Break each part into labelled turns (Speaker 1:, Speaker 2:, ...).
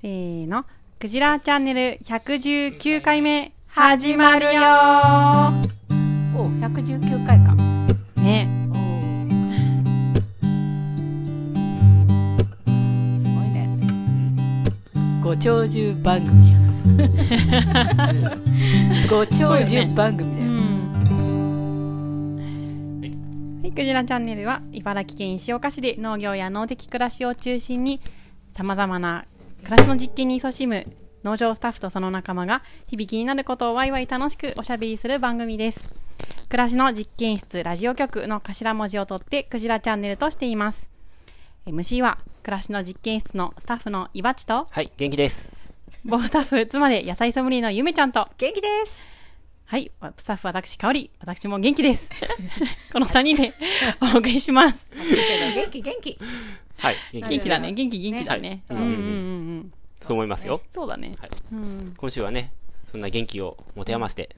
Speaker 1: せーの、クジラチャンネル119回目。
Speaker 2: 始まるよお119回か
Speaker 1: ね、
Speaker 2: すごいねご長寿番組じゃん ご長寿番組だよ、
Speaker 1: はい、クジラチャンネルは茨城県石岡市で農業や農的暮らしを中心にさまざまな暮らしの実験に勤しむ農場スタッフとその仲間が響きになることをワイワイ楽しくおしゃべりする番組です暮らしの実験室ラジオ局の頭文字を取ってクジラチャンネルとしています MC は暮らしの実験室のスタッフのいばちと
Speaker 3: はい、元気です。
Speaker 1: 某スタッフ妻で野菜ソムリエのゆめちゃんと
Speaker 2: 元気です
Speaker 1: はい、スタッフ私、香り、私も元気 です。この3人でお送りします。
Speaker 2: 元気元気
Speaker 3: はい、元
Speaker 1: 元気だね、
Speaker 2: なるほど
Speaker 1: 元気、元気だね。うんうんうんうん。
Speaker 3: そう思いますよ。
Speaker 1: そうだね。
Speaker 3: はい今週はね、そんな元気を持て余して、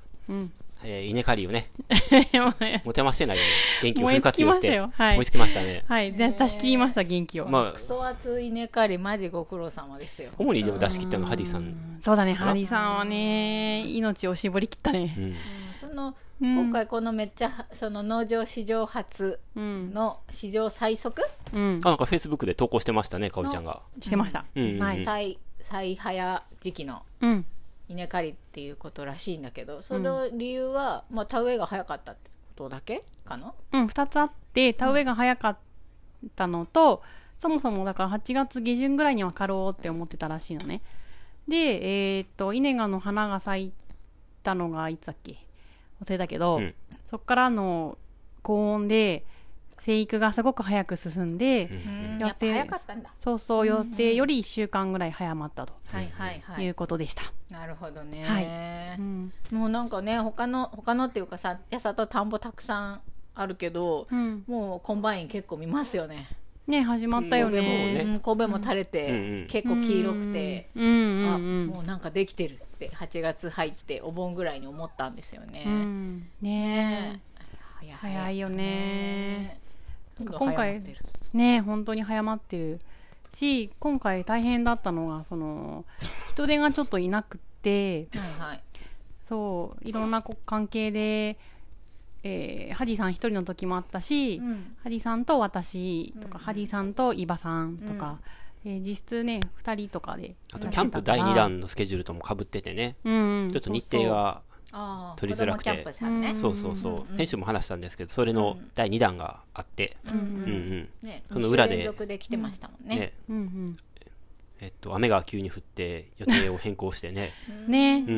Speaker 3: えー稲刈りをね、持て余してないよね。元気をフル活用して、
Speaker 1: 燃え尽きましたよはい
Speaker 3: 燃え尽きましたね。
Speaker 1: はい、で出し切りました、元気を。
Speaker 3: まあ
Speaker 2: ク、ソ熱いねかりマジご苦労様ですよ
Speaker 3: 主にでも出し切ったのはハディさん。
Speaker 1: そうだね、ハリーさんはね、命を絞り切った
Speaker 3: う
Speaker 1: ね。
Speaker 3: ん。
Speaker 2: その今回このめっちゃその農場史上初
Speaker 1: うん。
Speaker 2: の史上最速、
Speaker 1: うん
Speaker 3: あ、。なんか Facebook で投稿してましたね、かおりちゃんが。
Speaker 1: してました。
Speaker 3: うんうんうん
Speaker 1: はい。
Speaker 2: 最最早時期の
Speaker 1: うん。
Speaker 2: 稲刈りっていうことらしいんだけどその理由は、まあ、田植えが早かったってことだけかな
Speaker 1: うん、2つあって田植えが早かったのと、そもそもだから8月下旬ぐらいには刈ろうって思ってたらしいのねでえーっとイネガの花が咲いたのがいつだっけ忘れたけど、
Speaker 3: うん
Speaker 1: そっからの高温で生育がすごく早く進んで、
Speaker 2: うん
Speaker 1: や
Speaker 2: や
Speaker 1: っぱ
Speaker 2: っぱ
Speaker 1: 早
Speaker 2: 早
Speaker 1: か
Speaker 2: か
Speaker 1: っ
Speaker 2: ったんだ
Speaker 1: そうそう予定より1週間ぐらい早まったと
Speaker 2: はいはいはいいう
Speaker 1: ことでした、
Speaker 2: なるほどね、
Speaker 1: うん
Speaker 2: もうなんかね他の他のっていうかさやさと田んぼたくさんあるけど、
Speaker 1: うん
Speaker 2: もうコンバイン結構見ますよね
Speaker 1: ね始まったよ
Speaker 3: そうね
Speaker 1: ね,、
Speaker 2: ん、神戸も垂れて、
Speaker 3: うんうん
Speaker 2: 結構黄色くて、
Speaker 1: うん、うん
Speaker 2: あ
Speaker 1: うん
Speaker 2: もうなんかできてるって8月入ってお盆ぐらいに思ったんですよね、
Speaker 1: うんねえ
Speaker 2: ねえ
Speaker 1: 早いよね
Speaker 2: どんどん
Speaker 1: 今回
Speaker 2: 早まってる
Speaker 1: ね本当に早まってるし今回大変だったのがその人手がちょっといなくて
Speaker 2: はいはい
Speaker 1: そういろんなこ関係で、えーハディさん一人の時もあったし、
Speaker 2: うん
Speaker 1: ハディさんと私とか、
Speaker 2: うん
Speaker 1: ハディさんと伊庭さんとか、えー実質ね2人とかで
Speaker 3: あと、キャンプ第2弾のスケジュールとも被っててね、
Speaker 1: うんうん
Speaker 3: ちょっと日程が、
Speaker 2: あー
Speaker 3: 取りづらくて
Speaker 2: 子供キャンプさんね、
Speaker 3: そうそうそう、先週も話したんですけど、それの第2弾があって、
Speaker 2: うんう
Speaker 3: うんんうん。
Speaker 2: ね、
Speaker 3: その裏で
Speaker 2: 二週連続で来てましたもんね。
Speaker 3: ね、
Speaker 1: そううん
Speaker 3: えっと、雨が急に降って、予定を変更してね。
Speaker 1: うんね
Speaker 3: うんうん
Speaker 1: う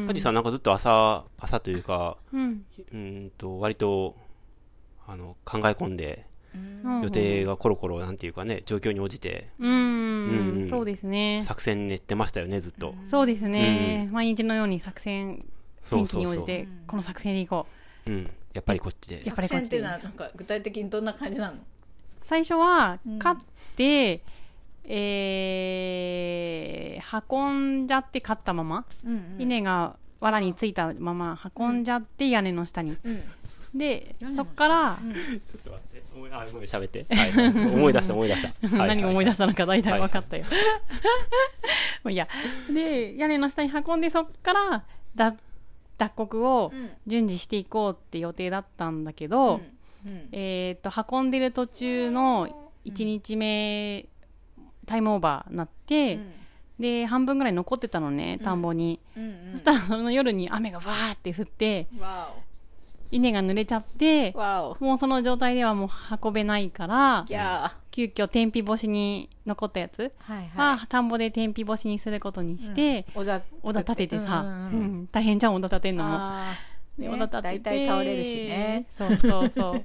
Speaker 1: ん
Speaker 3: ハリーさんなんかずっと朝、朝というか、
Speaker 1: うん
Speaker 3: うーんと、割と、あの、考え込んで、
Speaker 1: うん
Speaker 3: 予定がコロコロ、なんていうかね、状況に応じて、
Speaker 1: うんうん、
Speaker 3: うん
Speaker 1: そうですね
Speaker 3: 作戦練ってましたよね、ずっと。
Speaker 1: そうですね、
Speaker 3: う
Speaker 1: 毎日のように作戦
Speaker 3: そ
Speaker 1: 天
Speaker 3: う
Speaker 1: 気
Speaker 3: そ
Speaker 1: に
Speaker 3: う
Speaker 1: 応
Speaker 3: そ
Speaker 1: じ
Speaker 3: う。
Speaker 1: てこの作戦でいこう
Speaker 3: うん。やっぱりこっちで。
Speaker 1: やっぱり
Speaker 2: 作
Speaker 1: こっち
Speaker 2: 戦っていうのはなんか具体的にどんな感じなの？
Speaker 1: 最初は
Speaker 2: うん
Speaker 1: 買って、えー運んじゃって買ったまま、
Speaker 2: うん
Speaker 1: 稲が藁についたまま運んじゃって屋根の下に、
Speaker 2: うん。
Speaker 1: で
Speaker 2: 屋根の
Speaker 1: そ
Speaker 2: 下
Speaker 1: っから、
Speaker 3: ちょっと待って。思い、あ、ごめん、喋って。はいはい思い出した、思い出した。はい
Speaker 1: 何を思い出したのか大体
Speaker 3: はい
Speaker 1: 分かったよ、 まあいいやで屋根の下に運んでそっからだ脱穀を
Speaker 2: うん
Speaker 1: 順次していこうって予定だったんだけど、
Speaker 2: うん。
Speaker 1: えー、と運んでる途中の1日目、タイムオーバーになって、で半分ぐらい残ってたのね田んぼに、
Speaker 2: うん
Speaker 1: そしたらその夜に雨がわーって降って
Speaker 2: うん。わ
Speaker 1: 稲が濡れちゃって
Speaker 2: お。わお。
Speaker 1: もうその状態ではもう運べないから
Speaker 2: ギャー。
Speaker 1: 急遽天日干しに残ったやつ
Speaker 2: はい
Speaker 1: は、
Speaker 2: い。
Speaker 1: 田んぼで天日干しにすることにして、
Speaker 2: おだ
Speaker 1: おだ立ててさ、
Speaker 2: う
Speaker 1: うんん
Speaker 2: うんうん
Speaker 1: 大変じゃんおだ立てんのも
Speaker 2: あ
Speaker 1: で、
Speaker 2: ね
Speaker 1: おだたって
Speaker 2: 大体倒れるしね
Speaker 1: そうそうそう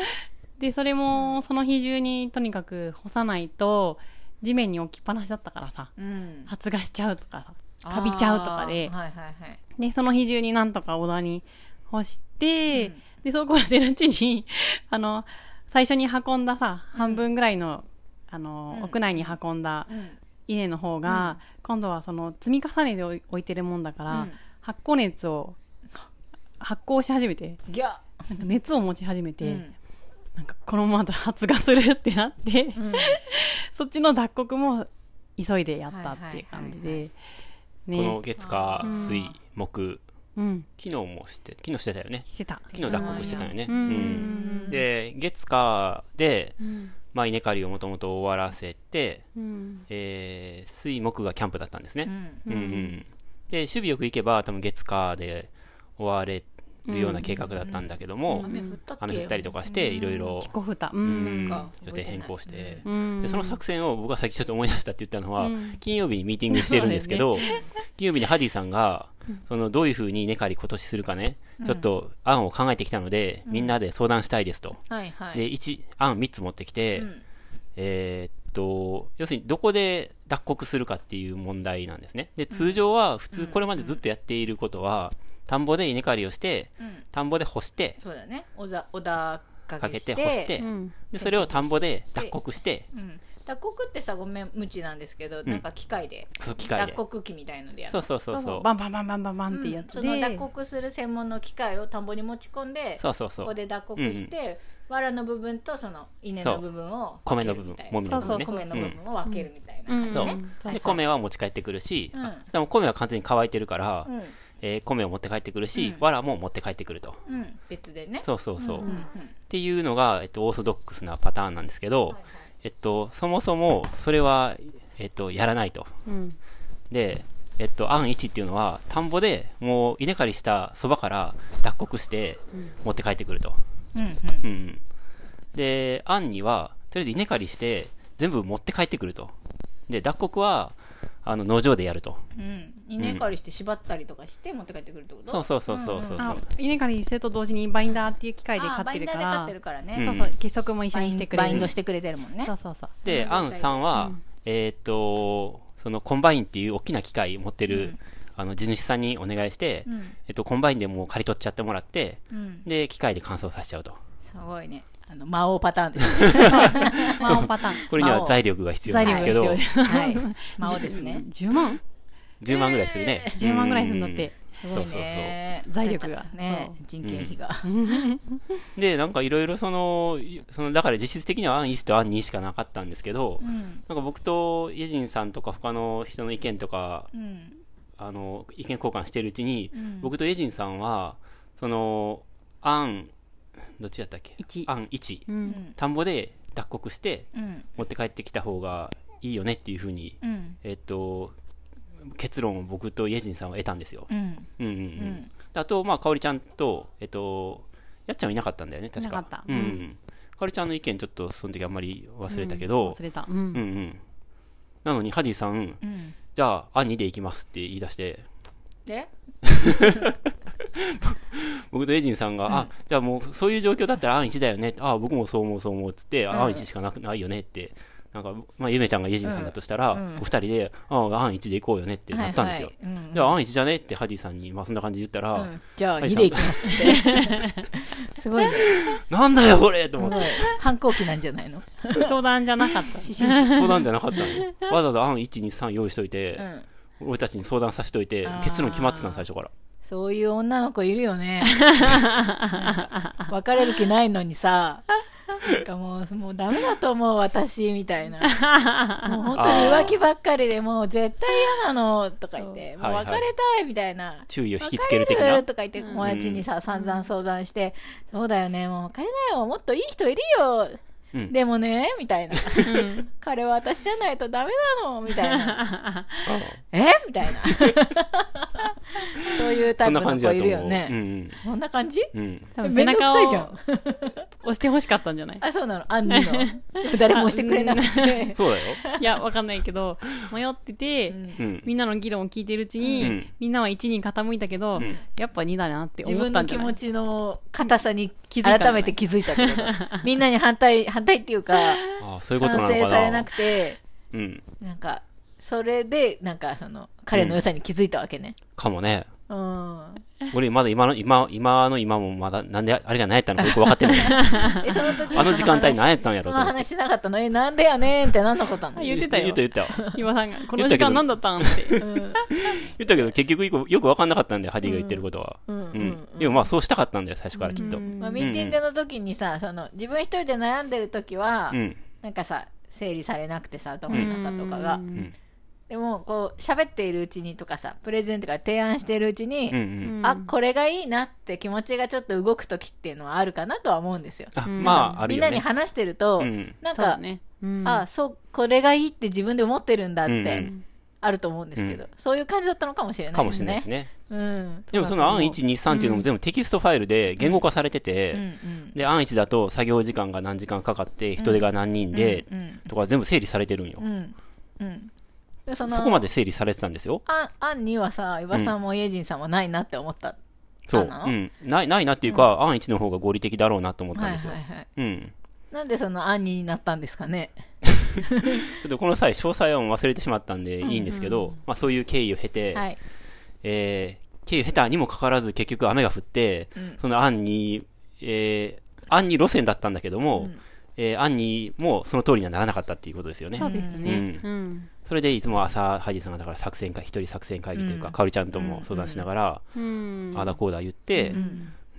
Speaker 1: でそれもその日中にとにかく干さないと地面に置きっぱなしだったからさ
Speaker 2: ーうん。
Speaker 1: 発芽しちゃうとかさカビちゃうとかで
Speaker 2: あーはいはいはい。
Speaker 1: でその日中になんとか小田に干して、でそうこうしてるうちに あの最初に運んださ半分ぐらいの、あの、屋内に運んだ
Speaker 2: うん。
Speaker 1: 稲の方が、今度はその積み重ねで置いてるもんだから、
Speaker 2: うん
Speaker 1: 発酵熱を発酵し始めて
Speaker 2: ギャー。
Speaker 1: なんか熱を持ち始めて、
Speaker 2: うん
Speaker 1: なんかこのままだ発芽するってなって、
Speaker 2: うん
Speaker 1: そっちの脱穀も急いでやったっていう感じ
Speaker 2: はいはい
Speaker 1: で
Speaker 3: この
Speaker 1: ね
Speaker 3: 月火
Speaker 1: うん
Speaker 3: 水木
Speaker 1: うん
Speaker 3: 昨日もして昨日してたよね
Speaker 1: してた
Speaker 3: 昨日脱穀してたよね
Speaker 1: う
Speaker 3: うん
Speaker 1: ん
Speaker 3: で月火で、
Speaker 1: うん
Speaker 3: まあ、稲刈りをもともと終わらせて、
Speaker 1: うん
Speaker 3: えー水木がキャンプだったんです
Speaker 2: う
Speaker 3: ね、
Speaker 2: ん
Speaker 3: うんうんで守備よく行けば多分月火で終われるような計画だったんだけども、
Speaker 2: 雨降ったっけ
Speaker 3: 雨降ったりとかしていろいろ
Speaker 1: キコフタう
Speaker 3: うん
Speaker 1: ん
Speaker 2: そっか
Speaker 3: 予定変更して、
Speaker 1: うん
Speaker 3: でその作戦を僕がさっきちょっと思い出したって言ったのは、
Speaker 1: うん
Speaker 3: 金曜日にミーティングしてるんですけど、金曜日にハディさんが、そのどういうふうに稲刈り今年するかね、ちょっと案を考えてきたので、みんなで相談したいですと。
Speaker 2: はいはい
Speaker 3: で、1、案3つ持ってきて、
Speaker 2: うん
Speaker 3: えーっと、要するにどこで脱穀するかっていう問題なんですね。で、通常は普通これまでずっとやっていることは、田んぼで稲刈りをして、
Speaker 2: うん
Speaker 3: 田んぼで干して、
Speaker 2: そうだね小田小田
Speaker 3: か
Speaker 2: かけ
Speaker 3: けて
Speaker 2: て
Speaker 3: 干して、
Speaker 1: うん
Speaker 3: で、それを田んぼで脱穀して、
Speaker 2: うん脱穀ってさごめん無知なんですけど、なんか機械で
Speaker 3: そう機械で
Speaker 2: 脱穀機みたいのでやる
Speaker 3: そうそうそう
Speaker 1: そ
Speaker 3: そうう。
Speaker 1: バンバンバンバンバンバンってや
Speaker 2: うん
Speaker 1: つ
Speaker 2: そ
Speaker 1: で
Speaker 2: の脱穀する専門の機械を田んぼに持ち込んで
Speaker 3: そうそうそ
Speaker 2: こ
Speaker 3: う
Speaker 2: こで脱穀して、藁の部分とその稲の部分を
Speaker 3: そう
Speaker 2: 分けるみたいな
Speaker 3: 米の部分もみの
Speaker 1: 部分ね
Speaker 2: そうそう米の部分を分けるみたいな感じ
Speaker 3: そう
Speaker 2: ね、
Speaker 1: うん
Speaker 3: で米は持ち帰ってくるし、
Speaker 2: うん
Speaker 3: あでも米は完全に乾いてるから、
Speaker 2: うん
Speaker 3: えー米を持って帰ってくるし、藁も持って帰ってくると。
Speaker 2: うん別でね
Speaker 3: そうそうそう。っていうのが、えっと、オーソドックスなパターンなんですけど、えっと、そもそも、それは、えっと、やらないと。
Speaker 1: うん
Speaker 3: で、えっと、案1っていうのは、田んぼでもう稲刈りしたそばから脱穀して、持って帰ってくると。
Speaker 2: うんうん
Speaker 3: うん。で、案には、とりあえず稲刈りして、全部持って帰ってくると。で、脱穀は、あの、農場でやると。
Speaker 2: うん稲刈りして縛ったりとかして持って帰ってくるってこと
Speaker 3: そうそうそうそうそう。
Speaker 1: あ稲刈りすると同時にバインダーっていう機械で
Speaker 2: あ
Speaker 1: 飼
Speaker 2: ー
Speaker 1: っ
Speaker 2: バ
Speaker 1: て
Speaker 2: イン
Speaker 1: る
Speaker 2: ダ
Speaker 1: か
Speaker 2: ーで
Speaker 1: ら
Speaker 2: 買ってるからね、
Speaker 1: そうそう結束も一緒
Speaker 2: バ
Speaker 1: に
Speaker 2: イ
Speaker 1: し
Speaker 2: ン
Speaker 1: てくれる
Speaker 2: バインドしてくれてるもんね
Speaker 1: そうそうそう
Speaker 3: で、アンさんは、えーっと、そのコンバインっていう大きな機械持ってる、あの、地主さんにお願いして、えっと、コンバインでもう刈り取っちゃってもらって、
Speaker 2: うん
Speaker 3: で、機械で乾燥させちゃうと。
Speaker 2: すごいねあの魔王パターンで すね
Speaker 1: 魔王パ ターン
Speaker 3: これに
Speaker 2: 魔
Speaker 3: は
Speaker 2: 王
Speaker 3: 財力が必要な
Speaker 1: 材
Speaker 3: ん
Speaker 1: 料が
Speaker 3: です
Speaker 1: 必
Speaker 3: けど、
Speaker 1: 要です
Speaker 2: はい魔王ですね
Speaker 1: 10万
Speaker 3: 10万ぐらいす るね。
Speaker 1: 10万ぐらいするんだって
Speaker 3: うん。
Speaker 2: す
Speaker 3: そ
Speaker 2: ご
Speaker 3: う
Speaker 2: い
Speaker 3: そうそう。
Speaker 2: ね
Speaker 1: 財力が
Speaker 2: ね
Speaker 1: そ
Speaker 2: 人件費が、
Speaker 3: で、なんかいろいろその、いその、だから実質的には案1と案2しかなかったんですけど、なんか僕とイェジンさんとか他の人の意見とか、
Speaker 2: うん
Speaker 3: あの、意見交換してるうちに、僕とイェジンさんは、その、案、どっちだったっけ
Speaker 1: 一
Speaker 3: 案1、
Speaker 1: うん
Speaker 3: 田んぼで脱穀して、
Speaker 2: うん
Speaker 3: 持って帰ってきた方がいいよねっていうふうに、
Speaker 2: うん
Speaker 3: えっと、結論を僕とイェジンさんは得たんですよ。
Speaker 2: うん
Speaker 3: うんうんうん。あと、まあ、かおりちゃんと、えっと、やっちゃんはいなかったんだよね、確か。
Speaker 1: いなかった
Speaker 3: うん、う。
Speaker 1: うん
Speaker 3: かおりちゃんの意見、ちょっとその時あんまり忘れたけど、
Speaker 1: 忘れたう
Speaker 3: うん
Speaker 1: ん
Speaker 3: うん。なのに、ハディさん、
Speaker 2: うん
Speaker 3: じゃあ、兄で行きますって言い出して、
Speaker 2: で
Speaker 3: 僕とエジンさんが、あ、じゃあもう、そういう状況だったら、アン1だよね。あ、僕もそう思う、そう思う、つって、あアン1しかなくないよねって。なんか、まあ、ゆめちゃんがエジンさんだとしたら、お二人で、あ、アン1で行こうよねってなったんですよ。
Speaker 2: はいはいうん
Speaker 3: じゃあ、アン1じゃねってハディさんに、まあ、そんな感じで言ったら、
Speaker 2: うんじゃあ
Speaker 3: はい
Speaker 2: 2でいきますっ てすごいね
Speaker 3: なんだよ、これと思 って
Speaker 2: もう。反抗期なんじゃないの
Speaker 1: 相談じゃなかった
Speaker 2: 思春期
Speaker 3: 相談じゃなかったの。わざわざアン1、2、3用意しといて、
Speaker 2: うん
Speaker 3: 俺たちに相談させといて、結論決まってたの、最初から。
Speaker 2: そういう女の子いるよ ねなんか別れる気ないのにさなんかもうもうダメだと思う私みたいなもう本当に浮気ばっかりでもう絶対嫌なのとか言って
Speaker 3: そ
Speaker 2: も
Speaker 3: う
Speaker 2: う
Speaker 3: はい
Speaker 2: 別
Speaker 3: はい
Speaker 2: れたいみたいな
Speaker 3: 注意を引きつける的
Speaker 2: 別れ
Speaker 3: な
Speaker 2: る。とか言って友達にさ、散々相談して、そうだよね、もう別れなよ、もっといい人いるよ、
Speaker 3: うん
Speaker 2: でもね、みたいな。彼は私じゃないとダメなの、みたいな。えみたいな。そういうタ
Speaker 3: そ
Speaker 2: イ
Speaker 3: ん
Speaker 2: プ
Speaker 3: な
Speaker 2: の
Speaker 3: 感じ
Speaker 2: 子
Speaker 3: だと
Speaker 2: いる
Speaker 3: 思う。
Speaker 2: よ
Speaker 3: う
Speaker 2: ね。
Speaker 3: ん
Speaker 2: こんな感じ
Speaker 3: うん。
Speaker 1: 多分
Speaker 2: め
Speaker 1: 背
Speaker 2: んどく
Speaker 1: 中
Speaker 2: さいじゃ
Speaker 1: を
Speaker 2: ん。
Speaker 1: 押して欲しかったんじゃない
Speaker 2: あ、そうなの、アンにの。でも誰も押してくれなく
Speaker 3: う
Speaker 2: て
Speaker 3: ん。。そうだよ。
Speaker 1: いやわかんないけど迷ってて
Speaker 3: うん。
Speaker 1: みんなの議論を聞いてるうちに、
Speaker 3: うん
Speaker 1: みんなは1に傾いたけど、
Speaker 3: ん
Speaker 1: やっぱ2だなって
Speaker 2: 自
Speaker 1: 思っ
Speaker 2: 分
Speaker 1: た
Speaker 2: の
Speaker 1: んじ
Speaker 2: 気
Speaker 1: ゃない
Speaker 2: 持ちの硬さに
Speaker 1: 気づいたんじゃない
Speaker 2: 改めて気づいたってこと。みんなに反対、反対っていうか、
Speaker 3: ああ、そういうことなの
Speaker 2: 賛
Speaker 3: か
Speaker 2: 成
Speaker 3: な。
Speaker 2: されなくて、
Speaker 3: うん。
Speaker 2: なんかそれでなんかその彼の良さに気づいたわけね
Speaker 3: かもね。
Speaker 2: うん、
Speaker 3: 俺、まだ今の、今、今の今もまだ、なんで、あれが何やったのかよく分かって ない。
Speaker 2: えその時
Speaker 3: あの時間帯
Speaker 2: な
Speaker 3: 何やったんや
Speaker 2: そ
Speaker 3: ろ
Speaker 2: の
Speaker 3: と思って。
Speaker 2: 話しなかったのえなんでやねんってなんのことなの
Speaker 1: 言ってたよ
Speaker 3: 言った言った。
Speaker 1: 今さんが、こ
Speaker 3: 言
Speaker 1: の
Speaker 3: ったけど
Speaker 1: 時間何だったんって。
Speaker 3: 言ったけど、結局よくよく分かんなかったんだよ、ハディが言ってることは。うん。でもまあ、そうしたかったんだよ、最初からきっと。うん。
Speaker 2: まあ、ミーティングの時にさその自分一人で悩んでる時は、なんかさ整理されなくてさ頭の中とかが、
Speaker 3: ん
Speaker 2: でもこう喋っているうちにとかさプレゼンとか提案しているうちに、
Speaker 3: うんうん。
Speaker 2: あこれがいいなって気持ちがちょっと動く時っていうのはあるかなとは思うんですよ。
Speaker 3: あ、
Speaker 1: ん
Speaker 3: まあ、ある
Speaker 2: みん
Speaker 3: よ
Speaker 2: な
Speaker 3: ね。
Speaker 2: に話してると、
Speaker 3: うん
Speaker 2: なん
Speaker 1: そう
Speaker 2: か、
Speaker 1: ね。うん
Speaker 2: あそうこれがいいって自分で思ってるんだっ
Speaker 3: うんう
Speaker 2: て
Speaker 3: ん
Speaker 2: あると思うんですけど、そういう感じだったのかもしれな
Speaker 3: か
Speaker 2: いで
Speaker 3: もし
Speaker 2: す
Speaker 3: れない
Speaker 2: ね
Speaker 3: です。ね。
Speaker 2: うん
Speaker 3: でもその案1、2、3っていうのも全部テキストファイルで言語化されて
Speaker 2: うんう
Speaker 3: て、
Speaker 2: ん
Speaker 3: で、案1だと作業時間が何時間かかって、人手が何人で、
Speaker 2: うん
Speaker 3: とか全部整理されてるんよ。
Speaker 2: うんうんでその
Speaker 3: そこまで整理されてたんですよ。
Speaker 2: あんあんにはさ岩さんも家人さんもないなって思った、
Speaker 3: そ
Speaker 2: あ
Speaker 3: う
Speaker 2: な。の
Speaker 3: うん。ない、ないなっていうか、案1の方が合理的だろうなと思った
Speaker 2: は
Speaker 3: ん
Speaker 2: い
Speaker 3: ですよ
Speaker 2: はい。はい
Speaker 3: うん。
Speaker 2: なんでそのあんになったんですかね
Speaker 3: ちょっとこの際、詳細はもう忘れてしまったんでいいんですけど、まあそういう経緯を経て、
Speaker 2: はい
Speaker 3: えー、経由下手にもかかわらず結局雨が降って、その案に、えー、案に路線だったんだけども、えー、案にもその通りにはならなかったっていうことですよね。
Speaker 1: そうですね。うん。
Speaker 3: それでいつも朝、ハイジさんがだから作戦会、一人作戦会議というか、かおりちゃんとも相談しながら、
Speaker 1: うん。
Speaker 3: ああだこうだ言って、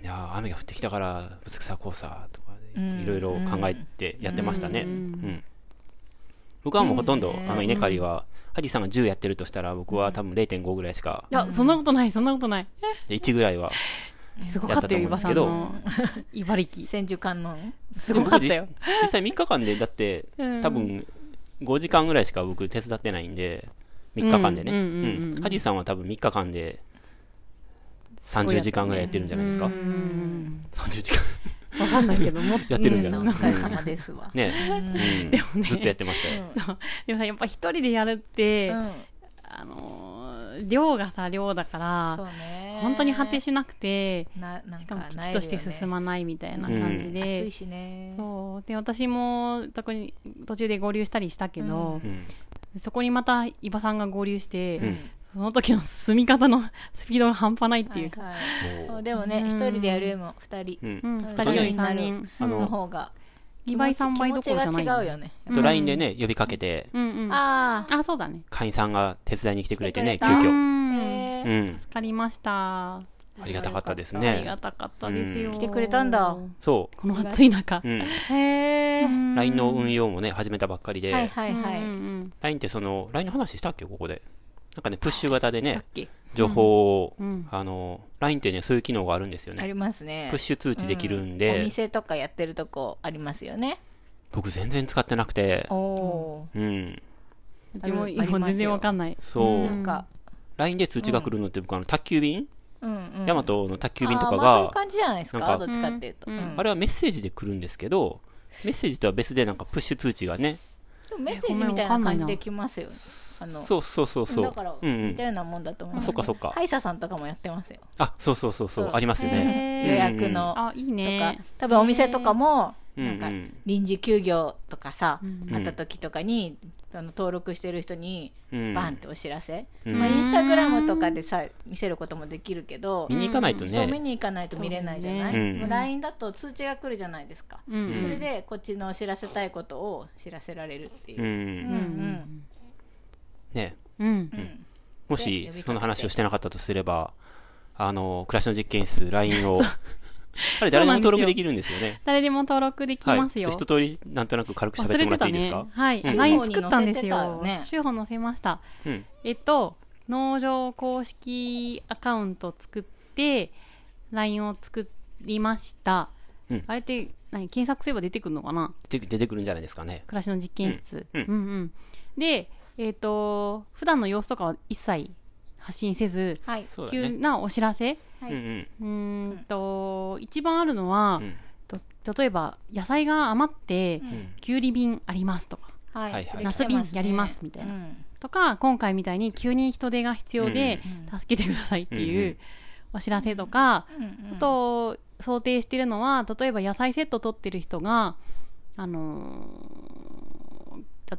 Speaker 3: いやー雨が降ってきたから、ぶつくさこうさ、とか、いろいろ考えてやってましたね。うん。僕はもうほとんど、あの稲刈りは、ハジさんが10やってるとしたら、僕は多分0.5ぐらいしか、
Speaker 1: いや、そんなことない、そんなことない。
Speaker 3: で1ぐらいは
Speaker 1: すごかったよ、
Speaker 3: や
Speaker 1: 伊
Speaker 3: っ
Speaker 1: 庭
Speaker 3: たと
Speaker 1: さん
Speaker 3: 思
Speaker 1: の茨城。
Speaker 2: 千手観音
Speaker 1: すごかった
Speaker 3: で
Speaker 1: よ
Speaker 3: も。僕実実際3日間で、だって、
Speaker 1: うん
Speaker 3: 多分5時間ぐらいしか僕手伝ってないんで、3日間でね。
Speaker 1: う
Speaker 3: うんん
Speaker 1: うんうんうん
Speaker 3: ハジさんは多分3日間で
Speaker 1: ごいやったね
Speaker 3: 30時間ぐらいやってるんじゃないですか。
Speaker 1: うん。
Speaker 3: 30時間
Speaker 1: わかんないけど、もっと
Speaker 3: やってるんじゃ
Speaker 2: お
Speaker 3: ない
Speaker 2: 疲れ様です わ、
Speaker 3: ね、
Speaker 1: でも
Speaker 3: うん
Speaker 1: ね
Speaker 3: ずっとやってましたよ。
Speaker 1: でもさ、やっぱ一人でやるって、
Speaker 2: うん、
Speaker 1: あのー、量がさ、量だから
Speaker 2: そう、ね
Speaker 1: 本当に果てしなくて、
Speaker 2: ななん
Speaker 1: しかも
Speaker 2: か
Speaker 1: 基
Speaker 2: な
Speaker 1: 地
Speaker 2: い
Speaker 1: と
Speaker 2: よね
Speaker 1: して進まないみたいな感じ
Speaker 2: 暑
Speaker 1: で
Speaker 2: い、しね
Speaker 1: そう。で、私も、特に途中で合流したりしたけど、
Speaker 3: うん
Speaker 1: そこにまた伊庭さんが合流して、
Speaker 3: ん
Speaker 1: その時の進み方の スピードが半端ないっていうか、
Speaker 2: はいはい
Speaker 3: おー
Speaker 2: でもね
Speaker 1: うん
Speaker 2: 一人でやるよりも二人
Speaker 3: うん
Speaker 1: うん、
Speaker 2: うん
Speaker 1: 2人より3
Speaker 2: そう
Speaker 1: 人。
Speaker 3: あ
Speaker 2: の
Speaker 3: の、
Speaker 2: 方が
Speaker 1: 二倍
Speaker 2: 気持
Speaker 1: 三
Speaker 2: ち
Speaker 1: 倍どころじゃない
Speaker 2: 気持ちが違うよね
Speaker 3: あと LINE でね、呼びかけて、
Speaker 1: うんうん。あ、
Speaker 2: ああ
Speaker 1: そうだね。
Speaker 3: 会員さんが手伝いに来てくれてね、
Speaker 2: 来て
Speaker 3: 急
Speaker 2: くれた
Speaker 1: う
Speaker 3: 遽。
Speaker 1: ん。
Speaker 2: え
Speaker 3: う
Speaker 2: ー
Speaker 3: ん。
Speaker 1: 助かりました。
Speaker 3: ありがたかったです
Speaker 1: ありが
Speaker 3: ね。
Speaker 1: たかったですよ。
Speaker 3: うん
Speaker 2: 来てくれたんだ
Speaker 3: そ
Speaker 1: この暑い中
Speaker 3: う。。うん。
Speaker 2: へー
Speaker 3: LINE の運用もね、始めたばっかりで、
Speaker 2: はいはいは
Speaker 1: う
Speaker 2: い
Speaker 1: んうん。
Speaker 3: LINE ってその、LINE の話したっけここで。なんかね、プッシュ型で
Speaker 1: だ
Speaker 3: ね
Speaker 1: っ、け
Speaker 3: 情報を、
Speaker 1: うん。
Speaker 3: あの、LINE ってね、そういう機能があるんですよ
Speaker 2: あ
Speaker 3: ね。
Speaker 2: りますね
Speaker 3: プッシュ通知できるん
Speaker 2: お
Speaker 3: で、
Speaker 2: 店とかやってるとこありますよね
Speaker 3: 僕全然使ってなくて
Speaker 2: お、お
Speaker 3: うん。
Speaker 1: うちも
Speaker 2: あり
Speaker 1: 今
Speaker 2: ますよ
Speaker 1: 全然わかんない。
Speaker 3: そう
Speaker 2: ー。
Speaker 3: う
Speaker 2: なんか
Speaker 3: LINE で通知が来るのって僕、あの、宅急便
Speaker 2: うんうん
Speaker 3: ヤマトの宅急便と
Speaker 2: あー
Speaker 3: か
Speaker 2: まあそういう、
Speaker 3: が
Speaker 2: 感じじゃないですか
Speaker 3: なん
Speaker 2: ど
Speaker 3: か
Speaker 2: っちかっていうと、
Speaker 1: うん
Speaker 2: うん
Speaker 3: あれはメッセージで来るんですけど、メッセージとは別でなんかプッシュ通知がね、
Speaker 2: でもメッセージみたいな感じできますよねあの
Speaker 3: そうそうそうそう。
Speaker 2: だから
Speaker 3: うんうん
Speaker 2: 似たようなもんだと思い
Speaker 3: あ
Speaker 2: ます、
Speaker 3: そっかそっか
Speaker 2: 歯医者さんとかもやってますよ
Speaker 3: あ、そうそうそうそう
Speaker 2: そう
Speaker 3: ありますよね。
Speaker 1: へー
Speaker 2: 予約の
Speaker 1: あ、いい
Speaker 2: とか、
Speaker 1: ね。
Speaker 2: 多分お店とかも
Speaker 3: うん
Speaker 2: なんか
Speaker 3: うん
Speaker 2: 臨時休業とかさ、
Speaker 3: ん
Speaker 2: あった時とかにあの登録してる人に
Speaker 3: うん
Speaker 2: バンってお知らせ、
Speaker 3: うん
Speaker 2: まあ、インスタグラムとかでさ見せることもできるけど、
Speaker 3: 見に行かないと
Speaker 2: そう見
Speaker 3: ね。
Speaker 2: に行かないと見れないじゃない、
Speaker 3: そうねうん
Speaker 2: もう LINE だと通知が来るじゃないですか、
Speaker 1: うん
Speaker 2: それでこっちの知らせたいことを知らせられるっていうう、うん
Speaker 3: ん。
Speaker 2: うん
Speaker 3: ね。
Speaker 1: うん。
Speaker 3: も
Speaker 2: で呼び
Speaker 3: し、
Speaker 2: かけて
Speaker 3: その話をしてなかったとすれば、あの、暮らしの実験室、LINE を、あれ誰でも登録できるんですよね。
Speaker 1: 誰でも登録でき
Speaker 3: はい。
Speaker 1: ま
Speaker 3: ち
Speaker 1: す
Speaker 3: ょっと
Speaker 1: よ。
Speaker 3: 一通り、なんとなく軽く
Speaker 1: 忘
Speaker 3: 喋って
Speaker 1: れ
Speaker 3: もら
Speaker 1: て
Speaker 3: っ
Speaker 1: た
Speaker 3: ていいです
Speaker 1: ね
Speaker 3: か。
Speaker 1: はい。
Speaker 3: うん
Speaker 1: LINE 作ったんです
Speaker 2: 週報に載せて
Speaker 1: よ
Speaker 2: たよね。
Speaker 1: 週報載せました。
Speaker 3: うん。
Speaker 1: えっと、農場公式アカウント作って、LINE を作りました。
Speaker 3: うん
Speaker 1: あれって、何検索すれば出てくるのかな
Speaker 3: 出て出てくるんじゃないですかね。
Speaker 1: 暮らしの実験室。う
Speaker 3: うんん
Speaker 1: うん、で、えっ、と、普段の様子とかは一切発信せず、
Speaker 2: はい、
Speaker 3: そうだ
Speaker 1: 急
Speaker 3: ね。
Speaker 1: なお知らせ、
Speaker 2: は
Speaker 3: うん
Speaker 2: い
Speaker 3: うん。
Speaker 1: うーんと、一番あるのは、
Speaker 3: うん
Speaker 1: と例えば、野菜が余って、きゅうり便ありますとか、
Speaker 2: はい
Speaker 3: はいはい
Speaker 2: で
Speaker 1: ナ
Speaker 2: き
Speaker 1: ス
Speaker 2: てま
Speaker 1: 便
Speaker 2: すね
Speaker 1: やりますみたいな
Speaker 2: う。ん
Speaker 1: とか、今回みたいに急に人手が必要で、助けてくださいって
Speaker 3: うん
Speaker 1: いううお知らせとか、
Speaker 2: うんうん
Speaker 1: あと、想定してるのは、例えば野菜セット取ってる人が、あのー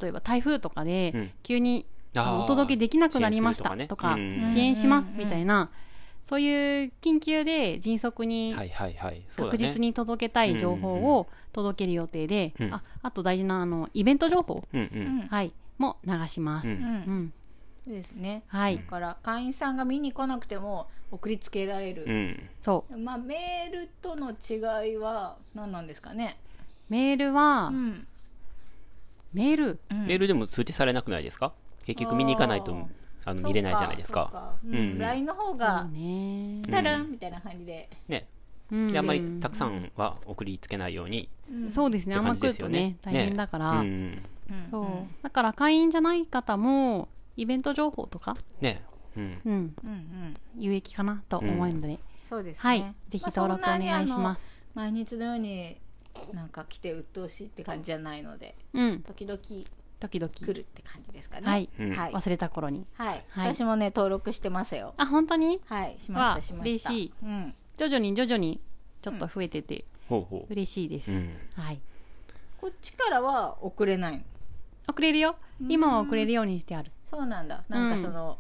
Speaker 1: 例えば台風とか
Speaker 3: う
Speaker 1: で
Speaker 3: ん、
Speaker 1: 急に
Speaker 3: あー
Speaker 1: お届けできなくなりました
Speaker 3: 遅延する
Speaker 1: と
Speaker 3: とか
Speaker 1: か
Speaker 3: ね、うん
Speaker 1: 遅延しますみたいな、そういう緊急で迅速に
Speaker 3: はいはいはい。そう
Speaker 1: 確
Speaker 3: だ
Speaker 1: 実
Speaker 3: ね。
Speaker 1: に届けたい情報を届ける予定で、
Speaker 3: うん
Speaker 1: ああと大事なあのイベント情報、
Speaker 3: うんうん。
Speaker 1: はい、も流します。
Speaker 3: う
Speaker 1: うんん
Speaker 2: うんそうですね
Speaker 1: はい、
Speaker 2: だから会員さんが見に来なくても送りつけられ
Speaker 3: う
Speaker 2: る、
Speaker 3: ん。
Speaker 1: そう
Speaker 2: まあメールとの違いは何なんですかね
Speaker 1: メールは、
Speaker 2: うん
Speaker 1: メール
Speaker 3: メールでも通知されなくないですか結局見に行かないと
Speaker 2: あー
Speaker 3: あの見れないじゃないですか
Speaker 2: そうかそうかう
Speaker 3: うん
Speaker 2: ん LINE の方が
Speaker 1: ね
Speaker 2: タランみたいな感じで
Speaker 3: ね
Speaker 1: うん
Speaker 3: であんまりたくさんは送りつけないように
Speaker 1: そうですね
Speaker 3: って
Speaker 1: あんま
Speaker 3: 感じ
Speaker 1: 来
Speaker 3: で
Speaker 1: る
Speaker 3: す
Speaker 1: と
Speaker 3: よ
Speaker 1: ね
Speaker 3: ね
Speaker 1: 大変だから、
Speaker 3: うん
Speaker 1: そう、
Speaker 2: うん
Speaker 1: だから会員じゃない方もイベント情報とか、
Speaker 3: ねうん
Speaker 1: うん、
Speaker 2: うんうん
Speaker 1: 有益かなと思うので、
Speaker 2: そうですね
Speaker 1: はい、ぜひ
Speaker 2: まあ
Speaker 1: 登録お願いし
Speaker 2: そんな
Speaker 1: ま
Speaker 2: に
Speaker 1: す、
Speaker 2: あの毎日のようになんか来て鬱陶しいって感じじゃないので
Speaker 1: うん
Speaker 2: 時々来
Speaker 1: 時々
Speaker 2: るって感じですかね
Speaker 1: はい
Speaker 3: うん
Speaker 2: はい
Speaker 1: 忘れた頃に
Speaker 2: はい
Speaker 1: はい
Speaker 2: 私もね登録してますよ
Speaker 1: あ本当に
Speaker 2: はいしまし
Speaker 1: わ
Speaker 2: たしました
Speaker 1: 嬉しい
Speaker 2: うん
Speaker 1: 徐々に徐々にちょっと増えてて
Speaker 3: ほうほう
Speaker 1: 嬉しいです、
Speaker 3: うん
Speaker 1: はい
Speaker 2: こっちからは送れないの
Speaker 1: 遅れるよ今は遅れるようにしてある
Speaker 2: そうなんだなんかその、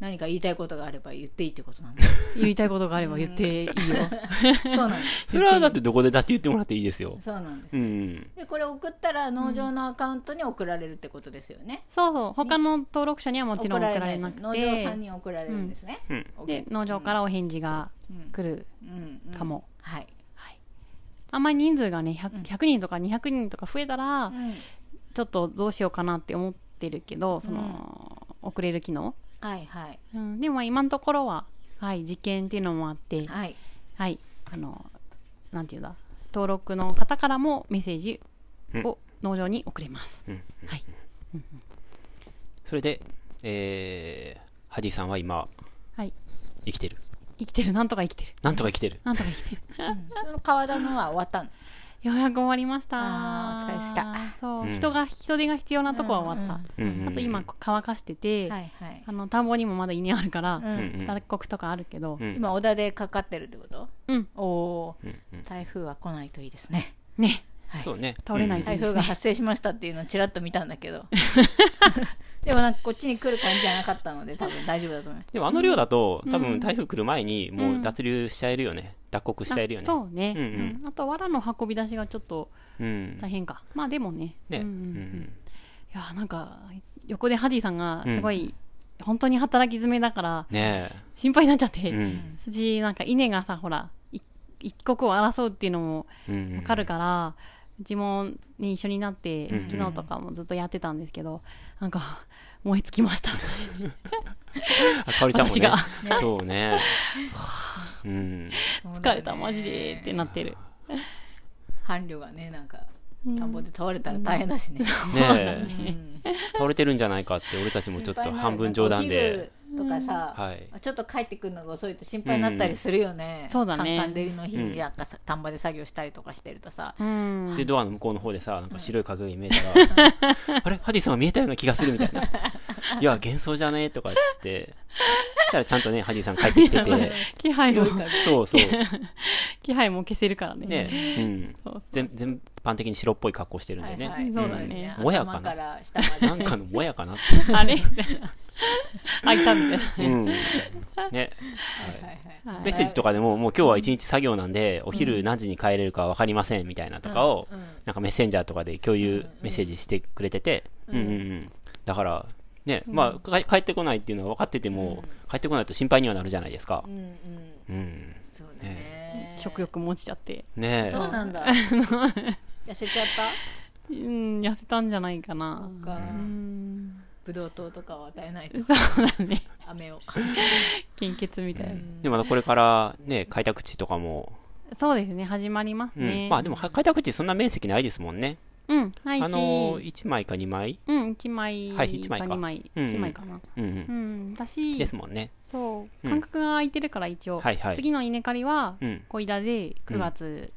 Speaker 2: 何か言いたいことがあれば言っていいってこと なんだ
Speaker 1: 言いたいことがあれば言っていい よ
Speaker 2: そうなんだ
Speaker 3: それはだってどこでだって言ってもらっていいですよ
Speaker 2: そうなんです、
Speaker 3: うん
Speaker 2: でこれ送ったら農場のアカウントに送られるってことですよね、
Speaker 1: そうそう他の登録者にはもちろん送られなくて
Speaker 2: ないです農場さんに送られるんですね、
Speaker 3: うん
Speaker 2: オッケ
Speaker 1: で
Speaker 2: ー
Speaker 1: 農場からお返事が来る
Speaker 2: うんうん
Speaker 1: かも、
Speaker 2: はい、
Speaker 1: あんまり人数がね 100, 100人とか200人とか増えたらちょっとどうしようかなって思ってるけどその、遅れる機能、
Speaker 2: はいはい
Speaker 1: うん、でもまあ今のところは、はい、実験っていうのもあって
Speaker 2: はい
Speaker 1: はい、あの、なんていうんだ、登録の方からもメッセージを農場に送れます。
Speaker 3: それでえー、ハディさんは今
Speaker 1: はい、
Speaker 3: 生きてる
Speaker 1: 生きてる、なんとか生きてる、
Speaker 3: なんとか生きてる
Speaker 1: なんとか生きてる。
Speaker 2: その川田のは終わったの
Speaker 1: ようやく終わりました。
Speaker 2: あーお疲れでした。
Speaker 1: そう、
Speaker 3: うん
Speaker 1: 人が、人手が必要なとこは終わった。
Speaker 3: うんうんうん
Speaker 1: あと今乾かしてて、
Speaker 2: はいはい
Speaker 1: あの田んぼにもまだ稲あるから、
Speaker 2: うん
Speaker 3: うん
Speaker 1: 脱穀とかあるけど、
Speaker 3: うん
Speaker 2: 今小田でかかってるってこと
Speaker 1: うん、
Speaker 2: おおー、
Speaker 3: うんうん
Speaker 2: 台風は来ないといいですね
Speaker 1: ね、
Speaker 2: はい
Speaker 3: そうね
Speaker 1: 倒れないと
Speaker 2: 台風が発生しましたっていうのをちらっと見たん だけどでもなんかこっちに来る感じじゃなかったので多分大丈夫だと思います
Speaker 3: でもあの量だと、多分台風来る前にもう脱流しちゃえるよね。脱穀しちゃえるよね。
Speaker 1: そうね、
Speaker 3: うんうん
Speaker 1: うんあと藁の運び出しがちょっと
Speaker 3: うん。
Speaker 1: 大変か、まあでもね
Speaker 3: ね。う
Speaker 1: うんん
Speaker 3: う
Speaker 1: うんうん
Speaker 3: ん。
Speaker 1: いやーなんか横でハディさんがすごい、本当に働き詰めだから
Speaker 3: ね
Speaker 1: 心配になっちゃっ
Speaker 3: え。
Speaker 1: て、
Speaker 3: うん。
Speaker 1: 辻なんか稲がさほらい一刻を争うっていうのも
Speaker 3: うん。
Speaker 1: わかるから、うちもに一緒になって、
Speaker 3: うんうん
Speaker 1: 昨日とかもずっとやってたんですけどなんか燃え尽きま した私
Speaker 3: あ、かおりちゃんも
Speaker 1: 私
Speaker 3: ね
Speaker 1: が。
Speaker 3: そ うね。うん。
Speaker 1: 疲れたマジでってなってる
Speaker 2: 伴侶がねなんか田んぼで倒れたら大変だしね、
Speaker 3: ね
Speaker 2: う
Speaker 3: え。
Speaker 2: ん
Speaker 3: 倒れてるんじゃないかって、俺たちもちょっと半分冗談で。
Speaker 2: 心配になるなんかお昼とかさ、
Speaker 3: はい。
Speaker 2: ちょっと帰ってくるのが遅いと心配になったりするよね、
Speaker 1: んそうだね
Speaker 2: 簡単照りの日
Speaker 3: うん
Speaker 2: になんかさ田んぼで作業したりとかしてるとさ、
Speaker 1: うん
Speaker 3: で、ドアの向こうの方でさ、なんか白い影が見えたら、あれハディさんは見えたような気がするみたいな。いや、幻想じゃねえとか言って。そしたらちゃんとね、ハディさん帰ってきてて。
Speaker 1: 気配も
Speaker 2: 白いから
Speaker 3: そうそう。
Speaker 1: 気配も消せるからね
Speaker 3: ねえ。うん。
Speaker 1: そう
Speaker 3: 全全般的に白っぽい格好してるん
Speaker 2: は
Speaker 3: で
Speaker 2: い
Speaker 3: ね、
Speaker 2: はい、
Speaker 1: そうだね
Speaker 2: です
Speaker 3: もやかな
Speaker 2: 頭から下まで
Speaker 3: なんかのもやかなっ て、
Speaker 1: あれ開いたみたいな
Speaker 3: うんね
Speaker 2: はいはいはい
Speaker 1: はい
Speaker 3: メッセージとかでももう今日は一日作業なんでお昼何時に帰れるか分かりませんみたいなとかを、
Speaker 2: うん
Speaker 3: なんかメッセンジャーとかで共有メッセージしてくれてて、うんうんうん、だからね、まあか帰ってこないっていうのは分かってても、帰ってこないと心配にはなるじゃないですか
Speaker 2: う、んうん
Speaker 3: うん、
Speaker 2: そうだね
Speaker 1: 食欲も落ちちゃって
Speaker 3: ねえ
Speaker 2: そう なんだ痩せちゃった
Speaker 1: うん痩せたんじゃないかな
Speaker 2: そっか
Speaker 1: うん
Speaker 2: ブドウ糖とかを与えないと
Speaker 1: そうだね
Speaker 2: 飴を
Speaker 1: 献血みたいな、
Speaker 3: でまだこれからね開拓地とかも、
Speaker 1: そうですね始まります
Speaker 3: うん
Speaker 1: ね、うん、
Speaker 3: まあでもは開拓地そんな面積ないですもんね、
Speaker 1: ないし、
Speaker 3: あの1枚か2枚、
Speaker 1: うん1枚か
Speaker 3: はい一枚か
Speaker 1: 2枚
Speaker 3: うんうん
Speaker 1: 1枚かな
Speaker 3: うんうん
Speaker 1: うん、だし
Speaker 3: ですもんね
Speaker 1: そう
Speaker 3: うん
Speaker 1: 間隔が空いてるから一応、
Speaker 3: はいはい
Speaker 1: 次の稲刈りは
Speaker 3: うん
Speaker 1: 小枝で9月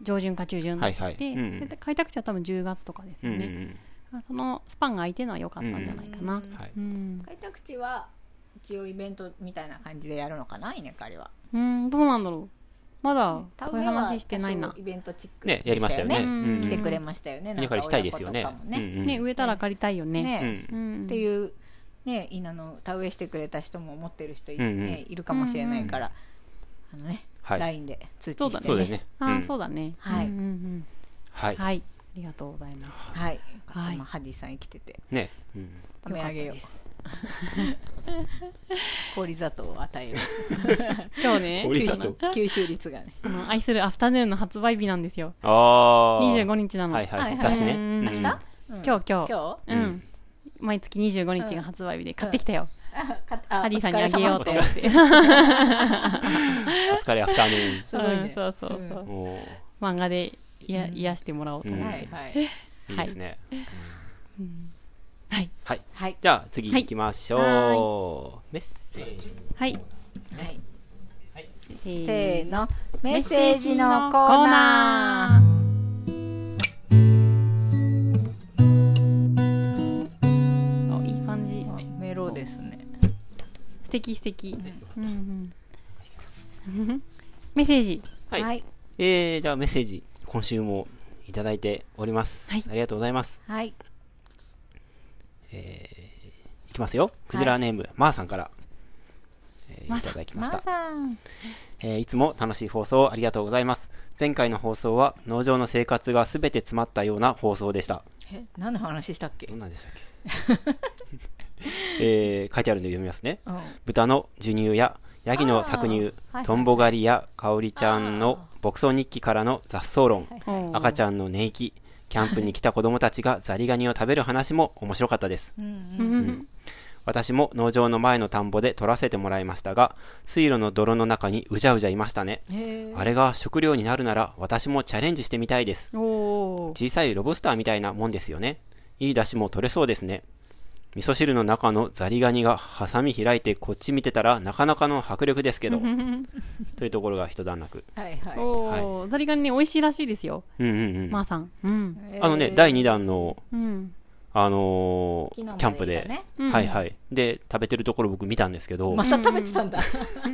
Speaker 1: 上旬か中旬になってきて、
Speaker 3: はいはいうんうん
Speaker 1: で開拓地は多分10月とかですよね、まあそのスパンが空いてるのは良かったんじゃないかな、
Speaker 3: うんはい
Speaker 1: うん
Speaker 2: 開拓地は一応イベントみたいな感じでやるのかな稲刈りは
Speaker 1: うんどうなんだろうまだ
Speaker 2: 田
Speaker 1: そうい
Speaker 2: 植
Speaker 1: う
Speaker 2: えは
Speaker 1: 話してないな
Speaker 2: 多少イベントチック
Speaker 3: ねやりましたよね。
Speaker 2: で
Speaker 1: ん
Speaker 3: うん
Speaker 2: 来てくれましたよね、なんか
Speaker 3: 稲刈りしたいですよね
Speaker 2: 親子とか。も
Speaker 3: う
Speaker 2: ね
Speaker 3: んうん
Speaker 1: ね植えたら借りたいよね
Speaker 2: ね
Speaker 1: う
Speaker 3: うん
Speaker 1: ん、
Speaker 2: っていうね稲の田植えしてくれた人も持ってる人い,、ね
Speaker 3: うんうん
Speaker 2: いるかもしれないから、あのね、
Speaker 3: はい。
Speaker 2: LINE で通知
Speaker 1: そうだね
Speaker 2: して
Speaker 3: そうだよ
Speaker 2: ね
Speaker 3: ね。
Speaker 1: ああ、
Speaker 3: うん
Speaker 1: そうだね
Speaker 2: はい
Speaker 1: うんうんうん
Speaker 3: はい。
Speaker 1: はい、ありがとうございます。
Speaker 2: はい、よかった
Speaker 1: はい
Speaker 2: まあハディさん生きてて
Speaker 3: ね。うん
Speaker 2: 止め上げよう
Speaker 1: かったです
Speaker 2: 氷砂糖を与えよう
Speaker 1: 今日ね、
Speaker 3: 氷砂糖
Speaker 2: 吸収率がね
Speaker 1: あの愛するアフタヌーンの発売日なんですよ。
Speaker 3: ああ。
Speaker 1: 25日なの。
Speaker 3: はいは
Speaker 2: はい
Speaker 3: い。
Speaker 2: はい
Speaker 3: 雑誌ね。
Speaker 1: うん
Speaker 3: うん
Speaker 2: 明日、
Speaker 1: 今日今日。
Speaker 2: 今日
Speaker 1: うん。毎月25日が発売日で買ってきたよ。
Speaker 2: かあ
Speaker 1: ハリーさんにあげようと思って。。
Speaker 3: お 疲れ、アフターヌーン。
Speaker 2: すごいね
Speaker 1: そうそうそう。
Speaker 2: うん
Speaker 3: お
Speaker 1: 漫画でいや癒してもらおうと思っ
Speaker 3: ん
Speaker 1: て。
Speaker 2: はいはい。
Speaker 3: ーいいですね。
Speaker 1: はい。
Speaker 3: はい。
Speaker 2: はい。
Speaker 3: じゃあ、次行きましょう。メッセージ。
Speaker 1: はい。
Speaker 2: はい、
Speaker 1: せー
Speaker 2: せーの。メッセージのコーナー。
Speaker 1: ー。あ、いい感じ。
Speaker 2: メロですね。
Speaker 1: 素敵素敵。うんうん。メッセージ。
Speaker 3: はい
Speaker 2: はい。
Speaker 3: えー、じゃあメッセージ、今週もいただいております。
Speaker 1: はい
Speaker 3: ありがとうございます。
Speaker 2: はい。
Speaker 3: いきますよ。クジラネーム、まーさんから、えー
Speaker 1: まー
Speaker 3: いただきま
Speaker 2: ま
Speaker 3: した
Speaker 2: ー。さん。
Speaker 3: えーいつも楽しい放送をありがとうございます。前回の放送は、農場の生活がすべて詰まったような放送でした。
Speaker 2: え、何の話したっけ
Speaker 3: ど？んなんでしたっけ えー書いてあるんで読みますね。
Speaker 2: うん。
Speaker 3: 豚の授乳やヤギの搾乳、
Speaker 2: あー
Speaker 3: トンボ狩りや香りちゃんの牧草日記からの雑草論、
Speaker 1: おー
Speaker 3: 赤ちゃんの寝息、キャンプに来た子供たちがザリガニを食べる話も面白かったです。うん私も農場の前の田んぼで取らせてもらいましたが、水路の泥の中にうじゃうじゃいましたね。
Speaker 2: へえ。
Speaker 3: あれが食料になるなら私もチャレンジしてみたいです。
Speaker 1: おー
Speaker 3: 小さいロブスターみたいなもんですよね。いい出汁も取れそうですね。味噌汁の中のザリガニがハサミ開いてこっち見てたらなかなかの迫力で すけど。というところが一段落。
Speaker 2: はいは
Speaker 1: おーザリガニね美味しいらしいですよ。
Speaker 3: うんうんうん。
Speaker 1: まーさん。うん。
Speaker 2: い。
Speaker 3: あの
Speaker 2: え
Speaker 3: ね、
Speaker 2: ー
Speaker 3: 第2弾の、
Speaker 1: うん。
Speaker 3: あの
Speaker 2: 昨
Speaker 3: ー
Speaker 2: 日まで
Speaker 3: キャンプ
Speaker 2: い
Speaker 3: で
Speaker 2: た、ね
Speaker 3: はいはい。で、食べてるところ僕見たんですけど、
Speaker 2: また食べてた んだ。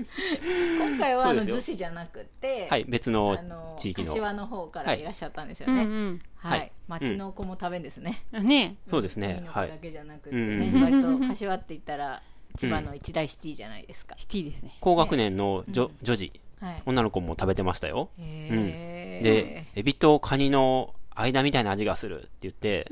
Speaker 2: 今回はあの
Speaker 3: そうですよ
Speaker 2: 逗子じゃなくて、
Speaker 3: はい、別の
Speaker 2: あの
Speaker 3: 地域の。
Speaker 2: 柏の方からいらっしゃったんですよ
Speaker 1: うんう
Speaker 2: ね。
Speaker 1: ん。
Speaker 2: は
Speaker 3: はい
Speaker 2: い。町の子も食べんですね。
Speaker 1: ね
Speaker 3: そうです
Speaker 2: 海
Speaker 3: ね
Speaker 2: の。子
Speaker 3: は
Speaker 2: だ
Speaker 3: い。
Speaker 2: けじゃなくてね、
Speaker 3: うん
Speaker 2: 割と柏って言ったら千葉の一大シティじゃないですか。
Speaker 1: シティですね。
Speaker 3: 高学年の女女児、
Speaker 2: はい。
Speaker 3: 女の子も食べてましたよ。
Speaker 2: へー
Speaker 3: で、エビとカニの間みたいな味がするって言って、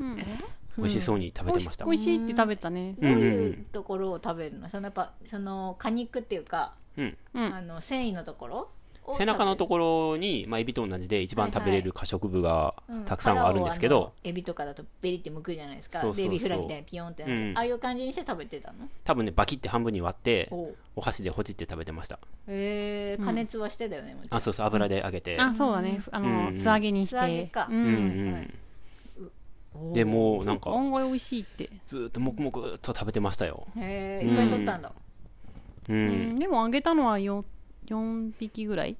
Speaker 3: 美味しそうに食べてました。
Speaker 1: 美味しいって食べたね。
Speaker 2: どういうところを食べるの？そのやっぱその果肉っていうか、
Speaker 3: うん
Speaker 1: うん
Speaker 2: あの繊維のところを食べる？
Speaker 3: 背中のところに、まあ、エビと同じで一番食べれる可食部が
Speaker 2: うん
Speaker 3: たくさんはあるんですけ
Speaker 2: 殻をあ
Speaker 3: ど
Speaker 2: の、エビとかだとベリって剥くじゃないですか
Speaker 3: そうそうそ
Speaker 2: でエ
Speaker 3: う
Speaker 2: ビフライみたいにピヨンってなる、
Speaker 3: うん
Speaker 2: ああいう感じにして食べてたの
Speaker 3: 多分ね、バキって半分に割って、
Speaker 2: おう
Speaker 3: お箸でほじって食べてました。
Speaker 2: へえ加熱はしてたよね、もちろ
Speaker 3: あ、
Speaker 2: ん
Speaker 3: そうそう、油で揚げて。
Speaker 1: あ、そうだね。あ
Speaker 3: う
Speaker 1: の、
Speaker 3: ん
Speaker 1: 素揚げにして。
Speaker 2: 素揚げか
Speaker 1: う。
Speaker 3: うんんうん。で、もうなんか、
Speaker 1: 案外美味しいって。
Speaker 3: ずーっともくもくっと食べてましたよ。
Speaker 2: へえいっぱい取ったんだ、
Speaker 3: う。
Speaker 1: うんん。でも揚げたのはよ4匹ぐらい。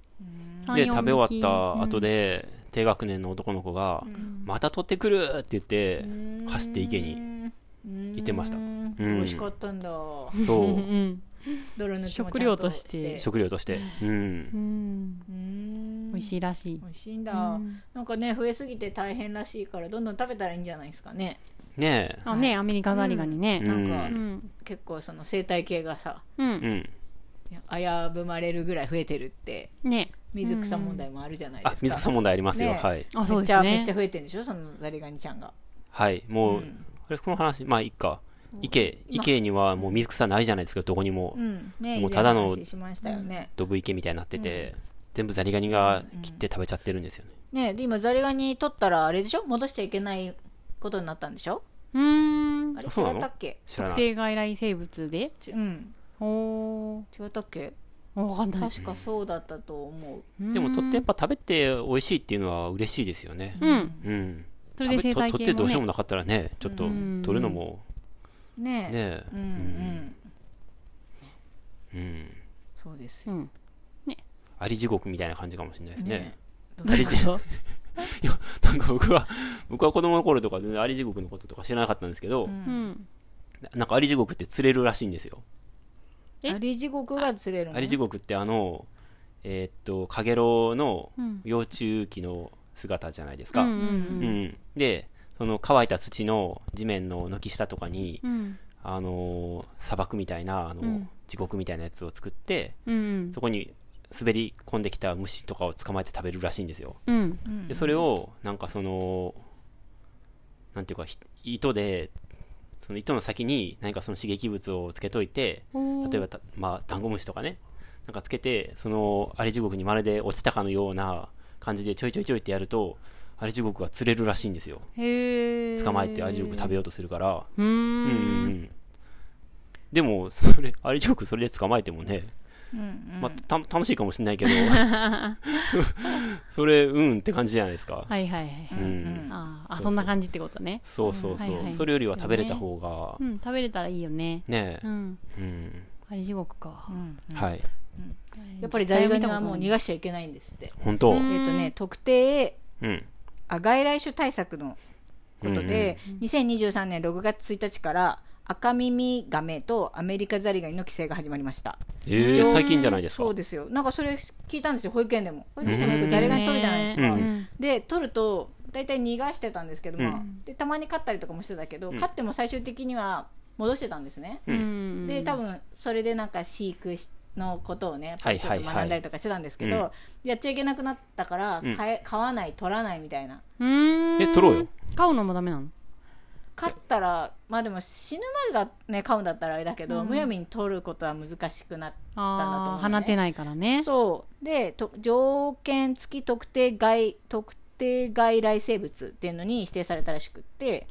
Speaker 1: 3
Speaker 3: で、食べ終わった後で、低学年の男の子が、また取ってくるって言って、走って池に行ってました。
Speaker 2: うん美味しかったんだ
Speaker 3: そう
Speaker 1: う。ん。
Speaker 2: 泥抜きも
Speaker 1: 食
Speaker 2: ちゃ
Speaker 1: 料
Speaker 2: ん
Speaker 1: と
Speaker 2: と
Speaker 1: し
Speaker 2: してて
Speaker 3: 食料として。うん
Speaker 1: う。ん。
Speaker 2: うん
Speaker 1: 美味しいらしい
Speaker 2: 美。味しいんだ、なんかね増えすぎて大変らしいからどんどん食べたらいいんじゃないですかね
Speaker 3: ね
Speaker 1: あ、ね、アメリカザリガニね。
Speaker 2: なん
Speaker 1: う
Speaker 2: か、
Speaker 1: ん。
Speaker 2: 結構その生態系がさ
Speaker 1: う。
Speaker 3: え。うんん。
Speaker 2: 危ぶまれるぐらい増えてるって
Speaker 1: ね。
Speaker 2: 水草問題もあるじゃないで
Speaker 3: あ
Speaker 2: すか、、
Speaker 3: 水草問題ありますよ。
Speaker 2: ねえ
Speaker 3: はい。
Speaker 1: あ、そう
Speaker 2: めっ
Speaker 1: で
Speaker 2: ち
Speaker 1: す
Speaker 2: ゃ、めっ
Speaker 1: ね
Speaker 2: ちゃ。増えてるんでしょそのザリガニちゃんが
Speaker 3: はい。もう、あれ、この話、まあ、いっか。池、池にはもう水草ないじゃないですか、どこにも
Speaker 2: う。んね
Speaker 3: もうただの
Speaker 2: 以前話しましたよね、
Speaker 3: ドブ池みたいになってて、全部ザリガニが切って食べちゃってるんですよね。
Speaker 2: ねで今ザリガニ取ったらあれでしょ戻しちゃいけないことになったんでしょ
Speaker 1: うーん。
Speaker 2: あれ
Speaker 3: あそうな
Speaker 2: 違
Speaker 3: の
Speaker 2: ったっけ
Speaker 3: 知
Speaker 1: 特
Speaker 3: らない。
Speaker 1: 定外来生物で。
Speaker 2: ちうん
Speaker 1: おー。
Speaker 2: 違ったっけ
Speaker 1: わかんない。
Speaker 2: 確かそうだったと思う
Speaker 3: でも、取ってやっぱ食べて美味しいっていうのは嬉しいですよね。
Speaker 1: うん。
Speaker 3: うん。
Speaker 1: そ
Speaker 3: 食
Speaker 1: れで生
Speaker 3: べと
Speaker 1: 態
Speaker 3: 取っ
Speaker 1: 系
Speaker 3: てど
Speaker 1: も
Speaker 3: うしよう
Speaker 1: ね
Speaker 3: も。なかったらね、ちょっと取るのも、
Speaker 2: ねえ
Speaker 3: ね
Speaker 2: うんうん
Speaker 3: え、うん。
Speaker 2: そうです
Speaker 1: う
Speaker 2: よ
Speaker 1: ん。
Speaker 3: あり地獄みたいな感じかもしれないですね
Speaker 2: ね。どう
Speaker 3: あり地 獄。いや、なんか僕は、僕は子供の頃とか全然あり地獄のこととか知らなかったんですけど、
Speaker 1: うん。
Speaker 3: ななんかアリ地獄って釣れるらしいんですよ。
Speaker 1: え
Speaker 2: アリ地獄が釣れるの
Speaker 3: アリ地獄ってあの、えーっと、カゲロウの
Speaker 1: うん
Speaker 3: 幼虫期の姿じゃないです
Speaker 1: う
Speaker 3: か。うん。
Speaker 1: ん。
Speaker 3: で、その乾いた土の地面の軒下とかに、
Speaker 1: うん。
Speaker 3: あのー砂漠みたいな、あのー
Speaker 1: うん
Speaker 3: 地獄みたいなやつを作って、
Speaker 1: うん。
Speaker 3: そこに滑り込んできた虫とかを捕まえて食べるらしいんですよ。
Speaker 1: うん。
Speaker 3: で、それを、なんかその、なんていうか、ひ糸で、その糸の先に何かその刺激物をつけといて、
Speaker 1: おー
Speaker 3: 例えばた、まあ、ダンゴムシとかね、なんかつけて、その、アリ地獄にまるで落ちたかのような感じでちょいちょいちょいってやると、アリジゴクが釣れるらしいんですよ
Speaker 1: へえ
Speaker 3: 捕まえてアリジゴク食べようとするから
Speaker 1: うー
Speaker 3: うんうんうんんでもそれアリジゴクそれで捕まえてもね、
Speaker 2: うんうん
Speaker 3: まあ、た楽しいかもしれないけどそれうんって感じじゃないですか、
Speaker 1: はいはいはい
Speaker 3: うん
Speaker 2: うん
Speaker 1: あーあ
Speaker 3: そうそ
Speaker 1: そ
Speaker 3: う
Speaker 1: んな感じってことね
Speaker 3: そうそうそう、
Speaker 1: うんはいはい
Speaker 3: それよりは食べれた方が
Speaker 1: うん食べれたらいいよね
Speaker 3: ね
Speaker 1: う
Speaker 3: え
Speaker 1: ん
Speaker 3: うん、
Speaker 1: あれ地獄か
Speaker 2: うんうん
Speaker 3: はい
Speaker 2: やっぱりザリガニはもう逃
Speaker 1: が
Speaker 2: がしちゃいけないんですって
Speaker 3: 本当う
Speaker 1: うん
Speaker 3: ん
Speaker 2: えっとね特定
Speaker 3: うん
Speaker 2: あ外来種対策のことで、2023年6月1日から赤耳ガメとアメリカザリガニの規制が始まりました
Speaker 3: ええ最近じゃないですか
Speaker 2: そうですよなんかそれ聞いたんですよ保育園でも保育園でもよくザリガニ取るじゃないですか、
Speaker 3: うん
Speaker 2: で取ると大体逃がしてたんですけど、まあ
Speaker 3: う
Speaker 2: でたまに飼ったりとかもしてたけど、飼っても最終的には戻してたんですね、
Speaker 1: うん
Speaker 2: で多分それでなんか飼育しのことをねちょ
Speaker 3: はい
Speaker 2: っと
Speaker 3: はいはい
Speaker 2: 学んだりとかしてたんですけど、やっちゃいけなくなったから、
Speaker 3: うん
Speaker 2: 飼え飼わない取らないみたいな
Speaker 1: うーん
Speaker 3: え取ろうよ
Speaker 1: 買うのもダメなの
Speaker 2: 飼ったらまあでも死ぬまでだ、ね、飼うんだったらあれだけど、むやみに取ることは難しくなって。
Speaker 1: あ
Speaker 2: だ
Speaker 1: あ
Speaker 2: なと思うね
Speaker 1: 放てないからね
Speaker 2: そうでと条件付き特定外特定外来生物っていうのに指定されたらしくって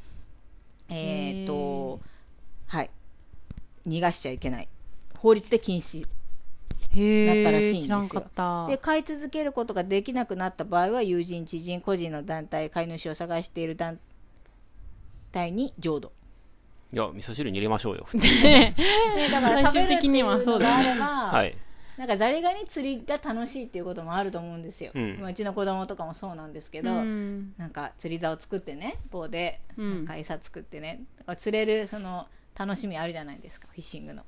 Speaker 2: えっ、とはい逃がしちゃいけない法律で禁止
Speaker 1: へえ
Speaker 2: だったらしいんですよ
Speaker 1: 知らんかった
Speaker 2: で飼い続けることができなくなった場合は友人知人個人の団体飼い主を探している団体に浄土
Speaker 3: いや味噌汁に入れましょうよ普通
Speaker 2: でだから
Speaker 1: 最
Speaker 2: 食べ
Speaker 1: 終
Speaker 2: るって
Speaker 1: 的
Speaker 2: い
Speaker 1: に
Speaker 2: う
Speaker 1: はそ
Speaker 2: の
Speaker 1: うだよ
Speaker 2: があ
Speaker 1: ね
Speaker 2: れば、
Speaker 3: はい
Speaker 2: なんかザリガニ釣りが楽しいっていうこともあると思うんですよ、
Speaker 3: うん
Speaker 2: まあうちの子供とかもそうなんですけど、
Speaker 1: うん
Speaker 2: なんか釣り竿作ってね棒で
Speaker 1: うん
Speaker 2: なんか餌作ってね、釣れるその楽しみあるじゃないですかフィッシングの。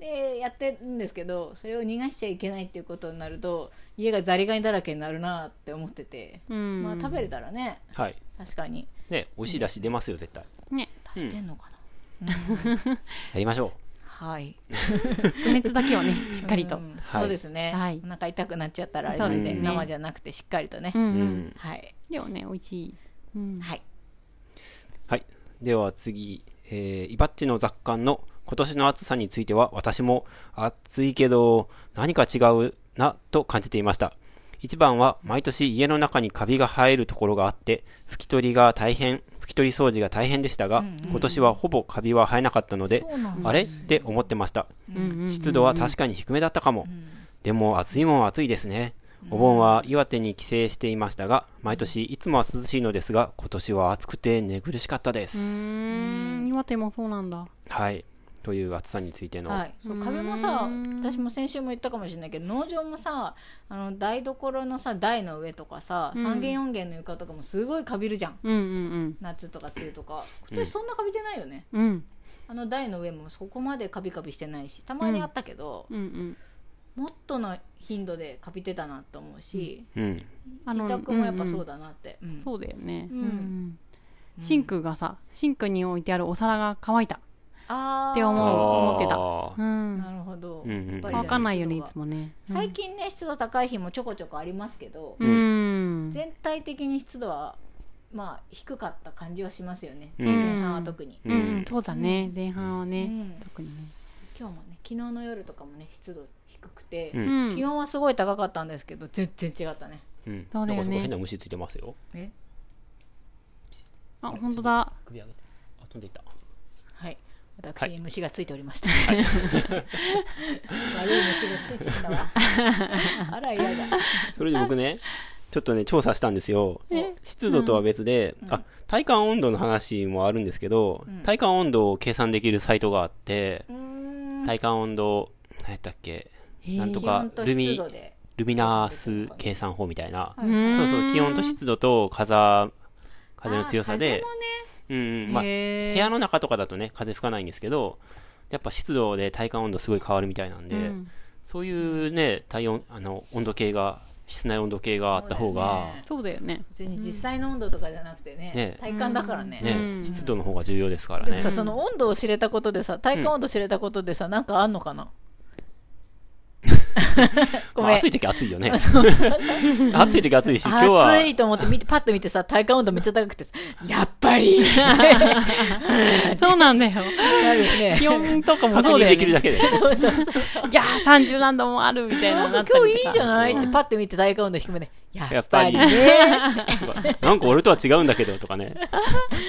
Speaker 2: でやってるんですけどそれを逃がしちゃいけないっていうことになると家がザリガニだらけになるなって思ってて、
Speaker 1: うん
Speaker 2: まあ食べれたらね
Speaker 3: はい
Speaker 2: 確かに
Speaker 3: ね美味しいだし出ますよ絶対
Speaker 1: ね
Speaker 2: 足してんのかな、
Speaker 3: やりましょ
Speaker 2: はい、
Speaker 1: 加熱だ けをねしっかりと
Speaker 2: うん
Speaker 3: はい
Speaker 2: そうですね、
Speaker 1: はい
Speaker 2: お腹痛くなっちゃったらあれ
Speaker 1: そ
Speaker 2: な
Speaker 1: うんで
Speaker 2: です
Speaker 1: ね
Speaker 2: 生じゃなくてしっかりとね、
Speaker 1: う
Speaker 3: う、うん
Speaker 1: うん
Speaker 3: ん、
Speaker 2: はい
Speaker 1: でもね美味しいうん
Speaker 2: はい
Speaker 3: はいでは次、えー、イバッチの雑感の今年の暑さについては私も暑いけど何か違うなと感じていました一番は毎年家の中にカビが生えるところがあって拭き取りが大変拭き取り掃除が大変でしたが、今年はほぼカビは生えなかったので
Speaker 2: そうなんだ
Speaker 3: あれって思ってました
Speaker 1: うんうん
Speaker 3: 湿度は確かに低めだったかも、でも暑いもんは暑いですねお盆は岩手に帰省していましたが毎年いつもは涼しいのですが今年は暑くて寝苦しかったで
Speaker 1: う
Speaker 3: す、
Speaker 1: ーん岩手もそうなんだ
Speaker 3: はいという暑さについての、
Speaker 2: はい、そう壁もさ私も先週も言ったかもしれないけど農場もさあの台所のさ台の上とかさ、3軒4軒の床とかもすごいかびるじゃん
Speaker 1: うんうん
Speaker 2: 夏とか梅雨とか今年そんなかびてないよね、
Speaker 1: うんうん
Speaker 2: あの台の上もそこまでカビカビしてないしたまにあったけど、
Speaker 1: うんうん
Speaker 2: もっとの頻度でカビてたなと思うし、
Speaker 3: うん
Speaker 1: あの
Speaker 2: 自宅もやっぱ
Speaker 1: うんうん
Speaker 2: そうだなって、うん
Speaker 1: そうだよね
Speaker 2: うん
Speaker 1: うんシンクがさシンクに置いてあるお皿が乾いた
Speaker 2: あー
Speaker 1: って思う思ってた
Speaker 3: あー
Speaker 1: うん
Speaker 2: なるほど、
Speaker 3: うんうん
Speaker 2: やっぱりじゃあ
Speaker 1: 乾かないよねい
Speaker 2: 湿
Speaker 1: つ
Speaker 2: 度が
Speaker 1: もね
Speaker 2: 最近ね湿度高い日もちょこちょこありますけど、
Speaker 1: うん
Speaker 2: 全体的に湿度はまあ低かった感じはしますよね、
Speaker 3: うん
Speaker 2: 前半は特に、
Speaker 3: う
Speaker 1: うんんうんそうだね前半は
Speaker 2: う
Speaker 1: ね
Speaker 2: ん
Speaker 1: 特にね
Speaker 2: 今日もね昨日の夜とかもね湿度低くて、
Speaker 3: うん
Speaker 1: うん
Speaker 2: 気温はすごい高かったんですけど全然違ったね
Speaker 3: うん
Speaker 1: そうだよね
Speaker 3: なんかすごい変な虫ついてますよ
Speaker 2: え
Speaker 1: あ本当だ
Speaker 3: 首上げてあ飛んでいった
Speaker 2: はい
Speaker 3: は
Speaker 2: 私
Speaker 3: い
Speaker 2: に虫がついておりました、悪い虫がついちゃったわあ ら嫌だ
Speaker 3: それで僕ね、ちょっとね、調査したんですよ。湿度とは別で、あ、体感温度の話もあるんですけど、体感温度を計算できるサイトがあって、
Speaker 2: うーん
Speaker 3: 体感温度、何やったっけ、
Speaker 1: えー
Speaker 3: なんと
Speaker 2: 気
Speaker 3: か
Speaker 2: 温と
Speaker 3: ル
Speaker 2: 湿
Speaker 3: ミ
Speaker 2: 度、で
Speaker 3: ルミナース計算法みたいな。
Speaker 1: うーん
Speaker 3: そうそう、気温と湿度と風、風の
Speaker 2: あー
Speaker 3: 強さで
Speaker 2: 風、もね
Speaker 3: うんうん、まあ、部
Speaker 1: へー
Speaker 3: 屋の中とかだとね、風吹かないんですけど、やっぱ湿度で体感温度すごい変わるみたいなんで、
Speaker 1: うん
Speaker 3: そういうね、体温、あの、温度計が、室内温度計があった方が、
Speaker 1: そうだよ ね
Speaker 2: 普通に実際の温度とかじゃなくてね,、
Speaker 3: ね
Speaker 2: 体感だからね、
Speaker 3: ね、湿度の方が重要ですから
Speaker 2: で
Speaker 3: ね
Speaker 2: も。さ、その温度を知れたことでさ、体感温度知れたことでさ、なんかあんのかなご
Speaker 3: まあ
Speaker 2: めん。
Speaker 3: 暑い時暑い よね。暑い時暑いし、今日は。
Speaker 2: 暑いと思って見 て、パッと見てさ、体感温度めっちゃ高くてさ、やっぱりって
Speaker 1: そうなんだよ
Speaker 2: なるよね。
Speaker 1: 気温とかも
Speaker 3: 確
Speaker 1: そうだよ
Speaker 3: 認できる
Speaker 1: ね
Speaker 3: だけで。
Speaker 2: そうそうそう。
Speaker 1: いやー30何度もあるみたいな
Speaker 2: な
Speaker 1: の
Speaker 2: ん
Speaker 1: があ
Speaker 2: か
Speaker 1: ったりとか
Speaker 2: 今日いいんじゃないってパッと見て体感温度低めで、
Speaker 4: やっぱりね。
Speaker 3: とか なんか俺とは違うんだけどとかね。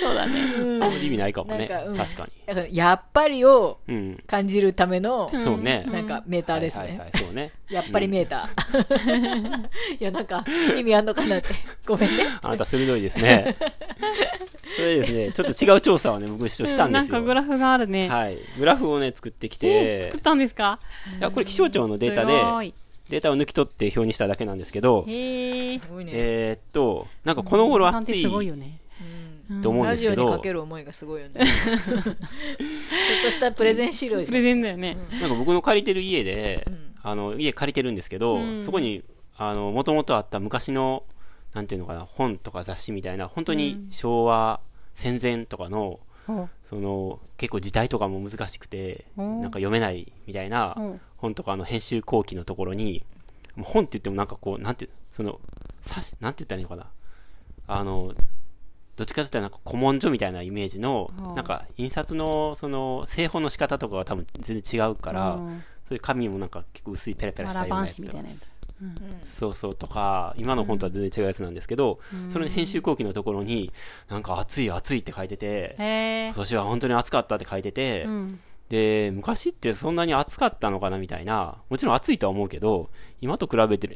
Speaker 1: そうだね。
Speaker 4: うん
Speaker 3: あんまり意味ないかもね。
Speaker 4: なんかうん
Speaker 3: 確か
Speaker 4: だからやっぱりを
Speaker 3: に。うん。
Speaker 4: 感じるための、
Speaker 3: そうね。
Speaker 4: なんかメーターですね。
Speaker 3: はいはいはい、そうね。
Speaker 4: やっぱりメータ ー。いや、なんか意味あんのかなって。ご めんね。
Speaker 3: あなた鋭いですね。それでですね、ちょっと違う調査をね、僕一応したんで
Speaker 1: なん
Speaker 3: すよ。
Speaker 1: かグラフがあるね。
Speaker 3: はい。グラフをね、作ってき
Speaker 1: え
Speaker 3: て
Speaker 1: 作っ、たんですか
Speaker 3: いやこれ気象庁のデータ
Speaker 1: すご
Speaker 3: で、
Speaker 1: い
Speaker 3: データを抜き取って表にしただけなんですけど、
Speaker 1: へえ。
Speaker 4: すごいね。
Speaker 3: えーっと、なんかこの頃
Speaker 1: なん
Speaker 3: 暑
Speaker 1: て
Speaker 3: い
Speaker 1: すごいよね。
Speaker 4: うん
Speaker 3: と思うん
Speaker 4: ラ
Speaker 3: です
Speaker 4: ジオ
Speaker 3: け
Speaker 4: に
Speaker 3: ど、
Speaker 4: かける思いがすごいよね。ちょっとしたプレゼン資料じ
Speaker 1: プ
Speaker 4: ゃん。
Speaker 1: レゼンだよね。
Speaker 3: なんか僕の借りてる家で、あの、家借りてるんですけど、
Speaker 1: うん
Speaker 3: そこに、あの、もともとあった昔の、なんていうのかな、本とか雑誌みたいな、本当に昭和戦前とかの、
Speaker 1: ほ
Speaker 3: その、結構時代とかも難しくて、
Speaker 1: お
Speaker 3: なんか読めないみたいな
Speaker 1: うん
Speaker 3: 本とかの編集後期のところに、もう本って言ってもなんかこう、なんていう、その、さし、なんて言ったらいいのかな。あの、どっちかというとなんか古文書みたいなイメージの
Speaker 1: はあ、
Speaker 3: なんか印刷のその製本の仕方とかは多分全然違うか
Speaker 1: う
Speaker 3: ら、
Speaker 1: うん
Speaker 3: そういう紙もなんか結構薄いペラペラしたようなやつと
Speaker 1: わら
Speaker 3: か
Speaker 1: ばんし
Speaker 3: そうそうとか今の本とは全然違うやつなんですけど、その編集後期のところになんか暑い暑いって書いてて、
Speaker 1: へえ
Speaker 3: 今。年は本当に暑かったって書いてて、
Speaker 1: うん。
Speaker 3: で昔ってそんなに暑かったのかなみたいなもちろん暑いとは思うけど今と比べて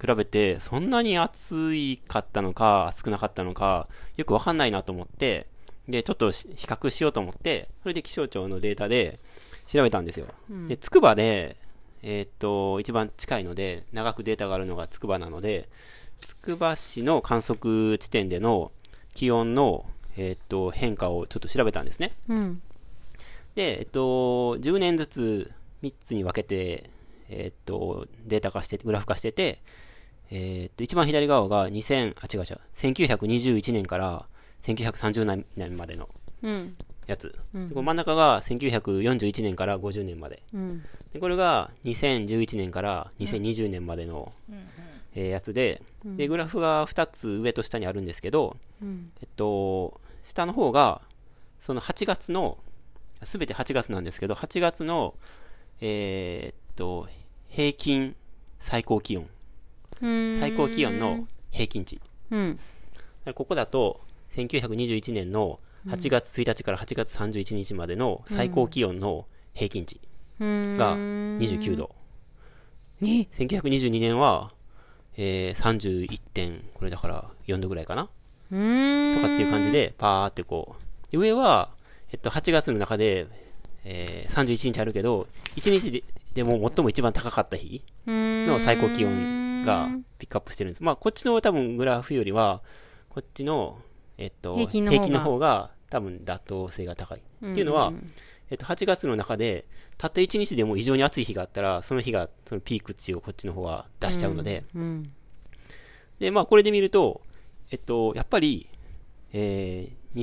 Speaker 3: 比べてそんなに暑いかったのか暑くなかったのかよくわかんないなと思ってでちょっとし比較しようと思ってそれで気象庁のデータで調べたんですよ、で筑波でえーっと一番近いので長くデータがあるのが筑波なのでつくば市の観測地点での気温の、えーっと変化をちょっと調べたんですね
Speaker 1: うん。
Speaker 3: で、えっと、10年ずつ3つに分けて、えっと、データ化して、グラフ化してて、えっと、一番左側が2000、あ、違う違う、1921年から1930年までの
Speaker 1: うん。
Speaker 3: やつ。そこ真ん中が1941年から50年まで。
Speaker 1: うん。
Speaker 3: でこれが2011年から2020年までの、えーやつででグラフが2つ上と下にあるんですけど、
Speaker 1: うん
Speaker 3: えっと、下の方がその8月の全て8月なんですけど8月の、えーっと平均最高気温
Speaker 1: うん。
Speaker 3: 最高気温の平均値
Speaker 1: うん。
Speaker 3: ここだと1921年の8月1日から8月31日までの最高気温の平均値
Speaker 1: うん。
Speaker 3: が29度、
Speaker 1: え
Speaker 3: 1922年は、えー、31点、これだから4度ぐらいかな
Speaker 1: うーん。
Speaker 3: とかっていう感じで、パーってこう。で上は、えっと、8月の中で、えー、31日あるけど、1日ででも最も一番高かった日の最高気温がピックアップしてるんです。まあ、こっちの多分グラフよりは、こっちの、えっと、
Speaker 1: 平
Speaker 3: 平
Speaker 1: 均
Speaker 3: 均
Speaker 1: の
Speaker 3: の
Speaker 1: 方が
Speaker 3: 方が多分妥当性が高い。っていうのは、えっと、8月の中で、たった1日でも異常に暑い日があったら、その日が、そのピーク値をこっちの方が出しちゃうので、
Speaker 1: うん。
Speaker 3: で、まあ、これで見ると、えっと、やっぱり、えー、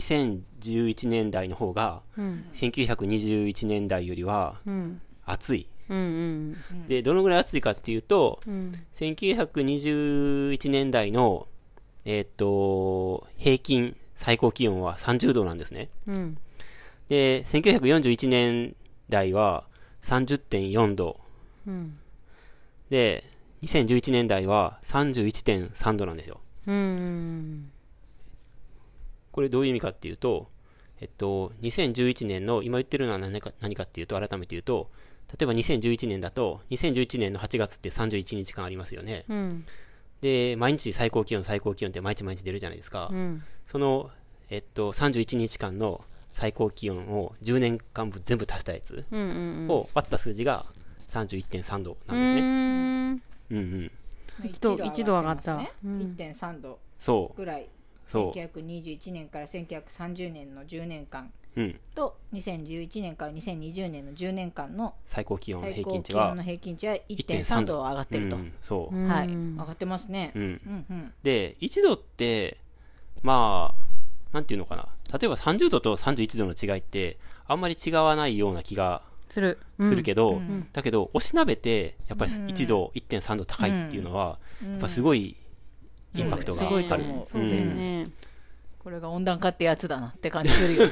Speaker 3: 2011年代の方が、
Speaker 1: うん。
Speaker 3: 1921年代よりは
Speaker 1: うん。
Speaker 3: 暑い。
Speaker 1: うん。
Speaker 3: で、どのぐらい暑いかっていうと、
Speaker 1: うん。
Speaker 3: 1921年代の、えっと、平均最高気温は30度なんですね。
Speaker 1: うん。
Speaker 3: で、1941年代は30.4度。
Speaker 1: うん。
Speaker 3: で、2011年代は31.3度なんですよ。
Speaker 1: うん。
Speaker 3: これどういう意味かっていうと、えっと、2011年の、今言ってるのは何か何かっていうと、改めて言うと、例えば2011年だと、2011年の8月って31日間ありますよね。
Speaker 1: うん。
Speaker 3: で、毎日最高気温、最高気温って毎日毎日出るじゃないですか
Speaker 1: う。ん。
Speaker 3: その、えっと、31日間の最高気温を10年間分全部足したやつ
Speaker 1: うん。うん。
Speaker 3: を割った数字が31.3度なんですね。
Speaker 1: ね。
Speaker 3: うんうん。
Speaker 1: 一度一度上がった
Speaker 2: ね
Speaker 1: うん
Speaker 2: 1.3度
Speaker 3: そう、
Speaker 2: ぐらい
Speaker 3: そ
Speaker 2: 1921年から1930年の10年間
Speaker 3: う。うん。
Speaker 2: と2011年から2020年の10年間の
Speaker 3: 最高気温の
Speaker 2: 最
Speaker 3: 平
Speaker 2: 高
Speaker 3: 均値
Speaker 2: 気
Speaker 3: は
Speaker 2: 温の。平均値は
Speaker 3: 1.3
Speaker 2: 1.3
Speaker 3: 度
Speaker 2: 度上がって
Speaker 3: う
Speaker 2: ると、
Speaker 3: ん、そう。
Speaker 2: はい
Speaker 1: うん
Speaker 2: 上がってますね、
Speaker 3: う
Speaker 2: うん
Speaker 3: ん。
Speaker 2: うん
Speaker 3: で、1度って、まあ、なんていうのかな。例えば30度と31度の違いって、あんまり違わないような気が
Speaker 1: する。
Speaker 3: するけど、
Speaker 2: うん
Speaker 3: だけど、おしなべて、やっぱり1度、1.3度高いっていうのは、やっぱすごいインパクトが
Speaker 4: すごいと
Speaker 3: ある。
Speaker 4: 思う。
Speaker 1: そうだよね。
Speaker 4: これが温暖化ってやつだなって感じする よ。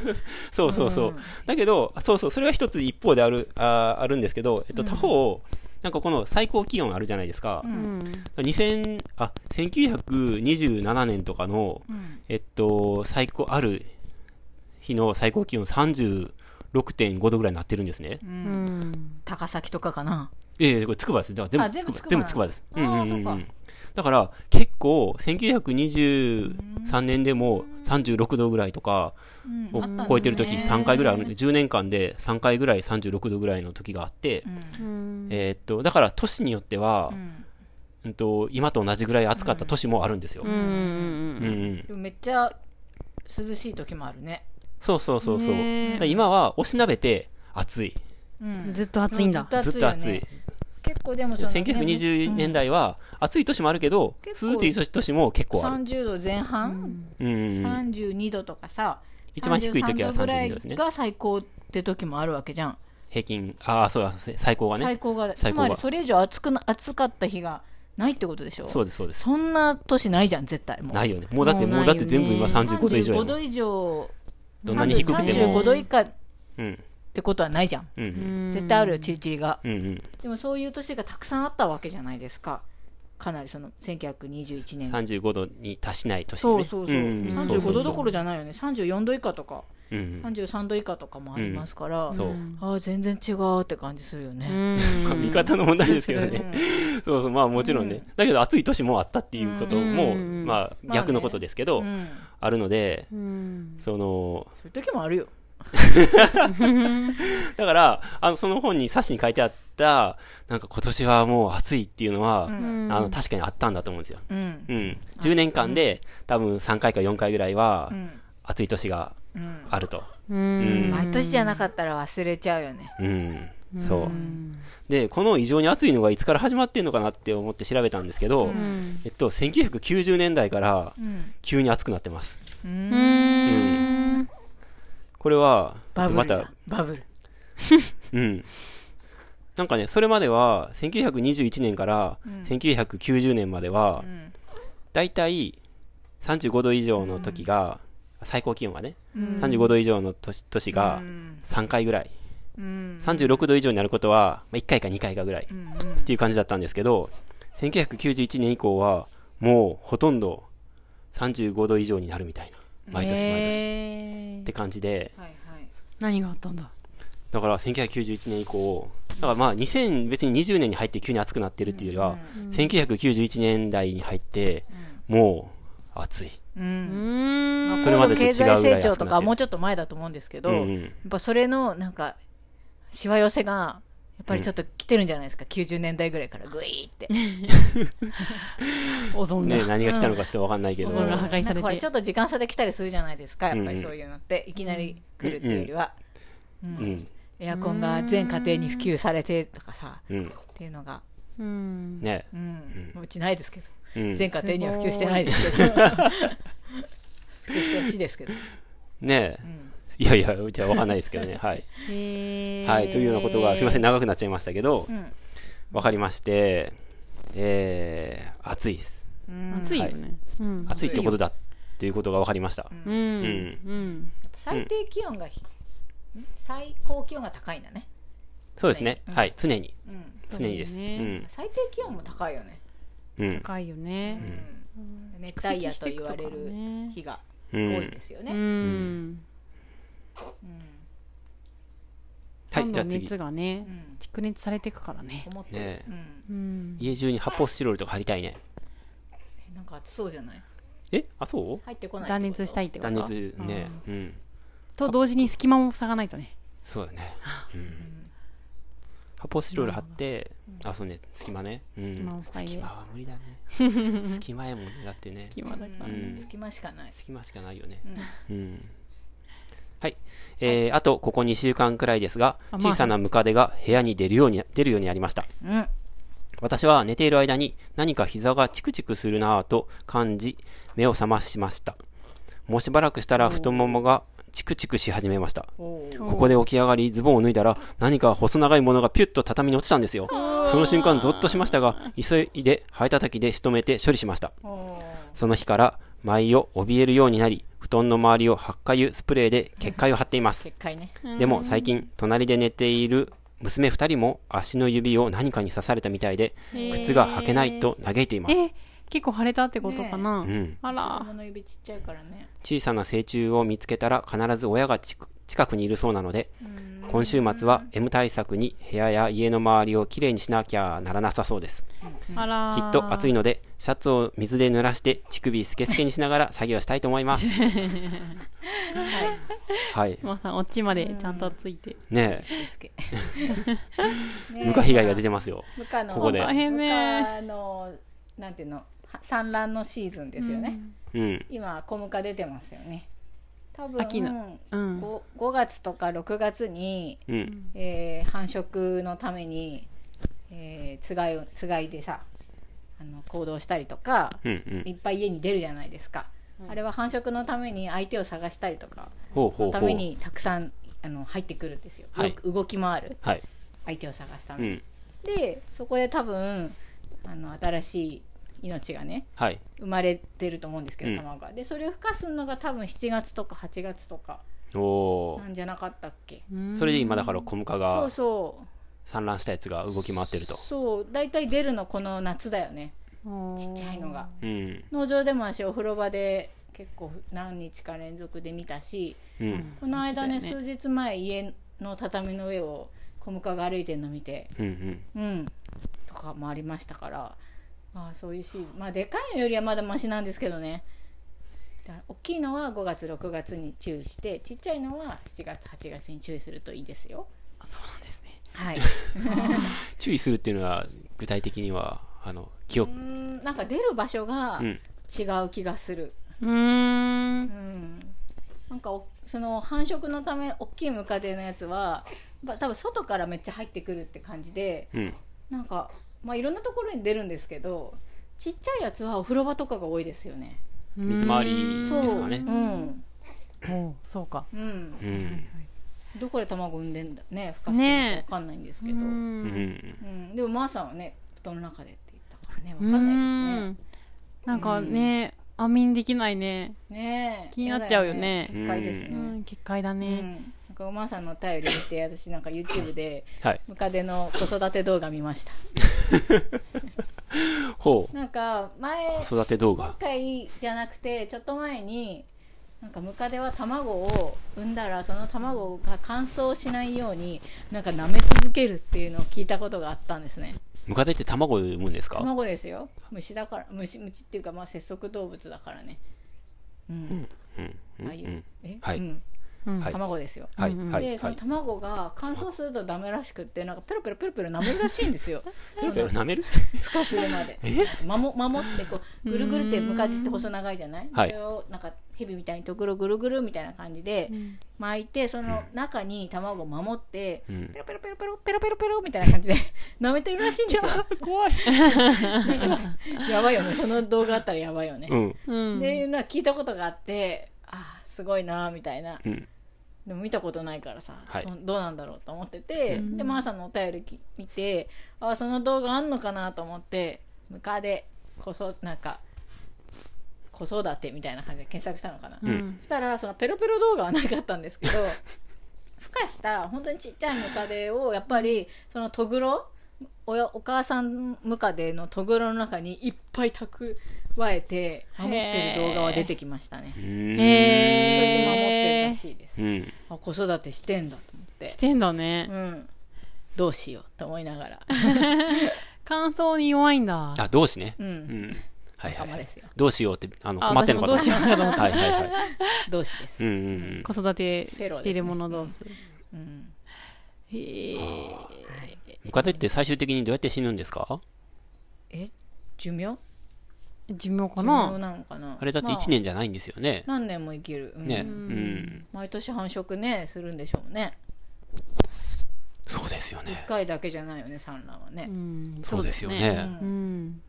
Speaker 3: そうそうそう。だけど、そうそう、それが一つ一方である、あーあるんですけど、えっと、他方、なんかこの最高気温あるじゃないですか
Speaker 1: う。ん
Speaker 3: 2000あ1927年とかの、えっと、最高、ある日の最高気温36.5度ぐらいになってるんですね。
Speaker 1: うん
Speaker 4: 高崎とかかな
Speaker 3: ええこれ、筑波です。だから
Speaker 2: あ全部
Speaker 3: 全部、全部筑
Speaker 2: 筑波
Speaker 3: 波です。
Speaker 2: あーそっか
Speaker 3: だから、結構、1923年でも36度ぐらいとか、を
Speaker 2: あったね
Speaker 3: 超えてる時3回ぐらいあるんで、10年間で3回ぐらい36度ぐらいの時があって、
Speaker 1: うん
Speaker 3: えーっと、だから都市によっては、うんと、今と同じぐらい暑かった都市もあるんですよ。
Speaker 1: うんうん
Speaker 3: うんうん
Speaker 2: でもめっちゃ涼しい時もあるね
Speaker 3: そうそうそうそう。
Speaker 1: ねえ
Speaker 3: だから今は、おしなべて暑い。
Speaker 1: うんずっと暑いんだ
Speaker 2: ず
Speaker 3: ずっ
Speaker 2: っ
Speaker 3: と
Speaker 2: と
Speaker 3: 暑
Speaker 2: 暑いよ
Speaker 3: い
Speaker 2: ね。結構でもその、ね、
Speaker 3: 1920年代は、暑い年もあるけど、
Speaker 2: 結構
Speaker 3: 涼しい年も結構ある。
Speaker 2: 30度前半、
Speaker 3: うんうんうん
Speaker 2: 32度とかさ
Speaker 3: 一番低い時は
Speaker 2: 33
Speaker 3: 32度ですね
Speaker 2: ぐらいが最高って時もあるわけじゃん、
Speaker 3: 平均、ああ、そうだ、せ最高がね
Speaker 2: 最。高が
Speaker 3: 最
Speaker 2: つ
Speaker 3: 高が
Speaker 2: まりそれ以上暑くな暑かった日がないってことでしょ
Speaker 3: そうです、そうです。
Speaker 2: そんな年ないじゃん絶対もう
Speaker 3: ないよね。もうだって、
Speaker 1: もう
Speaker 3: もうだっ
Speaker 1: な
Speaker 3: て
Speaker 1: いよね
Speaker 3: 全部今35度以上
Speaker 2: 35
Speaker 3: やもん。
Speaker 2: 度以上
Speaker 3: どんなに低くても。
Speaker 2: 35度以下っ
Speaker 3: うん。
Speaker 2: てことはないじゃん
Speaker 3: うんうん。
Speaker 2: 絶対あるよチリチリが
Speaker 3: うんうん、
Speaker 2: でもそういう年がたくさんあったわけじゃないですかかなりその1921年
Speaker 3: 35度に達しない年ね。
Speaker 2: そうそうそう、
Speaker 3: んん
Speaker 2: 35度どころじゃないよね34度以下とか
Speaker 3: うんうん
Speaker 2: 33度以下とかもありますから、
Speaker 3: そう。
Speaker 2: ああ全然違うって感じするよね、
Speaker 3: まあ見方の問題ですけどね。そうそう、まあもちろんね。だけど暑い年もあったっていうことも、まあ逆のことですけど
Speaker 2: う、ん
Speaker 3: あるので、
Speaker 1: うん
Speaker 3: その、
Speaker 2: そういう時もあるよ
Speaker 3: だから、あの、その本に冊子に書いてあった、なんか今年はもう暑いっていうのは、
Speaker 1: うん
Speaker 3: あの、確かにあったんだと思うんですよ。
Speaker 2: うん
Speaker 3: うん。10年間で多分3回か4回ぐらいは
Speaker 2: ん、
Speaker 3: 暑い年があると。
Speaker 1: うん
Speaker 4: 毎年じゃなかったら忘れちゃうよね
Speaker 3: うん。そう。で、この異常に暑いのがいつから始まってんのかなって思って調べたんですけど、えっと、1990年代から急に暑くなってます。
Speaker 1: うん
Speaker 3: これは、
Speaker 4: バブ
Speaker 3: ま
Speaker 4: ルだ
Speaker 3: た、
Speaker 4: バブル
Speaker 3: うん。なんかね、それまでは、1921年から1990年までは、だいたい35度以上の時が、最高気温がね、35度以上の年年が3回ぐらい。36度以上になることは、まあ、1回か2回かぐらいっていう感じだったんですけど、1991年以降は、もうほとんど35度以上になるみたいな。毎年毎年。
Speaker 1: 年
Speaker 3: って感じで、
Speaker 2: はいはい
Speaker 1: 何があったんだ
Speaker 3: だから1991年以降、だからまあ2000、別に20年に入って急に暑くなってるっていうよりは、1991年代に入って、もう暑い。
Speaker 2: うん
Speaker 1: うん
Speaker 3: それま
Speaker 4: 高
Speaker 3: で
Speaker 4: 度
Speaker 3: と違う
Speaker 4: 経
Speaker 3: ぐらい
Speaker 4: 済
Speaker 3: 暑く
Speaker 4: 成
Speaker 3: なってる
Speaker 4: 長とかはもうちょっと前だと思うんですけど、
Speaker 3: うんうん
Speaker 4: やっぱそれのなんかしわ寄せがやっぱりちょっと来てるんじゃないですか、90年代ぐらいからグイーって
Speaker 1: オゾン
Speaker 3: ね、
Speaker 1: が
Speaker 3: 何が来たのかちょっとわかんないけど、
Speaker 1: オゾンが破壊
Speaker 4: なん
Speaker 1: さ
Speaker 4: か
Speaker 1: れ
Speaker 4: ほら
Speaker 1: て
Speaker 4: ちょっと時間差で来たりするじゃないですかやっぱ
Speaker 3: うんう
Speaker 4: り
Speaker 3: ん
Speaker 4: そういうのっていきなり来るっていうよりは、
Speaker 3: うん、
Speaker 4: エアコンが全家庭に普及されてとかさ
Speaker 3: うん、
Speaker 4: っていうのが、
Speaker 1: うん
Speaker 3: ね、
Speaker 4: うんうちないですけど、
Speaker 3: うん、
Speaker 4: 全家庭には普及してないですけど 普及してほしいですけど
Speaker 3: ね、いやいや、じゃあわかんないですけどね、はい。
Speaker 1: へー
Speaker 3: はい、というようなことが、すみません、長くなっちゃいましたけど、わかりまして、えー、暑いです。
Speaker 1: 暑いよねうん
Speaker 3: 暑いってことだっていうことがわかりました。
Speaker 1: う
Speaker 3: うんん。
Speaker 1: うん
Speaker 4: やっぱ最低気温がひ、ん最高気温が高いんだね
Speaker 3: そうですね、はい、常に。
Speaker 1: うん
Speaker 3: 常にです。
Speaker 1: そううだよ
Speaker 3: ん
Speaker 1: ね。
Speaker 4: 最低気温も高いよね
Speaker 3: うん。
Speaker 1: 深いよね
Speaker 4: 熱帯夜と言われ
Speaker 1: 蓄積していくとか
Speaker 4: る
Speaker 1: ね
Speaker 4: 日が
Speaker 3: う
Speaker 4: 多
Speaker 3: ん。
Speaker 4: いですよね、
Speaker 1: うん
Speaker 3: は
Speaker 1: ど
Speaker 3: い、
Speaker 1: ん
Speaker 3: じ
Speaker 1: ど
Speaker 3: ゃあ
Speaker 1: ん
Speaker 3: 次。
Speaker 1: 熱
Speaker 3: ね
Speaker 1: がね蓄熱されていくからね
Speaker 4: 思ってる、
Speaker 3: え
Speaker 1: うん
Speaker 3: 家中に発泡スチロールとか貼りたいね。
Speaker 4: えなんか暑そうじゃない
Speaker 3: えあ、そう
Speaker 4: 入ってこない
Speaker 1: 断熱した
Speaker 4: い
Speaker 1: いってこと
Speaker 3: 断熱ね。うん。
Speaker 1: と同時に隙間も塞がないとね
Speaker 3: そうだね。うん。発泡スチロール貼って、あ、そうね、隙間ね。うん
Speaker 1: 隙間を塞いで
Speaker 3: 隙間は無理だね。 隙間やもんね、だってね。
Speaker 1: 隙間だからね
Speaker 3: うん
Speaker 4: 隙間しかない
Speaker 3: 隙間しかないよね。うん。はい。えーあと、ここ2週間くらいですが、
Speaker 1: あまあ
Speaker 3: 小さなムカデが部屋に出るように、出るようになりました。
Speaker 2: うん
Speaker 3: 私は寝ている間に何か膝がチクチクするなぁと感じ、目を覚ましました。もうしばらくしたら太ももがチクチクし始めました。ここで起き上がり、ズボンを脱いだら、何か細長いものがピュッと畳に落ちたんですよ。その瞬間、ゾッとしましたが、急いで、ハエたたきで仕留めて処理しました。その日から、舞を怯えるようになり、布団の周りを発火油スプレーで結界を張っています。
Speaker 4: 結界ね
Speaker 3: でも最近、隣で寝ている娘2人も足の指を何かに刺されたみたいで、靴が履けないと嘆いています。
Speaker 1: え結構腫れたってことかな、
Speaker 3: うん、
Speaker 1: あ
Speaker 4: 子
Speaker 1: ら
Speaker 4: 供の指ちっちゃいからね。
Speaker 3: 小さな成虫を見つけたら必ず親がちく近くにいるそうなので、今週末は M 対策に部屋や家の周りをきれいにしなきゃならなさそうです。
Speaker 1: あら
Speaker 3: きっと暑いので、シャツを水で濡らして乳首スケスケにしながら作業したいと思います。 はい。
Speaker 1: まさんオチまでちゃんとついて、
Speaker 3: ね
Speaker 2: ですけど
Speaker 3: え、ムカ被害が出てますよ。
Speaker 2: 無価の
Speaker 3: ここで
Speaker 1: 大変ね
Speaker 2: 無価のなんていうのは産卵のシーズンですよね、
Speaker 3: うん。
Speaker 2: 今小ムカ出てますよね多分
Speaker 1: 秋
Speaker 2: の
Speaker 1: のうん、
Speaker 2: 5, 月とか6月に、
Speaker 3: うん。
Speaker 2: えー繁殖のために、えーつがいをつがいでさあの行動したりとか、
Speaker 3: うん。うん
Speaker 2: い。っぱい家に出るじゃないですか、あれは繁殖のために相手を探したりとか
Speaker 3: ほうほう
Speaker 2: のた
Speaker 3: ほう
Speaker 2: め。にたくさんあの入ってくるんですよ、
Speaker 3: はい
Speaker 2: よく動き回る
Speaker 3: はい。
Speaker 2: 相手を探すた
Speaker 3: う
Speaker 2: めに、
Speaker 3: ん。
Speaker 2: でそこで多分あの新しい命がね
Speaker 3: はい。
Speaker 2: 生まれてると思うんですけ
Speaker 3: うん
Speaker 2: ど卵が、でそれを孵化すのが多分7月とか8月とか
Speaker 3: おお
Speaker 2: な。んじゃなかったっけ
Speaker 3: それで今だから小ムカ
Speaker 2: そう
Speaker 3: が
Speaker 2: そう
Speaker 3: 産卵したやつが動き回ってると。
Speaker 2: そう大体出るのこの夏だよね
Speaker 1: ち
Speaker 2: ちっちゃいのが
Speaker 3: うん。
Speaker 2: 農場でも私お風呂場で結構何日か連続で見たし
Speaker 3: うん。
Speaker 2: この間ね
Speaker 1: 見てたよ
Speaker 2: 数日前家の畳の上を小ムカが歩いてるの見て
Speaker 3: うん。うん。
Speaker 2: うんとかもありましたからああそういうシーズンまあでかいのよりはまだマシなんですけどねだ大きいのは5月6月に注意してちっちゃいのは7月8月に注意するといいですよ
Speaker 1: そうなんですね
Speaker 2: はい
Speaker 3: 注意するっていうのは、具体的には、あの、記憶
Speaker 2: う。んなんか出る場所が
Speaker 3: うん。
Speaker 2: 違う気がする
Speaker 1: うーん
Speaker 2: うんなんかおその繁殖のため大きいムカデのやつはまあ多分外からめっちゃ入ってくるって感じで
Speaker 3: うん。
Speaker 2: なんかまあいろんなところに出るんですけどちっちゃいやつはお風呂場とかが多いですよね
Speaker 3: 水回り
Speaker 2: そう
Speaker 3: ですかね。
Speaker 2: うん
Speaker 1: おうそうか
Speaker 2: うん
Speaker 3: うん。
Speaker 2: どこで卵産んでんだね孵化してる
Speaker 1: ねえ
Speaker 2: か分かんないんです
Speaker 1: う
Speaker 2: け
Speaker 1: ー
Speaker 2: ど、
Speaker 3: うんん。
Speaker 2: うん、でもマーさんはね布団の中でって言ったからね分かんないで
Speaker 1: うーんなんかね安眠できないね
Speaker 2: すねねえ
Speaker 1: 気になっちゃうよね
Speaker 2: 嫌だ結界ですね、
Speaker 3: う
Speaker 1: うん結界だ
Speaker 2: うん
Speaker 1: ね
Speaker 2: なんかおまさんのお便り見て私なんか YouTube で
Speaker 3: はい。
Speaker 2: ムカデの子育て動画見ました
Speaker 3: ほう。
Speaker 2: なんか前
Speaker 3: 子育て動
Speaker 2: 今
Speaker 3: 画。
Speaker 2: 回じゃなくてちょっと前になんかムカデは卵を産んだらその卵が乾燥しないようになんか舐め続けるっていうのを聞いたことがあったんですね
Speaker 3: ムカデって卵を産むんですか
Speaker 2: 卵ですよ虫だから虫虫っていうかまあ節足動物だからねうん、
Speaker 3: うん。うん
Speaker 2: ああいう、
Speaker 3: うん
Speaker 2: え、
Speaker 3: はい
Speaker 2: うん
Speaker 1: うん
Speaker 3: はい
Speaker 2: 卵ですよ、
Speaker 3: はい。
Speaker 1: うん
Speaker 3: は
Speaker 2: で
Speaker 3: い。
Speaker 2: そ
Speaker 3: は
Speaker 2: の
Speaker 3: い。
Speaker 2: 卵が乾燥するとダメらしくってなんかペロペロペロペロ舐めるらしいんです よ
Speaker 3: ペロペロ舐める
Speaker 2: 孵化するまで守守ってこうぐるぐるって向かって細長いじゃない、
Speaker 3: はい
Speaker 2: それをなんか蛇みたいにとぐるぐるぐるみたいな感じで巻いてその中に卵を守って、
Speaker 3: うん
Speaker 2: ペロペロペロペロペロペロペロみたいな感じで 舐めてるらしいんですよ
Speaker 3: 怖い。
Speaker 2: なんかさ やばいよねその動画あったらやばいよね
Speaker 3: う、ん。
Speaker 1: うん
Speaker 2: っていうのは聞いたことがあってああすごいなーみたいな
Speaker 3: うん。
Speaker 2: でも見たことないからさ、
Speaker 3: はい
Speaker 2: そのどうなんだろうと思ってて、でマーさんのお便りき見てああその動画あんのかなと思ってムカデこそなんか子育てみたいな感じで検索したのかな、そしたらそのペロペロ動画はなかったんですけど 孵化した本当にちっちゃいムカデをやっぱりそのトグロおやお母さんムカデのトグロの中にいっぱい蓄えて守ってる動画は出てきましたね
Speaker 3: う
Speaker 2: それで
Speaker 1: へ
Speaker 2: 守ってるらしいです
Speaker 3: ーん。
Speaker 2: あ子育てしてんだと思っ、
Speaker 1: しててんだね
Speaker 2: うん、どうしようと思いながら
Speaker 1: 乾燥に弱いんだ
Speaker 3: あ、同志ね。
Speaker 2: う
Speaker 3: うんん。はい
Speaker 2: 仲間
Speaker 3: は
Speaker 2: で
Speaker 3: い。
Speaker 2: すよ
Speaker 3: どうしようって、あの、
Speaker 1: あ
Speaker 3: 困ってんのかと思っ
Speaker 1: 私
Speaker 3: た。
Speaker 1: もどうしようかと思った
Speaker 3: はいはいはい。
Speaker 2: 同志です、
Speaker 3: うんうん
Speaker 1: 子育てしているもの同士
Speaker 2: うん
Speaker 1: へえ
Speaker 3: うん。ムカデって最終的にどうやって死ぬんですか
Speaker 2: え寿命
Speaker 1: 寿命か
Speaker 2: 寿命
Speaker 1: な
Speaker 2: なのかな
Speaker 3: あれだって
Speaker 2: ま
Speaker 3: 1年じゃないんですよね。
Speaker 2: 何年も生きる、うん
Speaker 3: ね。うん。
Speaker 2: 毎年繁殖ねするんでしょうね
Speaker 3: そうですよね
Speaker 2: 1。回だけじゃないよね産卵はね
Speaker 1: う、ん
Speaker 3: そうですよ
Speaker 2: う
Speaker 3: ね。
Speaker 1: うんん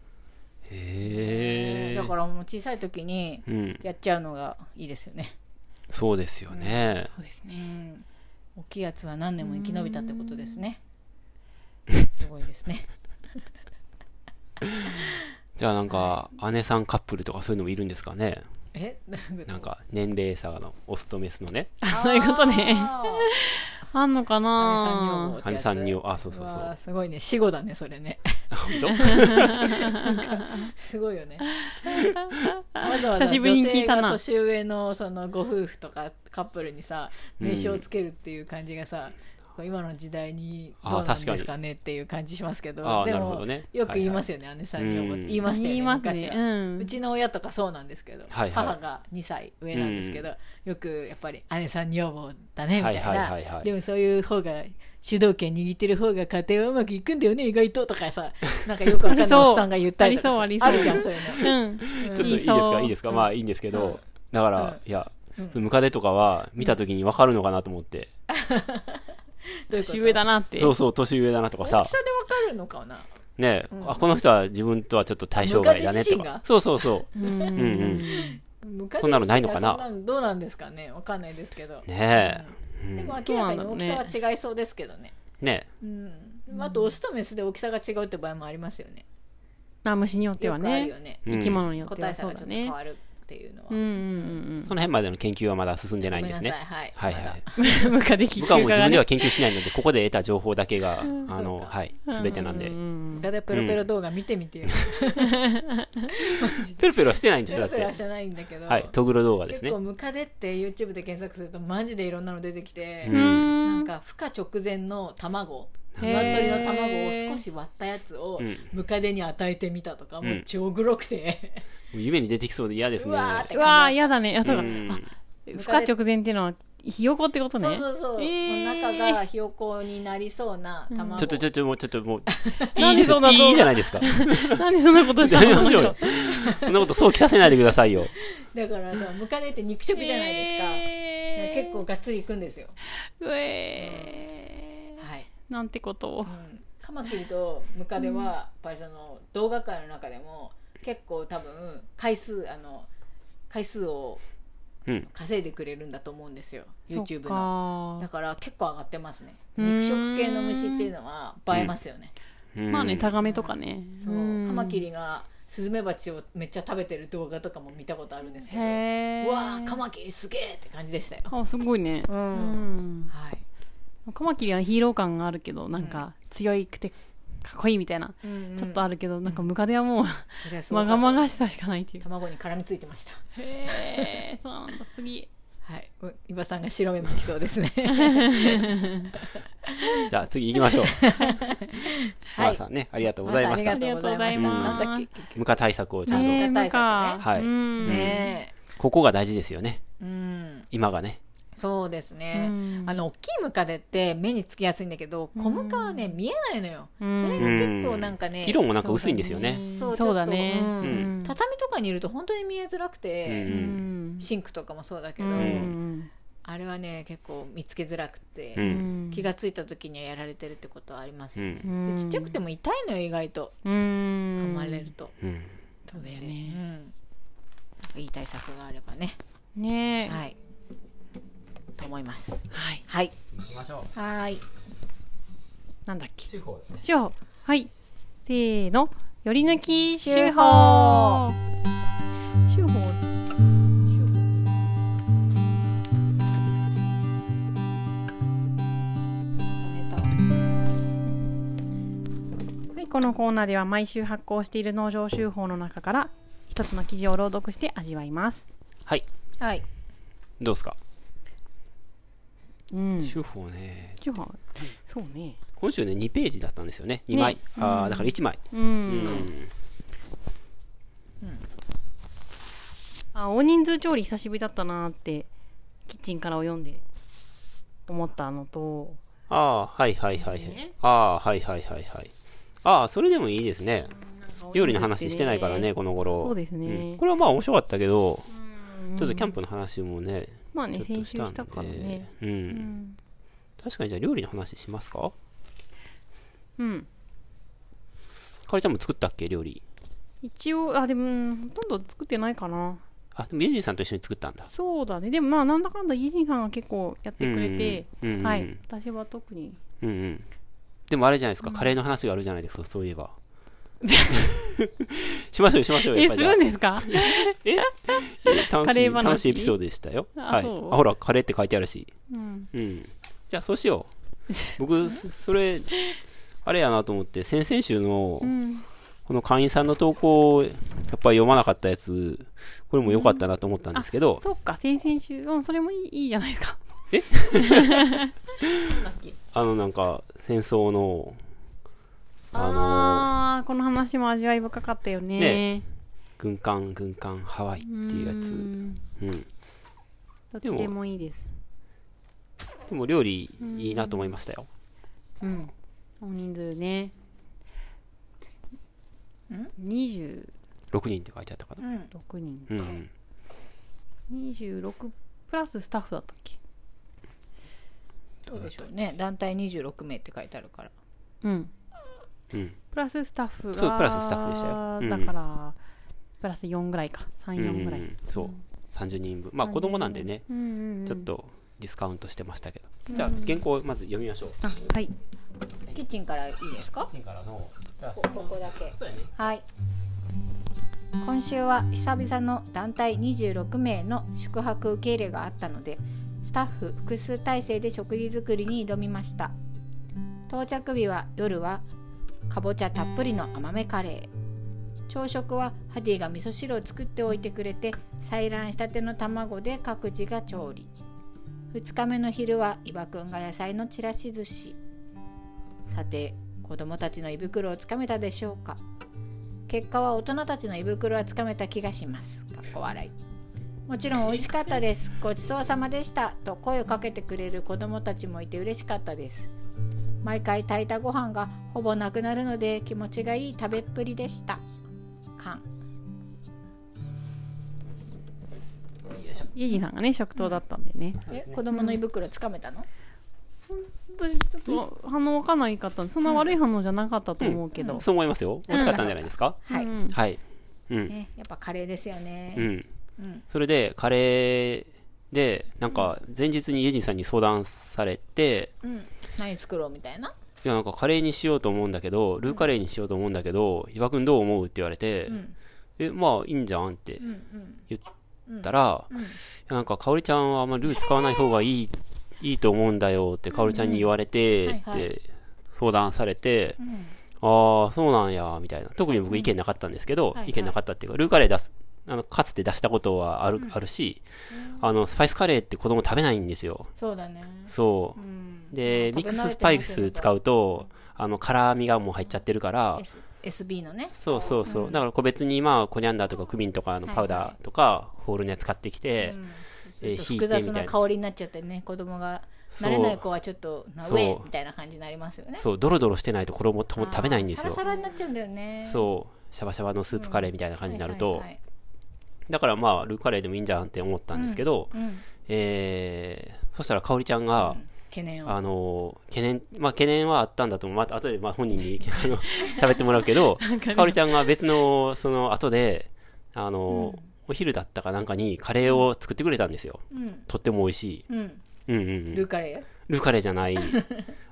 Speaker 3: へ
Speaker 2: だ
Speaker 3: え。
Speaker 2: からもう小さい時に
Speaker 3: うん。
Speaker 2: やっちゃうのがいいですよね、
Speaker 3: そうですよね。
Speaker 1: そうです
Speaker 2: う
Speaker 1: ね
Speaker 2: ん、大きいやつは何年も生き延びたってことですねすごいですね
Speaker 3: じゃあなんか、姉さんカップルとかそういうのもいるんですかね
Speaker 2: えどういうこと
Speaker 3: なんか、年齢差の、オスとメスのね。
Speaker 1: そういうことね
Speaker 2: あ
Speaker 1: あんのか
Speaker 2: 羽さん女房
Speaker 1: な
Speaker 2: って
Speaker 3: 羽
Speaker 2: やつ
Speaker 3: さんにあそうそうそう
Speaker 2: わあすごいね死後だねそれね
Speaker 3: ど
Speaker 2: すごいよねわざわざ
Speaker 1: 久しぶり
Speaker 2: 女
Speaker 1: に聞い
Speaker 2: 性
Speaker 1: たな
Speaker 2: が年上のそのご夫婦とかカップルにさ名刺をつけるっていう感じがさ、こう今の時代にどうなんです
Speaker 3: あ確
Speaker 2: かねっていう感じしますけ ど
Speaker 3: あ
Speaker 2: で
Speaker 3: なるほど
Speaker 2: も、
Speaker 3: ね
Speaker 2: よく言いますよね、姉さん女房って
Speaker 3: うん
Speaker 2: 言いましたよ
Speaker 1: 言
Speaker 2: ね
Speaker 1: いますね
Speaker 2: 昔は、
Speaker 1: うん
Speaker 2: うちの親とかそうなんですけど、
Speaker 3: はいはい
Speaker 2: 母が2歳上なんですけど、よくやっぱり姉さん女房だねみたいな、
Speaker 3: はいはいはいはい
Speaker 2: でもそういう方が主導権握ってる方が家庭はうまくいくんだよね意外ととか さなんかよくわかんないおっさんが言ったりとかさ
Speaker 1: ありそうあ
Speaker 2: あ
Speaker 1: り
Speaker 2: るじ
Speaker 1: そう
Speaker 2: ゃんそういうの。
Speaker 1: うん。
Speaker 3: ちょっといいですかいいですかまあいいんですけどだからいやそのムカデとかは見た時に分かるのかなと思って
Speaker 2: どういうこと
Speaker 1: 年上だなって。
Speaker 3: そうそう年上だなとかさ
Speaker 2: 大きさでわかるのかな
Speaker 3: ねあこの人は自分とはちょっと対象外だねと
Speaker 2: ムカデ自身
Speaker 3: か
Speaker 2: が
Speaker 3: そうそうそう
Speaker 1: うん
Speaker 3: うんうん
Speaker 2: 昔
Speaker 3: そんなのないのかな
Speaker 2: そんのどうなんですかねわかんないですけど、
Speaker 3: ねえう
Speaker 2: で
Speaker 3: ん
Speaker 2: も明らかに大きさは違いそうですけどね
Speaker 3: ね
Speaker 2: うんあとオスとメスで大きさが違うって場合もありますよね
Speaker 1: まあ虫によって
Speaker 2: よ
Speaker 1: は
Speaker 2: くある
Speaker 1: ね
Speaker 2: よ。ね
Speaker 3: うん
Speaker 1: 生き物によって
Speaker 2: 個体
Speaker 1: は
Speaker 2: 差
Speaker 1: そ
Speaker 2: が
Speaker 1: う
Speaker 2: ち
Speaker 1: だ
Speaker 2: ょっと変
Speaker 1: ね。
Speaker 2: わるっていうのは、
Speaker 1: うんうんうん
Speaker 3: その辺までの研究はまだ進んでないんですね
Speaker 2: ごめんなさい
Speaker 3: は
Speaker 2: はいい
Speaker 3: はい
Speaker 1: うん。ムカデキッ
Speaker 3: 僕はもう自分で
Speaker 1: は。
Speaker 3: は研究しないのでここで得た情報だけがあのはい全てなんで
Speaker 1: うん
Speaker 2: ガダペロペロ動画見てみてよ、
Speaker 3: ペロペロはしてないんでし
Speaker 2: ペ
Speaker 3: ょだ
Speaker 2: ロペ
Speaker 3: っ
Speaker 2: ロ
Speaker 3: て
Speaker 2: はしてないんだけど、
Speaker 3: はいトグロ動画です
Speaker 2: 結
Speaker 3: ね
Speaker 2: 構ムカデって YouTube で検索するとマジでいろんなの出てきて、
Speaker 3: う
Speaker 2: なんか孵化直前の卵
Speaker 1: へー
Speaker 2: 鶏の卵を少し割ったやつを
Speaker 3: ん
Speaker 2: ムカデに与えてみたとか、も
Speaker 3: ん
Speaker 2: う超グロくて、
Speaker 3: 夢に出てきそうで嫌です
Speaker 2: う
Speaker 3: ね
Speaker 2: わーって
Speaker 1: うわ
Speaker 2: 感
Speaker 1: あ、
Speaker 2: じ、
Speaker 1: 嫌だね。あ、そう
Speaker 3: う
Speaker 1: か。
Speaker 3: ん
Speaker 1: 孵化直前っていうのは、ひよこってこと
Speaker 2: そう
Speaker 1: ね。
Speaker 2: そうそう、
Speaker 1: えー
Speaker 2: もう中がひよこになりそうな卵、
Speaker 3: ちょっとちょっともうちょっともうピ
Speaker 1: な
Speaker 3: ー
Speaker 1: ん
Speaker 3: で
Speaker 1: です
Speaker 3: ピ
Speaker 1: そんな動画
Speaker 3: ーじゃないですか
Speaker 1: なんでそんなことした
Speaker 3: や
Speaker 1: の
Speaker 3: めましょうよそんなこと想起させないでくださいよ
Speaker 2: だからさムカデって肉食じゃないですか、
Speaker 1: えー
Speaker 2: 結構がっつりいくんですよ
Speaker 1: うえ
Speaker 2: はい、
Speaker 1: ーなんてことを
Speaker 2: うん、カマキリとムカデはやっぱりその動画界の中でも結構多分回数あの回数を
Speaker 3: うん
Speaker 2: 稼いでくれるんだと思うんですよ、
Speaker 1: そっ
Speaker 2: YouTube の
Speaker 1: か
Speaker 2: だから結構上がってますね
Speaker 1: うーん
Speaker 2: 肉食系の虫っていうのは映えますよね、
Speaker 3: うん
Speaker 1: まあねタガメとかね
Speaker 2: そうカマキ
Speaker 1: リ
Speaker 2: リがスズメバチをめっちゃ食べてる動画とかも見たことあるんですけどう
Speaker 1: へえ
Speaker 2: わーカマキリすげえって感じでしたよ、
Speaker 1: あすごいね
Speaker 2: う
Speaker 1: うんん
Speaker 2: はい
Speaker 1: カマキリはヒーロー感があるけどなんか強くてかっこいいみたいなちょっとあるけどなんかムカデはもうまがまがしさしかないっていう
Speaker 2: 卵に絡みついてました
Speaker 1: へえそうなんだすぎ
Speaker 2: はい伊庭さんが白目向きそう ですね
Speaker 3: じゃあ次行きましょう
Speaker 2: はい
Speaker 3: マーさんねありがとうございまし
Speaker 2: あ
Speaker 3: た
Speaker 2: りがとうございまし
Speaker 1: あり
Speaker 2: た
Speaker 1: がとうございます
Speaker 2: なんだっけ結局
Speaker 3: 無化対策をちゃんと、
Speaker 1: ねえ
Speaker 2: ムカ対策ね
Speaker 1: ムカ
Speaker 3: はい
Speaker 1: うん
Speaker 2: ね
Speaker 3: ここが大事ですよね
Speaker 2: えうん
Speaker 3: 今がね
Speaker 2: そうですね、
Speaker 1: うん
Speaker 2: あの大きいムカデって目につきやすいんだけど小ムカはね見えないのよ、
Speaker 1: ん
Speaker 2: それが結構なんかね、
Speaker 3: 色もなんか薄いんですよね
Speaker 2: そう
Speaker 1: そうだね
Speaker 2: ちょっとうん
Speaker 1: うん
Speaker 2: 畳とかにいると本当に見えづらく
Speaker 3: う
Speaker 1: う
Speaker 2: て、
Speaker 3: ん
Speaker 1: ん
Speaker 2: シンクとかもそうだけど、
Speaker 1: うん
Speaker 2: あれはね結構見つけづらくて、
Speaker 3: う
Speaker 1: うんん
Speaker 2: 気がついた時にはやられてるってことはあります
Speaker 3: う
Speaker 2: よね、
Speaker 3: ん
Speaker 1: うん
Speaker 2: でちっちゃくても痛いのよ意外と
Speaker 1: うん
Speaker 2: 噛まれると、
Speaker 3: うん
Speaker 1: そうだよ
Speaker 2: う
Speaker 1: ね
Speaker 2: んいい対策があればね
Speaker 1: ねえ
Speaker 2: はいと思います
Speaker 1: はい
Speaker 2: はい
Speaker 5: 行きましょう
Speaker 2: はい
Speaker 1: なんだっけ
Speaker 5: 中高ですね
Speaker 1: じゃあはいせーの寄り抜き手法手法はいこのコーナーでは毎週発行している農場手法の中から一つの記事を朗読して味わいます。
Speaker 3: はい
Speaker 2: はい
Speaker 3: どうですか
Speaker 1: うん。
Speaker 3: 手法ね
Speaker 1: 手法そうね。
Speaker 3: 今週ね2ページだったんですよね2枚、
Speaker 1: ね
Speaker 3: ああだから1枚
Speaker 1: うん。あ大人数調理久しぶりだったなーってキッチンからを読んで思ったのと
Speaker 3: ああーはいはいはいはいああはいはいはいはいああそれでもいいですね料理の話してないからねこの頃
Speaker 1: そうですね
Speaker 3: んこれはまあ面白かったけどちょっとキャンプの話もね
Speaker 1: まあね
Speaker 3: ちょ
Speaker 1: 先週
Speaker 3: っとし
Speaker 1: したた
Speaker 3: んで
Speaker 1: からね
Speaker 3: うん、確かにじゃあ料理の話しますか
Speaker 1: うん
Speaker 3: かりちゃんも作ったっけ料理
Speaker 1: 一応あでもうんほとんど作ってないかな
Speaker 3: あでもエジンさんと一緒に作ったんだ
Speaker 1: そうだねでもまあなんだかんだイージンさんが結構やってくれて、
Speaker 3: うんうんうんうんうん
Speaker 1: はい私は特に
Speaker 3: うんうんでもあれじゃないですか、カレーの話があるじゃないですかそういえば しましょうしましょうやっ
Speaker 1: え
Speaker 3: ぱ
Speaker 1: す
Speaker 3: りじゃあ
Speaker 1: るんですか
Speaker 3: 楽
Speaker 1: カ
Speaker 3: し
Speaker 1: レ
Speaker 3: い
Speaker 1: ー話
Speaker 3: 楽しいエピソードでしたよ
Speaker 1: あ
Speaker 3: はいあ
Speaker 1: そう
Speaker 3: ほらカレーって書いてあるし
Speaker 1: うん
Speaker 3: うんじゃあそうしよ う。僕、そそれ、あれやなと思って、先々週の、
Speaker 1: ん
Speaker 3: この会員さんの投稿を、やっぱり読まなかったやつ、これも良かったなと思ったんですけど、
Speaker 1: そっか、先々週、うん、それもいいいいじゃないですか。
Speaker 3: あのなんか、戦争の、あの、
Speaker 1: あー、この話も味わい深かったよね。
Speaker 3: ね軍艦、軍艦、ハワイっていうやつ。
Speaker 1: ん
Speaker 3: うん。
Speaker 1: どっちでもいいです。
Speaker 3: でも料理、いいなと思いましたよ。
Speaker 1: うん。大人数ね。26
Speaker 3: 6人って書いてあったかな。
Speaker 2: うん
Speaker 1: 人。
Speaker 3: うん。
Speaker 1: 26プラススタッフだったっけ
Speaker 2: どうでしょうね団体26名って書いてあるから
Speaker 1: うん。
Speaker 3: うん。
Speaker 1: プラススタッフが。
Speaker 3: そうプラススタッフでしたようん
Speaker 1: だから、プラス4ぐらいか。3、4ぐら
Speaker 3: うんう
Speaker 1: い
Speaker 3: ん。そう。30人分。まあ子供なんでね、
Speaker 1: うんうんうん
Speaker 3: ちょっとディスカウントしてましたけど。じゃあ原稿をまず読みましょう。
Speaker 1: あ、はい。
Speaker 2: キッチンからいいですか
Speaker 3: チンからの、じゃあ
Speaker 2: こここだけ
Speaker 3: そうやね。
Speaker 2: はい今週は久々の団体26名の宿泊受け入れがあったのでスタッフ複数体制で食事作りに挑みました到着日は夜はかぼちゃたっぷりの甘めカレー朝食はハディが味噌汁を作っておいてくれて採卵したての卵で各自が調理2日目の昼は伊庭くんが野菜のちらし寿司さて子供たちの胃袋をつかめたでしょうか結果は大人たちの胃袋はつかめた気がしますかっこ笑いもちろん美味しかったですごちそうさまでしたと声をかけてくれる子供たちもいて嬉しかったです毎回炊いたご飯がほぼなくなるので気持ちがいい食べっぷりでした缶
Speaker 1: イエジさんがね、食堂だったんでね。
Speaker 2: え子供の胃袋つかめたの、
Speaker 1: ちょっと反応わかんないかったんで、そんな悪い反応じゃなかったと思うけど。
Speaker 3: そう思いますよ。美味しかったんじゃないですか。
Speaker 2: はい、
Speaker 1: うん
Speaker 3: はい。うん。
Speaker 2: ね、やっぱカレーですよね、
Speaker 3: うん。
Speaker 2: うん
Speaker 3: それで、カレーで、なんか、前日にユジンさんに相談されて、
Speaker 2: うん、何作ろうみたいない
Speaker 3: や、なんかカレーにしようと思うんだけど、ルーカレーにしようと思うんだけど、伊庭くんどう思うって言われて、
Speaker 2: ん
Speaker 3: え、まあ、いいんじゃんって
Speaker 2: うんうん
Speaker 3: 言ったら、いやなんか、かおりちゃんはあんまルー使わない方がいい、いいと思うんだよって、かおりちゃんに言われて、
Speaker 2: うんうん
Speaker 3: っ
Speaker 2: はいはい
Speaker 3: て、相談されて、
Speaker 2: うん
Speaker 3: ああ、そうなんや、みたいな。特に僕意見なかったんですけど、
Speaker 2: はいはい
Speaker 3: 意見なかったっていうか、ルーカレー出す、あの、かつて出したことはある、あるし、あの、スパイスカレーって子供食べないんですよ。
Speaker 2: そうだね
Speaker 3: そう。
Speaker 2: うん
Speaker 3: で、ミックススパイス使
Speaker 2: う
Speaker 3: うと、あの、辛味がもう入っちゃってるから、
Speaker 2: S SB のね
Speaker 3: そうそうそう。だから個別にまあ、コニャンダーとかクミンとかのパウダーとか、ホールのやつ買ってきて、えー、引い
Speaker 2: 複
Speaker 3: てみ
Speaker 2: 雑
Speaker 3: た
Speaker 2: ない
Speaker 3: な。
Speaker 2: 香りになっちゃってね子供が
Speaker 3: そう
Speaker 2: 慣れない子はちょっとなウ
Speaker 3: そう
Speaker 2: ェイみたいな感じになりますよね
Speaker 3: そう、ドロドロしてないと衣とも食べないんです
Speaker 2: あー
Speaker 3: よ
Speaker 2: サ。ラサラになっちゃうんだよねう
Speaker 3: そう。シャバシャバのスープカレーみたいな感じになると、
Speaker 2: はいはい
Speaker 3: だからまあ、ルーカレーでもいいんじゃんって思ったんですけど、
Speaker 2: はいうん
Speaker 3: えー、そしたら、かおりちゃんが、
Speaker 2: 懸念を
Speaker 3: あのー懸念、まあ、懸念はあったんだと思う。また、後で、まあ、本人にあの 喋ってもらうけど、かおりちゃんが別の、その、後で、あのーお昼だったかなんかにカレーを作ってくれたんですよ。
Speaker 2: うん
Speaker 3: とっても美味しい。
Speaker 2: うん
Speaker 3: うんうんうん。
Speaker 2: ルーカレ
Speaker 3: ルーカレーじゃ ない、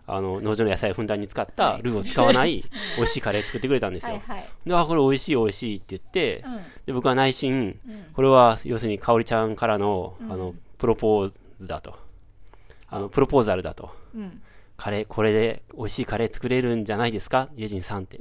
Speaker 3: あの、農場の野菜をふんだんに使った、ルーを使 わない、美味しいカレー作ってくれたんで
Speaker 2: ー
Speaker 3: す
Speaker 2: はい
Speaker 3: よ。
Speaker 2: はい
Speaker 3: で、あ、これ美味しい美味しいって言って、
Speaker 2: うん
Speaker 3: で、僕は内心、これは、要するに、かおりちゃんからの、あの、プロポーズだと。あの、プロポーザルだと。
Speaker 2: うん
Speaker 3: カレー、これで美味しいカレー作れるんじゃないですか家人さんって。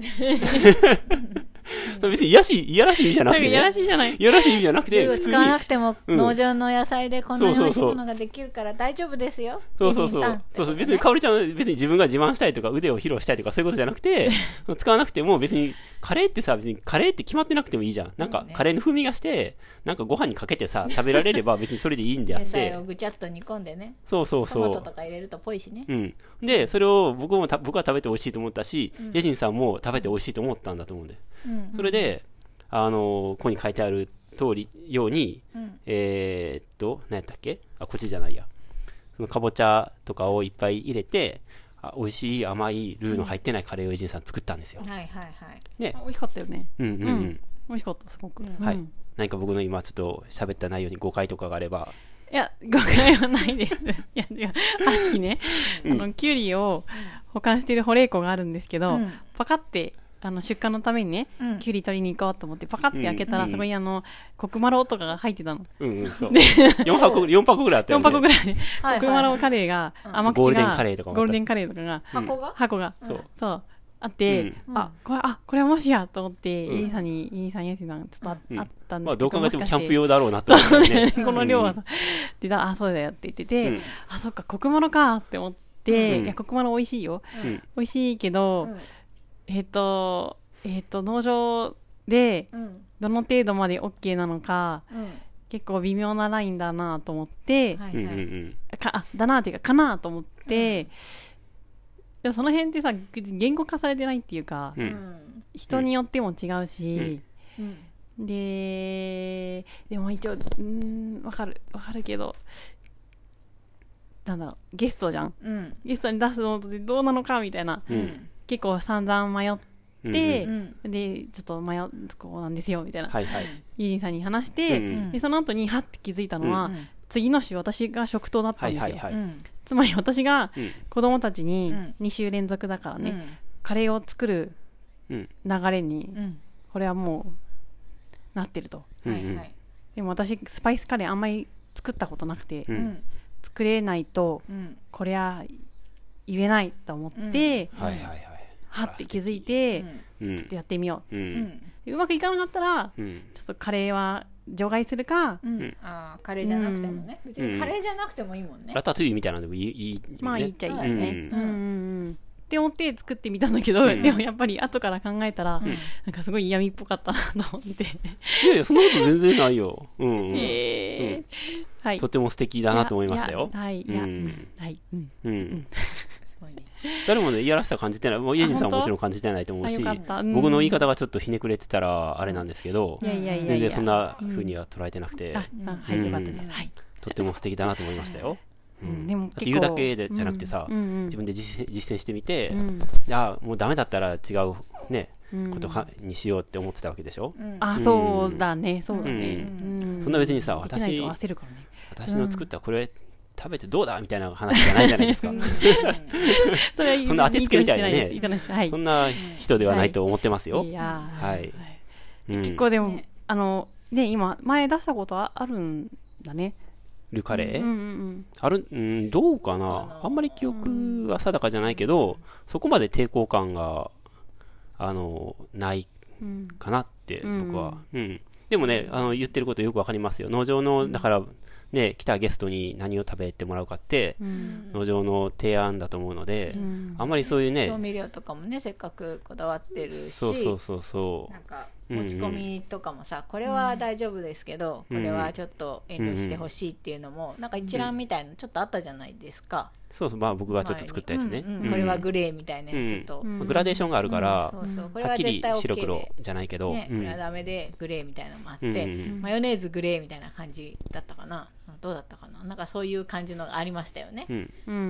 Speaker 3: 別に、いやしい、いやらしい意味じゃな
Speaker 1: なん
Speaker 3: く
Speaker 1: か
Speaker 3: て、
Speaker 1: いやら
Speaker 3: ね。
Speaker 1: しいじゃない。
Speaker 3: いやらしい意味じゃなく
Speaker 2: ル
Speaker 3: て、
Speaker 2: ーを
Speaker 3: 普通
Speaker 2: 使
Speaker 3: に
Speaker 2: わ、なくても
Speaker 3: うん
Speaker 2: 農場の野菜でこんなに
Speaker 3: そ
Speaker 2: 美
Speaker 3: う
Speaker 2: 味しい
Speaker 3: そ
Speaker 2: う
Speaker 3: そう
Speaker 2: ものができるから大丈夫ですよ
Speaker 3: そうそうそ
Speaker 2: レジンさ
Speaker 3: う。そ
Speaker 2: ん
Speaker 3: うそう。別に、かおりちゃんは別に自分が自慢したいとか、腕を披露したいとか、そういうことじゃな くて、使わなくても別に、カレーってさ、別にカレーって決まってなくてもいいじゃん。なんか、カレーの風味がして、なんかご飯にかけてさ、食べられれば別にそれでいいんであっ
Speaker 2: 野菜
Speaker 3: て
Speaker 2: を。ぐちゃっと煮込んでね
Speaker 3: そうそう
Speaker 2: ト
Speaker 3: そ
Speaker 2: マ
Speaker 3: う
Speaker 2: ト。とか入れるとぽいしね
Speaker 3: うん。で、それを僕もた、僕は食べて美味しいと思ったし、家人さんも食べて美味しいと思ったんだと思うんで。
Speaker 2: うん
Speaker 3: それで、あのここに書いてある通り、ように、えーっと、何やったっけあ、こっちじゃないや。そのかぼちゃとかをいっぱい入れて、あ美味しい甘いルーの入ってないカレーを家人さん作ったんですよ
Speaker 2: はい。はいはい
Speaker 1: あ美味しかったよね。
Speaker 3: うんうんうん。
Speaker 1: うん美味しかった、すごく。
Speaker 3: はい
Speaker 1: うん。
Speaker 3: 何か僕の今ちょっと喋った内容に誤解とかがあれば、
Speaker 1: いや、誤解はないです。いや、違う。秋ね、あの、キュウリを保管している保冷庫があるんですけど、
Speaker 2: うん
Speaker 1: パカってあの出荷のためにね、
Speaker 2: うん
Speaker 1: きゅうり取りに行こうと思ってパカって開けたら、
Speaker 3: うん
Speaker 1: そこにあのコクマロとかが入ってたの、
Speaker 3: うんうん、そう。4箱、四箱ぐらいあったよ
Speaker 1: 4
Speaker 3: ね。
Speaker 1: 箱ぐらいで、
Speaker 2: はいはい
Speaker 1: コクマロカレーが、甘口が
Speaker 3: ゴールデンカレーとかもあった
Speaker 1: ゴールデンカレーとかが
Speaker 2: 箱が、
Speaker 1: 箱が、
Speaker 3: そう
Speaker 1: そうあって、あこれあこれはもしやと思って、
Speaker 3: うん
Speaker 1: イーさんにイーさんイエスさんちょっとあ,、
Speaker 3: うん
Speaker 1: あったんですけど、
Speaker 3: まあ、どう考えても
Speaker 1: し
Speaker 3: キ
Speaker 1: かし
Speaker 3: ャ
Speaker 1: て
Speaker 3: ンプ用だろうなと思ってね。
Speaker 1: この量は、でだあそうだよって言ってて、
Speaker 3: うん
Speaker 1: あそっかコクマロかって思って、
Speaker 3: うん
Speaker 1: いやコクマロ美味しいよ
Speaker 3: うん。
Speaker 1: 美味しいけど、
Speaker 2: うん
Speaker 1: えっ、とえっ、と農場で
Speaker 2: うん
Speaker 1: どの程度まで OK なのか
Speaker 2: うん
Speaker 1: 結構微妙なラインだなと思って、
Speaker 2: は
Speaker 3: うんう
Speaker 2: い
Speaker 3: ん
Speaker 2: は
Speaker 3: う
Speaker 2: い、
Speaker 3: ん。
Speaker 1: かあだなっていうかかなと思って、でもその辺ってさ言語化されてないっていうか、
Speaker 3: う。
Speaker 2: うんん
Speaker 1: 人によっても違うし、
Speaker 2: うん
Speaker 1: ででも一応うーんわかるわかるけどなんだろうゲストじゃん
Speaker 2: うん
Speaker 1: ゲストに出すのってどうなのかみたいな
Speaker 3: うん。
Speaker 1: 結構散々迷っ
Speaker 3: うん
Speaker 1: て
Speaker 2: う、ん
Speaker 1: でちょっと迷うこうなんですよみたいな、
Speaker 3: はいはい。
Speaker 1: ユージンさんに話し
Speaker 3: う
Speaker 1: て、
Speaker 3: ん
Speaker 1: でその後にはって気づいたのは、
Speaker 3: う
Speaker 2: うん
Speaker 1: 次の週私が食堂だった
Speaker 3: は
Speaker 1: ん
Speaker 3: い
Speaker 1: ですよ、
Speaker 3: はい
Speaker 2: う
Speaker 3: はい。
Speaker 2: ん
Speaker 1: つまり私が
Speaker 3: うん
Speaker 1: 子供たちに
Speaker 2: うん
Speaker 1: 2週連続だから
Speaker 2: うん
Speaker 1: ね、カレーを作る
Speaker 3: うん
Speaker 1: 流れに
Speaker 2: うん
Speaker 1: これはもうなってると
Speaker 3: うん
Speaker 2: はいはい
Speaker 1: でも私スパイスカレーあんまり作ったことなくて、
Speaker 3: う
Speaker 2: うんん
Speaker 1: 作れないと
Speaker 2: うん
Speaker 1: こりゃ言えないと思って、
Speaker 3: はいはいはい。
Speaker 1: はって気づいて、ち
Speaker 3: う
Speaker 1: ょ
Speaker 3: ん
Speaker 1: っとやってみよ
Speaker 3: う
Speaker 2: うんん
Speaker 1: ううまくいかなかったら
Speaker 3: うん。
Speaker 1: ちょっとカレーは除外するか
Speaker 2: うんあーカレーじゃなくてもね別にカレーじゃなくてもいいもんね
Speaker 3: ラタトゥイユみたいなのでもいい、いい。
Speaker 1: まあ言っちゃいいよね。う
Speaker 2: うんん
Speaker 1: うんうんって思って作ってみたんだけど、
Speaker 3: うん
Speaker 1: でもやっぱり後から考えたら、
Speaker 2: ん
Speaker 1: なんかすごい嫌味っぽかったなと思って、
Speaker 3: いやいや、そんなこと全然ないよ。うんうん。
Speaker 1: えーはい
Speaker 3: とても素敵だなと思いましたよ
Speaker 1: い。やはいいや、
Speaker 3: う
Speaker 1: うんん、はい、うん、
Speaker 3: うん。
Speaker 2: すごいね
Speaker 3: 誰もね、いやらしさ感じてない。もう、イエジンさんはもちろん感じてないと思う
Speaker 1: あ
Speaker 3: し
Speaker 1: よ、かった、うん
Speaker 3: 僕の言い
Speaker 1: い
Speaker 3: 方がちょっとひねくれてたら、あれなんですけど、
Speaker 1: やいやいやいや
Speaker 3: 全然そんな風には捉えてなくて、
Speaker 1: あ、あはい、
Speaker 3: うん
Speaker 1: よかったです、はい、
Speaker 3: とっても素敵だなと思いましたよ。
Speaker 1: う
Speaker 3: うんん
Speaker 1: でも
Speaker 3: だって
Speaker 1: 結
Speaker 3: 言
Speaker 1: 構
Speaker 3: うだけでじゃなくてさ
Speaker 1: う、んうん
Speaker 3: 自分で実践実践してみて、
Speaker 1: うん
Speaker 3: いやもうダメだったら違うね、
Speaker 1: うん
Speaker 3: ことかにしようって思ってたわけでしょ、
Speaker 2: うん
Speaker 1: あ、そうだね、そうだね。
Speaker 2: う
Speaker 1: うん
Speaker 3: そんな別にさ
Speaker 1: できない
Speaker 3: 私
Speaker 1: と焦るからね。
Speaker 3: 私の作ったこれ食べてどうだみたいな話じゃないじゃないです か、
Speaker 1: それは
Speaker 3: そんな当てつけみたいなね
Speaker 1: 言い方してないです。言
Speaker 3: そ
Speaker 1: い
Speaker 3: んな人ではないと思ってます
Speaker 1: 方
Speaker 3: よ、
Speaker 1: してない。いやー
Speaker 3: はいうん、
Speaker 1: 結構でも
Speaker 2: ね
Speaker 1: あのね今前出したことああるんだね。
Speaker 3: ルカレー、
Speaker 1: うんうん
Speaker 3: あるうんどうかなあんまり記憶は定かじゃないけど、そこまで抵抗感があのない
Speaker 1: うん。
Speaker 3: かなって僕は、うんでもねあの言ってることよくわかりますよ農場のだからね来たゲストに何を食べてもらうかって、
Speaker 1: うん
Speaker 3: 農場の提案だと思うので、
Speaker 1: うん
Speaker 3: あんまりそういうね
Speaker 2: 調味料とかもねせっかくこだわってるし
Speaker 3: そうそうそうそ
Speaker 2: なんか持ち込みとかもさ、これは大丈夫ですけど、
Speaker 3: うん
Speaker 2: これはちょっと遠慮してほしいっていうのも、なんか一覧みたいのちょっとあったじゃないですか、
Speaker 3: うそうそうまあ僕がちょっと作ったやつね、
Speaker 2: 前にうん
Speaker 3: うん
Speaker 2: これはグレーみたいなやつと、
Speaker 1: ん
Speaker 3: グラデーションがあるから、
Speaker 2: そうそうこれ
Speaker 3: はっ
Speaker 2: は
Speaker 3: き
Speaker 2: 絶
Speaker 3: り
Speaker 2: 対 OK で
Speaker 3: 白黒じゃないけど、
Speaker 2: ね、
Speaker 3: うん
Speaker 2: これはダメでグレーみたいなのもあって、
Speaker 3: うん
Speaker 2: マヨネーズグレーみたいな感じだったかなどうだったかななんかそういう感じのがありましたよね、
Speaker 3: うん
Speaker 1: うんうん
Speaker 2: う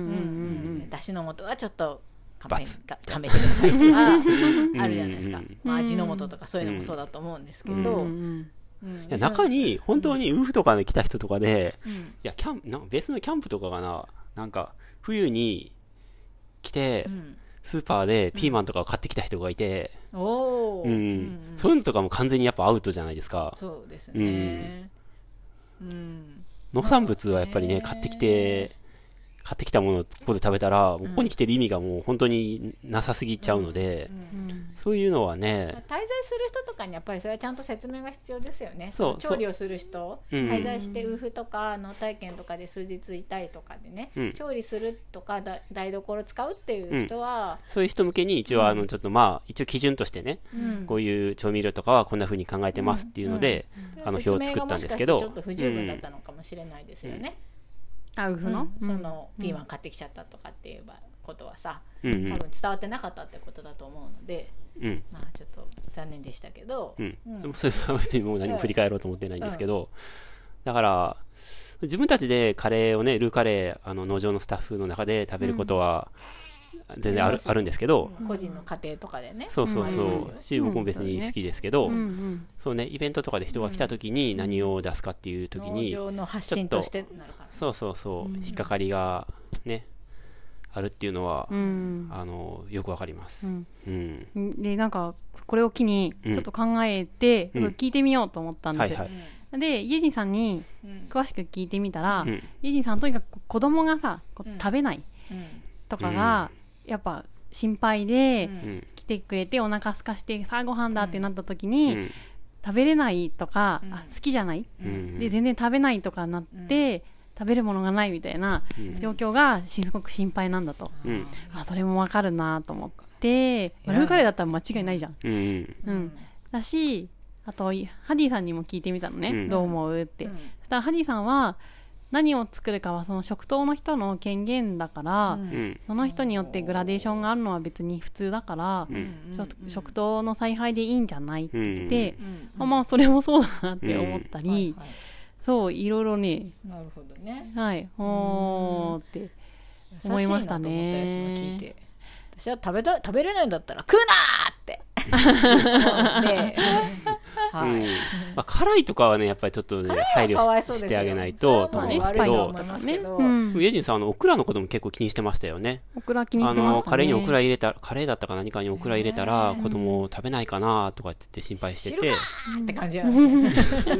Speaker 2: ん、だしの素はちょっと勘
Speaker 3: バ
Speaker 2: 弁
Speaker 3: ツ
Speaker 2: か勘弁してくださいとかあるじゃないですか、まあ、味の素とかそういうのもそうだと思うんですけど、
Speaker 1: うんうん。
Speaker 2: うん
Speaker 3: いや中に本当にウーフとかで来た人とかで、いやキャンプな別のキャンプとかがななんか冬に来て、
Speaker 2: ん
Speaker 3: スーパーでピーマンとかを買ってきた人がいて、
Speaker 2: おお、
Speaker 3: うんそういうのとかも完全にやっぱアウトじゃないですか
Speaker 2: そうですね。うん。
Speaker 3: 農産物はやっぱりね買ってきて買ってきたものをここで食べたらもうここに来てる意味がもう本当になさすぎちゃうので、そういうのは
Speaker 2: 滞
Speaker 3: ね
Speaker 2: 在する人とかにやっぱりそれはちゃんと説明が必要ですよね。
Speaker 3: そう
Speaker 2: その調理をする人、
Speaker 3: うん
Speaker 2: 滞在して夫婦とか農体験とかで数日いたりとかでね、
Speaker 3: うん
Speaker 2: 調理するとかだ台所使うっていう人は、
Speaker 3: そういう人向けに一応あのちょっとまあ一応基準としてね、
Speaker 2: うん
Speaker 3: こういう調味料とかはこんな風に考えてますっていうので、あの表を作ったんですけど
Speaker 2: 説明がもしかしてちょっと不十分だったのかもしれないですよね。
Speaker 1: あウフ
Speaker 2: うん
Speaker 1: の。
Speaker 2: そのピーマン買ってきちゃったとかって言えばことはさ、
Speaker 3: うんうん
Speaker 2: 多分伝わってなかったってことだと思うので、
Speaker 3: うん
Speaker 2: まあちょっと残念でしたけど、
Speaker 3: うん、でも それは別にもう何も振り返ろうと思ってないんですけど、だから、自分たちでカレーをね、ルーカレー、あの農場のスタッフの中で食べることは、全然ある,、あるんですけど、
Speaker 2: 個人の家庭とかでね。
Speaker 3: そうそうそう、
Speaker 2: うんありますよ
Speaker 3: し、僕も別に好きですけど、
Speaker 1: うんうん。
Speaker 3: そうね、イベントとかで人が来た時に何を出すかっていう時
Speaker 2: 農
Speaker 3: に、
Speaker 2: 場の発信としてなるから
Speaker 3: そうそうそう、引っかかりがね、あるっていうのは、
Speaker 1: うん
Speaker 3: あのよくわかります。
Speaker 1: うん
Speaker 3: うん
Speaker 1: でなんかこれを機にち
Speaker 3: うん
Speaker 1: ょっと考えて、
Speaker 3: うん
Speaker 1: 聞いてみようと思ったんです、
Speaker 3: はいはい。
Speaker 1: でイェジンさんに
Speaker 2: うん
Speaker 1: 詳しく聞いてみたら、
Speaker 3: うん
Speaker 1: イェジンさんはとにかく子供がさこう
Speaker 2: うん
Speaker 1: 食べない
Speaker 2: うん
Speaker 1: とかが、やっぱ心配で、
Speaker 2: うん
Speaker 3: うん
Speaker 1: 来てくれてお腹空かしてさあご飯だってなった時
Speaker 3: う
Speaker 1: に、
Speaker 3: ん
Speaker 1: 食べれないとか、
Speaker 2: うん
Speaker 1: あ好きじゃない、
Speaker 3: うん
Speaker 1: で全然食べないとかなって、食べるものがないみたいな
Speaker 3: うん
Speaker 1: 状況がすごく心配なんだと、
Speaker 3: うん
Speaker 1: あそれもわかるなと思ってブラフカレーだったら間違いないじゃん、
Speaker 3: うん
Speaker 1: うんだしあといハディさんにも聞いてみたのね、
Speaker 3: うん
Speaker 1: どう思うって、
Speaker 2: うん
Speaker 1: そしたらハディさんは何を作るかはその食当の人の権限だから、
Speaker 2: うん
Speaker 3: うん
Speaker 1: その人によってグラデーションがあるのは別に普通だから、
Speaker 3: うん
Speaker 1: ちょっと食当の采配でいいんじゃないって言ってて、
Speaker 2: うん
Speaker 1: あまあそれもそうだなって思ったり、
Speaker 2: はいはい
Speaker 1: そういろいろね
Speaker 2: なるほどね
Speaker 1: はいほーって思いましたね
Speaker 2: 優しいなと思ったよその聞いて私は食べた食べれないんだったら食うなーって思って
Speaker 3: う
Speaker 2: はい
Speaker 3: んまあ、辛いとかはね、やっぱりちょっとね、配
Speaker 2: かわ
Speaker 3: 慮
Speaker 2: いそう
Speaker 3: し
Speaker 2: ですよ
Speaker 3: してあげないとと
Speaker 2: まあ
Speaker 3: 思
Speaker 2: ね
Speaker 3: うんですけ
Speaker 2: 悪いと
Speaker 3: ど、
Speaker 2: 思います
Speaker 1: ね
Speaker 2: けど
Speaker 1: うん、
Speaker 3: イェジンさん、あのオクラのことも結構気にしてましたよね。
Speaker 1: オクラ気にし
Speaker 3: あ
Speaker 1: てま
Speaker 3: の
Speaker 1: した
Speaker 3: カレ
Speaker 1: ね
Speaker 3: ーにオクラ入れた、カレーだったか何かにオクラ入れたら、子供食べないかなとかって言って心配してて、
Speaker 2: って感じなんですよ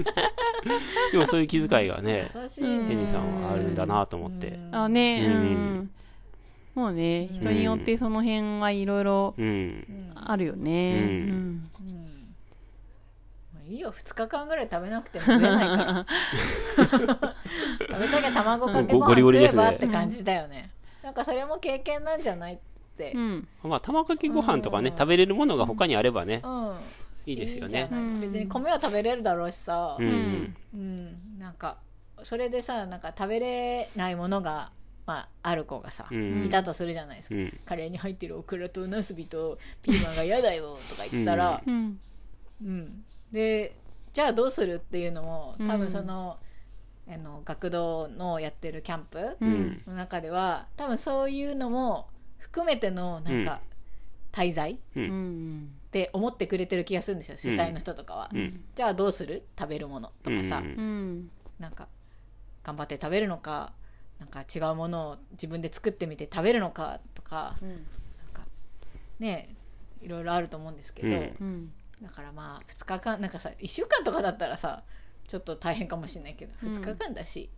Speaker 3: でもそういう気遣いがね、
Speaker 2: 優しい
Speaker 3: イ
Speaker 2: ね
Speaker 3: ェジンさんはあるんだなと思って。
Speaker 1: あねう、
Speaker 3: うんん
Speaker 1: もうね人によってその辺はいろいろ
Speaker 3: うん。
Speaker 1: あるよね
Speaker 3: うん
Speaker 1: うん、
Speaker 2: まあいいよ2日間ぐらい食べなくても食えないから食べたけ卵かけご
Speaker 3: ゴゴ
Speaker 2: 飯
Speaker 3: リゴ
Speaker 2: 食
Speaker 3: リ
Speaker 2: え
Speaker 3: ですね
Speaker 2: ばって感じだよねなんかそれも経験なんじゃないって
Speaker 1: う
Speaker 2: うん
Speaker 1: ん
Speaker 3: まあ、卵かけご飯とかね、食べれるものが他にあればね、
Speaker 2: い
Speaker 3: いいですよ
Speaker 2: いんじゃ
Speaker 3: ね。
Speaker 2: ない別に米は食べれるだろうしさ
Speaker 3: うん。
Speaker 2: うんなんかそれでさなんか食べれないものがまあある子がさ
Speaker 3: うん
Speaker 2: いたとするじゃないです
Speaker 3: う
Speaker 2: か
Speaker 3: ん。
Speaker 2: カレーに入ってるオクラとナスビとピーマンが嫌だよとか言ってたら
Speaker 1: うん
Speaker 2: うん、でじゃあどうするっていうのも多分その,、あの学童のやってるキャンプ
Speaker 3: うん。
Speaker 2: の中では多分そういうのも含めてのなんか滞在っ
Speaker 1: うんうん
Speaker 2: て思ってくれてる気がするんですよ主催の人とかは、
Speaker 3: うん
Speaker 2: じゃあどうする食べるものとかさ、
Speaker 3: うん
Speaker 1: うん
Speaker 2: なんか頑張って食べるのかなんか違うものを自分で作ってみて食べるのかとか,、なんかねいろいろあると思うんですけど、
Speaker 3: うん
Speaker 1: うん
Speaker 2: だからまあ2日間なんかさ1週間とかだったらさちょっと大変かもしれないけど
Speaker 1: うん
Speaker 2: 2日間だし、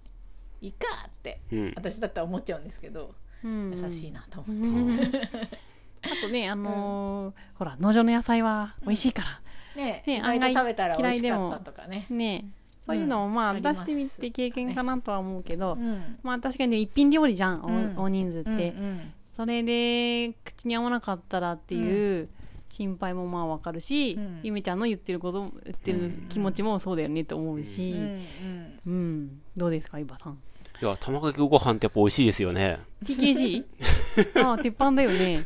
Speaker 2: いいかって
Speaker 3: うん。
Speaker 2: 私だったら思っちゃうんですけど、
Speaker 1: うん
Speaker 2: 優しいなと思って、
Speaker 1: あとねあのーほら農場の野菜は美味しいから、
Speaker 2: ね
Speaker 1: ね
Speaker 2: 意外と
Speaker 1: 案外
Speaker 2: 食べたら美味し
Speaker 1: 嫌いで
Speaker 2: か
Speaker 1: も
Speaker 2: ったとかね
Speaker 1: ねそういうのをまあ
Speaker 2: あり
Speaker 1: 出
Speaker 2: ます
Speaker 1: してみて経験かなとは思うけど、
Speaker 2: うん
Speaker 1: まあ確かに一品料理じゃん、お
Speaker 2: うん
Speaker 1: 大人数って、
Speaker 2: うんうん
Speaker 1: それで口に合わなかったらっていう心配もまあわかるし、
Speaker 2: うん
Speaker 1: ゆめちゃんの言ってることも言ってる気持ちもそうだよねと思うし、
Speaker 2: う
Speaker 1: うん
Speaker 2: うんん
Speaker 1: どうですか伊庭さん
Speaker 3: いや、卵かけご飯ってやっぱ美味しいですよね。
Speaker 1: TKG? ああ鉄板だよね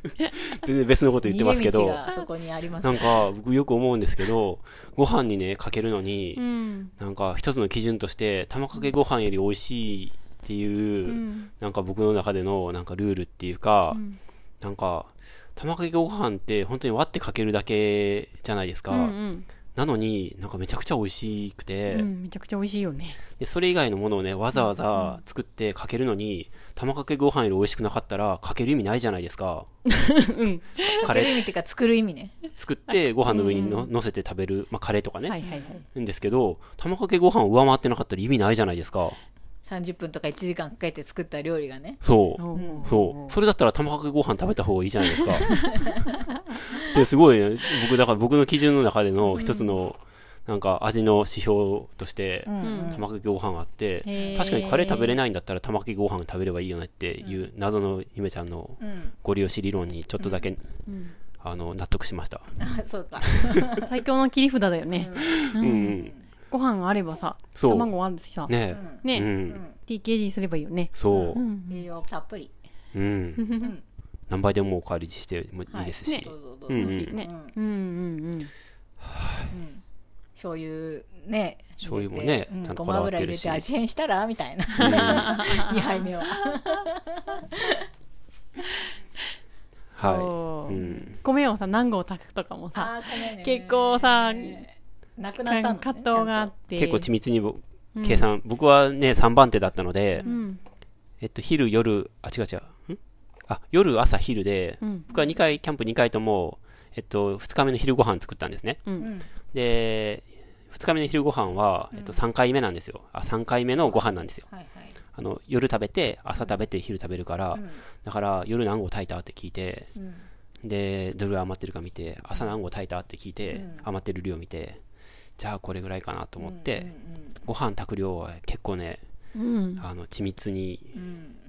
Speaker 3: 全然別のこと言ってますけ
Speaker 2: 逃
Speaker 3: ど
Speaker 2: げ道。がそこにあります
Speaker 3: なんか、僕よく思うんですけど、ご飯にね、かけるのに、
Speaker 1: うん
Speaker 3: なんか一つの基準として、卵かけご飯より美味しいっていう、
Speaker 1: うん
Speaker 3: なんか僕の中でのなんかルールっていうか、なんか、卵かけご飯って本当に割ってかけるだけじゃないですか。
Speaker 1: うんうん
Speaker 3: なのになんかめちゃくちゃ美味しくて、
Speaker 1: うんめちゃくちゃ美味しいよね
Speaker 3: で、それ以外のものをね、わざわざ作ってかけるのに、卵かけご飯より美味しくなかったら、かける意味ないじゃないで すか。カ
Speaker 2: かける
Speaker 3: レ
Speaker 2: 意
Speaker 3: ー
Speaker 2: 味っていうか作る意味ね
Speaker 3: 作 ってご飯の上にの乗せて食べる、まあカレーとかね。
Speaker 1: はいはいはい
Speaker 3: んですけど、玉かけご飯を上回ってなかったら意味ないじゃないですか。
Speaker 2: 30分とか1時間かけて作った料理がね
Speaker 3: そ
Speaker 1: おー
Speaker 3: う。そう。それだったら玉かけご飯食べた方がいいじゃない ですか。ってすごいね、僕、だから僕の基準の中での一つの、なんか味の指標として、玉かけご飯があって、
Speaker 1: へー
Speaker 3: 確かにカレー食べれないんだったら玉かけご飯食べればいいよねっていう謎のゆめちゃんの
Speaker 2: うん
Speaker 3: ご利用し理論にちょっとだけ、あの、納得しました。
Speaker 2: あ そうか
Speaker 1: 最強の切り札だよね、
Speaker 3: うんうん。
Speaker 1: ご飯があればさ
Speaker 3: そう
Speaker 1: 卵あるしさね
Speaker 3: ねえ。うん。
Speaker 1: TKG すればいいよね
Speaker 3: そう。
Speaker 2: 栄養たっぷり
Speaker 3: うん。何倍でもおかわりしてもいいですし。
Speaker 1: はいね
Speaker 2: どうぞどうぞ、
Speaker 3: うん
Speaker 1: 美味しいね
Speaker 2: うん
Speaker 1: うんうん
Speaker 2: 醤油ね
Speaker 3: 醤油もね
Speaker 2: 入れてう
Speaker 3: ちゃ
Speaker 2: んん、
Speaker 3: と
Speaker 2: ご
Speaker 3: こ
Speaker 2: ま
Speaker 3: だわっ
Speaker 2: 油
Speaker 3: て
Speaker 2: 入
Speaker 3: る
Speaker 2: れ
Speaker 3: して
Speaker 2: 味変したらみたいな 2杯目を
Speaker 1: うん
Speaker 3: は
Speaker 1: そう
Speaker 3: い。うんん。
Speaker 1: 米をさ何合炊くとかもさ
Speaker 2: あーごめんね
Speaker 1: 結構さ
Speaker 2: なくなった
Speaker 1: 葛
Speaker 2: の、ね、
Speaker 1: 藤があって
Speaker 3: 結構緻密にぼ計算、僕はね、3番手だったので、
Speaker 1: ん
Speaker 3: えっと、昼、夜、あ、違う違う。んあ夜朝昼で、
Speaker 1: うん
Speaker 3: 僕は2回キャンプ2回とも、えっと、2日目の昼ご飯作ったんですね、
Speaker 1: うん
Speaker 3: で2日目の昼ご飯は、えっと、3回目なんですよあ3回目のご飯なんですよ
Speaker 2: はいはい
Speaker 3: あの夜食べて朝食べて昼食べるから、だから夜何合炊いたって聞いて、でどれ余ってるか見て朝何合炊いたって聞いて、余ってる量見てじゃあこれぐらいかなと思って、ご飯炊く量は結構ね
Speaker 1: うん
Speaker 3: あの緻密に、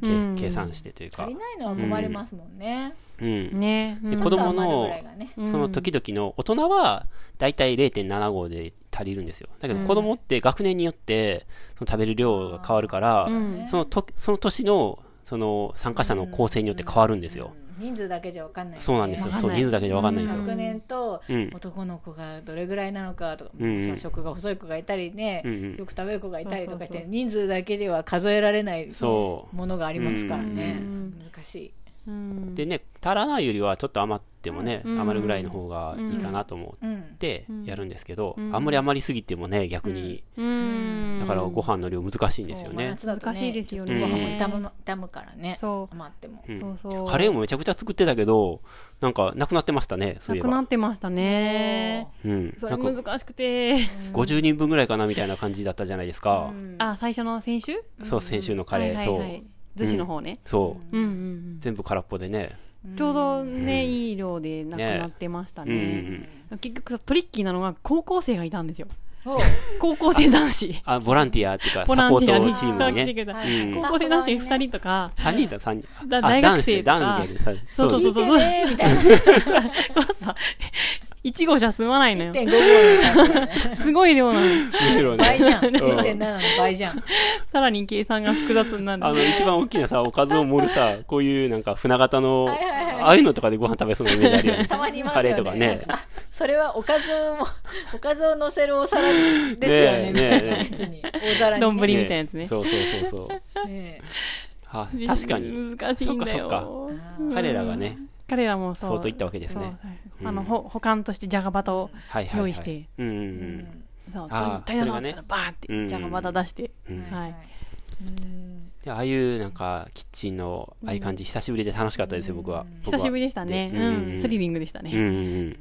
Speaker 3: け
Speaker 1: うん
Speaker 3: 計算してというか
Speaker 2: 足り、ないのは困りますもんね、
Speaker 3: うん、
Speaker 1: ね
Speaker 3: で
Speaker 1: う
Speaker 3: 子供
Speaker 2: 余るぐ
Speaker 3: の
Speaker 2: らいがね
Speaker 1: ん
Speaker 3: その時々の大人はだいたい0.75で足りるんですよだけど子供って学年によってその食べる量が変わるから、
Speaker 1: うん
Speaker 3: そのとその年のその参加者の構成によって変わるんですよ、
Speaker 2: 人数だけじゃ分かんない、ね、
Speaker 3: そうなんですよ
Speaker 1: わかん
Speaker 3: そう
Speaker 1: ない
Speaker 3: 人数だけじゃ分かんないんですよ、
Speaker 2: 学年と
Speaker 3: うん
Speaker 2: 男の子がどれぐらいなのかとか、
Speaker 3: うんうん
Speaker 2: 小食が細い子がいたりね、
Speaker 3: うんうん
Speaker 2: よく食べる子がいたりとかし
Speaker 1: そうそう
Speaker 2: て人数だけでは数えられない
Speaker 3: そ
Speaker 2: ものがありますからね、
Speaker 1: うんうん
Speaker 2: 難しい。
Speaker 1: うん
Speaker 3: でね足らないよりはちょっと余ってもね、余るぐらいの方がいいかなと思
Speaker 2: うん
Speaker 3: ってやるんですけど、あんまり余りすぎてもね逆に、
Speaker 1: うん
Speaker 3: だからご飯の量難しいんですよ
Speaker 2: もう真
Speaker 3: ね、
Speaker 2: 夏だと
Speaker 1: 難しいですよね
Speaker 2: ちょっとご飯も傷む傷むからね
Speaker 1: そ
Speaker 2: 余っても、
Speaker 1: うそうそう
Speaker 3: カレーもめちゃくちゃ作ってたけどなんかなくなってましたねそうい
Speaker 1: な
Speaker 3: え
Speaker 1: くな
Speaker 3: ば
Speaker 1: ってましたね
Speaker 3: うん、
Speaker 1: そ
Speaker 3: な
Speaker 1: れ
Speaker 3: んか
Speaker 1: 難しくて
Speaker 3: 50人分ぐらいかなみたいな感じだったじゃないですか、
Speaker 1: あ最初の先週
Speaker 3: そう先週のカレー、
Speaker 1: はいはいはい寿司の方ね
Speaker 3: そうそう、
Speaker 1: うんうん
Speaker 3: 全部空っぽでね
Speaker 1: うんちょうどねいい量でなくなってました
Speaker 3: うん、うんう
Speaker 1: ね
Speaker 3: ん、
Speaker 1: 結局トリッキーなのが高校生がいたんですよ
Speaker 2: ほう
Speaker 1: 高校生男子
Speaker 3: あボランティアっていうか
Speaker 1: ボ
Speaker 3: サ
Speaker 1: ラン
Speaker 3: ポー
Speaker 1: ティア
Speaker 3: ト
Speaker 1: に
Speaker 3: チームに
Speaker 1: 来て
Speaker 3: ね
Speaker 1: くれた
Speaker 3: うん
Speaker 1: 高校生男子2人とか
Speaker 3: 3人だ3人
Speaker 1: だ
Speaker 3: あ
Speaker 1: 大学生とか
Speaker 3: 男子で男子で
Speaker 1: そうそう
Speaker 2: 聞いてねーみた いな
Speaker 1: 1号じゃ済まないのよ
Speaker 2: 1.5合みたいなね
Speaker 1: すごい量なのに
Speaker 3: むしろね
Speaker 2: 倍じゃん
Speaker 3: うん
Speaker 2: 1.7の倍じゃん
Speaker 1: さらに計算が複雑にな
Speaker 3: あ
Speaker 1: る
Speaker 3: の、一番大きなさ、おかずを盛るさ、こういうなんか船型の、
Speaker 2: はいはいはい
Speaker 3: ああいうのとかでご飯食べそうなイメージあ るよね。
Speaker 2: たまにいますよ
Speaker 3: カ
Speaker 2: ね
Speaker 3: レーとかね
Speaker 2: なん。かあそれはおかずもおかずを乗せるお皿ですよね
Speaker 3: ね
Speaker 2: みた
Speaker 3: え
Speaker 2: いな
Speaker 3: ねえ
Speaker 2: やつに大皿に
Speaker 1: 丼
Speaker 2: ね
Speaker 1: みたいなやつね
Speaker 3: そうそうそうそう。
Speaker 2: ね
Speaker 3: あ確かに。
Speaker 1: 難しいんだ
Speaker 3: そっか
Speaker 1: よ
Speaker 2: え
Speaker 3: 彼らがね、
Speaker 1: 彼らもそう
Speaker 3: 相当いったわけですね。
Speaker 1: そうあのほ保管としてじゃがバタを
Speaker 3: はいはい、はい。
Speaker 1: 用意して
Speaker 3: うんうん
Speaker 1: そう
Speaker 3: あー
Speaker 1: 足りなかったら
Speaker 3: それがね
Speaker 1: バーンってじゃがバタ出して
Speaker 3: うん。うん
Speaker 1: はい
Speaker 3: でああいうなんか、キッチンの、ああいう感じ、久しぶりで楽しかったですよ、僕は。
Speaker 1: 久しぶりでしたね
Speaker 3: 僕は
Speaker 1: うんスリリングでした
Speaker 3: うん
Speaker 1: ね
Speaker 3: うん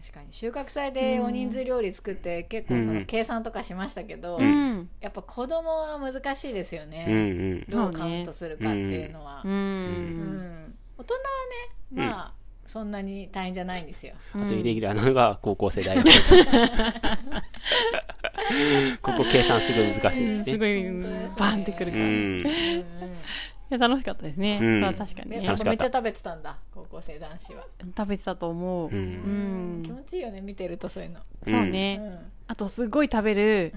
Speaker 2: 確かに収穫祭でお人数料理作って結構その計算とかしましたけど、
Speaker 1: うん
Speaker 2: やっぱ子供は難しいですよね、
Speaker 3: うん。うんうん。
Speaker 2: どうカウントするかっていうのは、
Speaker 1: う
Speaker 2: うん
Speaker 1: ん
Speaker 2: 大人はねまあ、そんなに大変じゃないんですよ
Speaker 3: あと、イレギュラーなのが高校 生大学生。ここ計算すごい難しい。
Speaker 1: す
Speaker 3: ね。
Speaker 1: ごいうん
Speaker 2: 本当ですね
Speaker 1: バーンってくる
Speaker 3: う
Speaker 1: からい
Speaker 3: ん。
Speaker 1: や楽しかったですね
Speaker 3: うん
Speaker 1: まあ確かに
Speaker 2: ね
Speaker 1: ね
Speaker 2: やっ
Speaker 3: 楽
Speaker 2: ぱ
Speaker 3: しか
Speaker 2: めっ
Speaker 3: っ
Speaker 2: ちゃ
Speaker 3: た
Speaker 2: 食べてたんだ高校生男子は、
Speaker 1: 食べてたと思う
Speaker 3: う。
Speaker 1: うんん
Speaker 2: 気持ちいいよね見てるとそういうの、
Speaker 1: そう
Speaker 2: う
Speaker 1: ね
Speaker 2: ん
Speaker 1: あとすごい食べる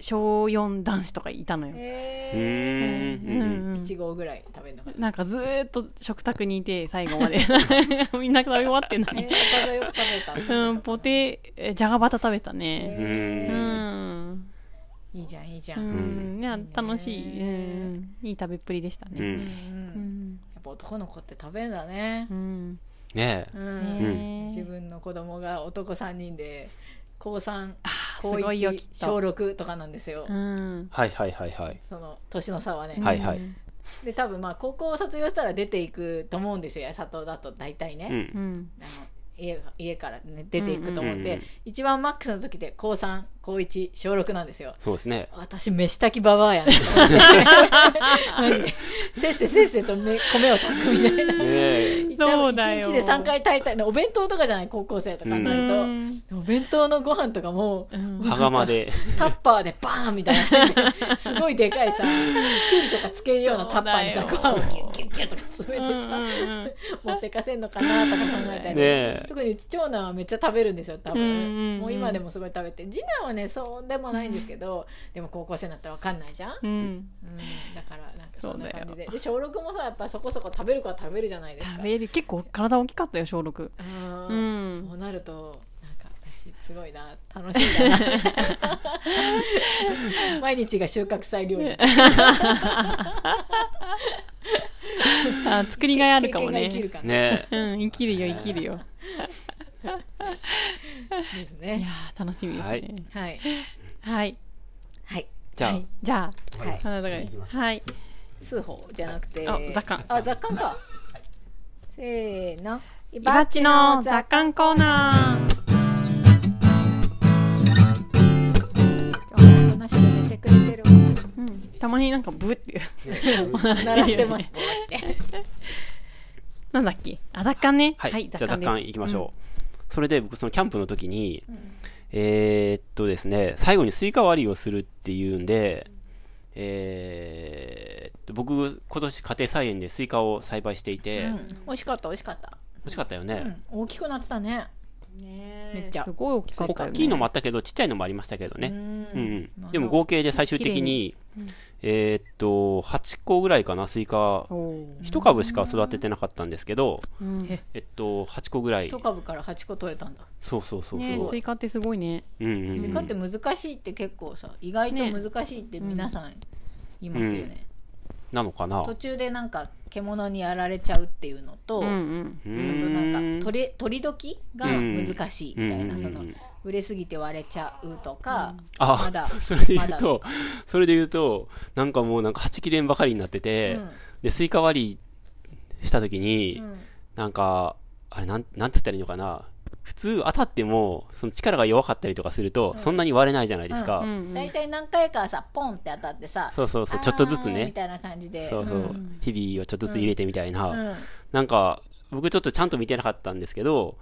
Speaker 1: 小4男子とかいたのよ
Speaker 3: うん。
Speaker 2: え
Speaker 1: う
Speaker 3: うん
Speaker 1: ん。
Speaker 3: うん
Speaker 1: うん
Speaker 2: ー、1合ぐらい食べるのかな
Speaker 1: なんかずーっと食卓にいて最後まで みんな食べ終わってな
Speaker 2: えー、お
Speaker 1: い
Speaker 2: かずよく食べたんだ
Speaker 1: うんポテえじゃがバタ食べたね
Speaker 3: うん
Speaker 1: うん
Speaker 2: いいじゃんいいじゃ、
Speaker 1: うん
Speaker 2: や
Speaker 1: んね楽しいうんいい食べっぷりでした
Speaker 3: う
Speaker 1: ね
Speaker 3: ん
Speaker 1: うん
Speaker 2: っぱ男の子って食べるんだね
Speaker 1: う、ん
Speaker 3: ねえ
Speaker 2: う。
Speaker 1: ねえ
Speaker 2: ん自分の子供が男3人で高3
Speaker 1: す
Speaker 2: 高
Speaker 1: ごいよ
Speaker 2: 1
Speaker 1: きっと
Speaker 2: 小6とかなんですよ、
Speaker 1: うん
Speaker 3: はいはいはいはい。
Speaker 2: その年の差はね、
Speaker 3: はいはい。
Speaker 2: で多分まあ高校を卒業したら出ていくと思うんですよ八里だと大体ね、
Speaker 3: う。
Speaker 1: うんん
Speaker 2: あの家が家から、ね、出ていくと思って、
Speaker 3: うんうんうんうん
Speaker 2: 一番マックスの時で高3高1小6なんですよ
Speaker 3: そうですね。
Speaker 2: 私飯炊きババア やんマジでせっせせっせとめ米を炊くみたいな
Speaker 3: ねえ。
Speaker 1: そうだよ
Speaker 2: 一日で3回炊いたいお弁当とかじゃない高校生とかになると、
Speaker 1: うん
Speaker 2: お弁当のご飯とかもう
Speaker 3: はがまで。
Speaker 2: タッパーでバーンみたいなすごいでかいさきゅうりとかつけるようなタッパーにさ
Speaker 1: そ
Speaker 2: ご
Speaker 1: うだ
Speaker 2: 飯
Speaker 1: よ
Speaker 2: をキュッキュッキュッとか詰めてさ、
Speaker 1: うん
Speaker 2: 持ってかせんのかなとか考えたり、
Speaker 3: ねえ
Speaker 2: 特にうち長男はめっちゃ食べるんですよ多分、
Speaker 1: うんうんうん
Speaker 2: もう今でもすごい食べて次男はねそうでもないんですけ ど、でも高校生になったら分かんないじゃん、うん
Speaker 1: うん
Speaker 2: だからなんかそんな感
Speaker 1: そ
Speaker 2: じ
Speaker 1: う
Speaker 2: でで小6もさやっぱそこそこ食べる子は食べるじゃないですか
Speaker 1: 食べる結構体大きかったよ小6
Speaker 2: あ
Speaker 1: う
Speaker 2: ー
Speaker 1: ん
Speaker 2: そうなるとなんか私すごいな楽し いんだなみたいな毎日が収穫祭料理
Speaker 1: あ作りがいあるかも
Speaker 2: 経
Speaker 1: ね
Speaker 2: 験が生きるかな、
Speaker 3: ねえ。
Speaker 1: うん生きるよ生きるよ
Speaker 2: です
Speaker 1: いや
Speaker 2: ね
Speaker 1: ー楽しみですね
Speaker 2: はい
Speaker 1: はい
Speaker 2: はい
Speaker 3: じゃ
Speaker 1: はいじゃあ
Speaker 3: あ、
Speaker 1: はい、はい、
Speaker 2: 数法じゃなくて、
Speaker 1: あ雑感
Speaker 2: あ雑感かせーのイ
Speaker 1: イバッチの雑感コーナー
Speaker 4: 今日話して寝てくれてるもん
Speaker 1: うんたまになんかブーっていうお話
Speaker 2: 鳴らし
Speaker 1: して
Speaker 2: て
Speaker 1: るよ
Speaker 2: ます
Speaker 1: ね
Speaker 2: こうやって
Speaker 1: なんだっけあ雑感ね
Speaker 3: はい、じゃあ
Speaker 1: 感
Speaker 3: 奪
Speaker 1: で
Speaker 3: 還行きましょう、それで僕そのキャンプの時に、えーっとですね最後にスイカ割りをするっていうんで、えーっと僕今年家庭菜園でスイカを栽培していて、
Speaker 2: うん
Speaker 3: 美
Speaker 2: 美味しかった美味しかった
Speaker 3: 味しかったよ
Speaker 2: う
Speaker 3: ね、
Speaker 2: ん大きくなってたね
Speaker 1: すね
Speaker 2: めっちゃ
Speaker 1: すごい大きかったよね
Speaker 3: 大きいのもあったけどちっちゃいのもありましたけどね、うんうん
Speaker 2: まあ
Speaker 3: でも合計で最終的に、えーっと8個ぐらいかなスイカ
Speaker 1: おー
Speaker 3: 1株しか育ててなかったんですけど、
Speaker 1: うんね
Speaker 3: えっと8個ぐらい
Speaker 2: 一株から八個取れたんだ
Speaker 3: そうそうそうそう、
Speaker 1: スイカってすごいね
Speaker 3: うんうんうん
Speaker 2: スイカって難しいって結構さ意外と
Speaker 1: ね
Speaker 2: 難しいって皆さん言いますよね
Speaker 3: なのかな
Speaker 2: 途中でなんか獣にやられちゃうっていうのと、
Speaker 1: うんう
Speaker 2: あ
Speaker 1: ん
Speaker 3: と
Speaker 2: となんか取れ取り時が難しいみたいな、
Speaker 3: うん
Speaker 2: その
Speaker 3: うん
Speaker 2: 売れすぎて割れちゃうとか、
Speaker 3: あ、
Speaker 2: まだ
Speaker 3: それで言
Speaker 2: ま
Speaker 3: う
Speaker 2: だ
Speaker 3: と、それで言うと、なんかもうなんか8切れんばかりになってて、
Speaker 2: うん
Speaker 3: で、スイカ割りした時に、
Speaker 2: うん
Speaker 3: なんか、あれなん、なんつったらいいのかな。普通当たっても、その力が弱かったりとかすると、そんなに割れないじゃないですか。
Speaker 1: うんうん
Speaker 2: 大体何回かさポンって当たってさ
Speaker 3: そうそうそう
Speaker 2: あー
Speaker 3: ちょっとずつね
Speaker 2: みたいな感じで
Speaker 3: そうそう、日々をちょっとずつ入れてみたいな。
Speaker 2: うんうん
Speaker 3: なんか、僕ちょっとちゃんと見てなかったんですけど、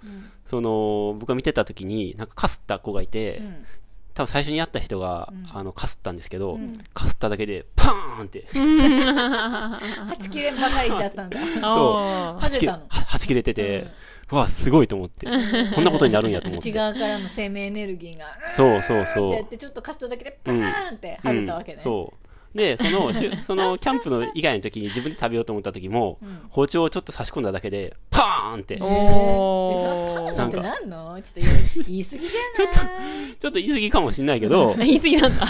Speaker 3: その、僕が見てた時に、なんかかすった子がいて、
Speaker 2: ん
Speaker 3: 多分最初に会った人が、あの、かすったんですけど、かすっただけで、パーンって、
Speaker 2: 8切れんばかりだったんだ
Speaker 3: そう。はち切れ
Speaker 2: はじけたの
Speaker 3: はち切れてて、うわ、すごいと思 って。こんなことになるんやと思っ
Speaker 2: 内
Speaker 3: て。
Speaker 2: 側からの生命エネルギーが
Speaker 3: そうそう
Speaker 2: う
Speaker 3: そ
Speaker 2: んってや
Speaker 3: う
Speaker 2: っ。てちょっとカスただけでパーンって外れたわけね、
Speaker 3: うんそう。で、その、 しゅその、キャンプの以外の時に自分で食べようと思った時も、包丁をちょっと差し込んだだけで、パーンって、ちょっ
Speaker 2: え
Speaker 1: お
Speaker 2: その
Speaker 1: ー
Speaker 2: パーンってなんのちょっと言い言い過ぎじゃない
Speaker 3: と言い過ぎかもしんないけど、
Speaker 1: 言い過ぎなんだ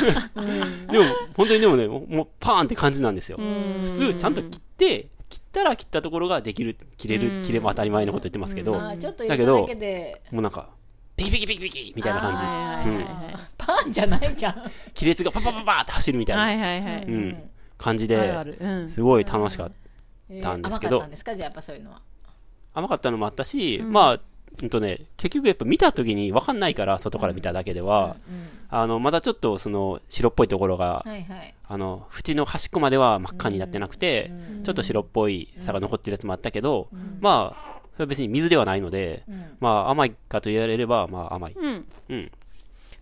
Speaker 3: でも、本当にでもね、もうもうパーンって感じなんですよ。普通、ちゃんと切って、切ったら切ったところができる、切れる、切れも当たり前のこと言ってますけど、
Speaker 2: あーちょっと
Speaker 3: だ
Speaker 2: 入れ
Speaker 3: け
Speaker 2: た
Speaker 3: ど、
Speaker 2: だ
Speaker 3: も
Speaker 2: けで
Speaker 3: うなんか、ピキピキピキピキみたいな感じ。
Speaker 1: はいはいはいはい
Speaker 2: パンじゃないじゃん。
Speaker 3: 亀裂がパパパパーって走るみたいな。
Speaker 1: はいはいはい、
Speaker 3: うん感じ
Speaker 1: あるあ
Speaker 3: で
Speaker 1: る、うん、
Speaker 3: すごい楽しかった。
Speaker 2: え
Speaker 3: たんですけ
Speaker 2: 甘か
Speaker 3: ど
Speaker 2: ったんですかじゃあやっぱそういうのは。
Speaker 3: 甘かったのもあったし、まあ、うんとね、結局やっぱ見た時に分かんないから、外から見ただけでは、あの、まだちょっとその白っぽいところが、
Speaker 2: はいはい。
Speaker 3: あの、縁の端っこまでは真っ赤になってなくて、ちょっと白っぽい差が残ってるやつもあったけど、まあ、それは別に水ではないので、まあ甘いかと言われれば、まあ甘い。
Speaker 1: うん
Speaker 3: うん。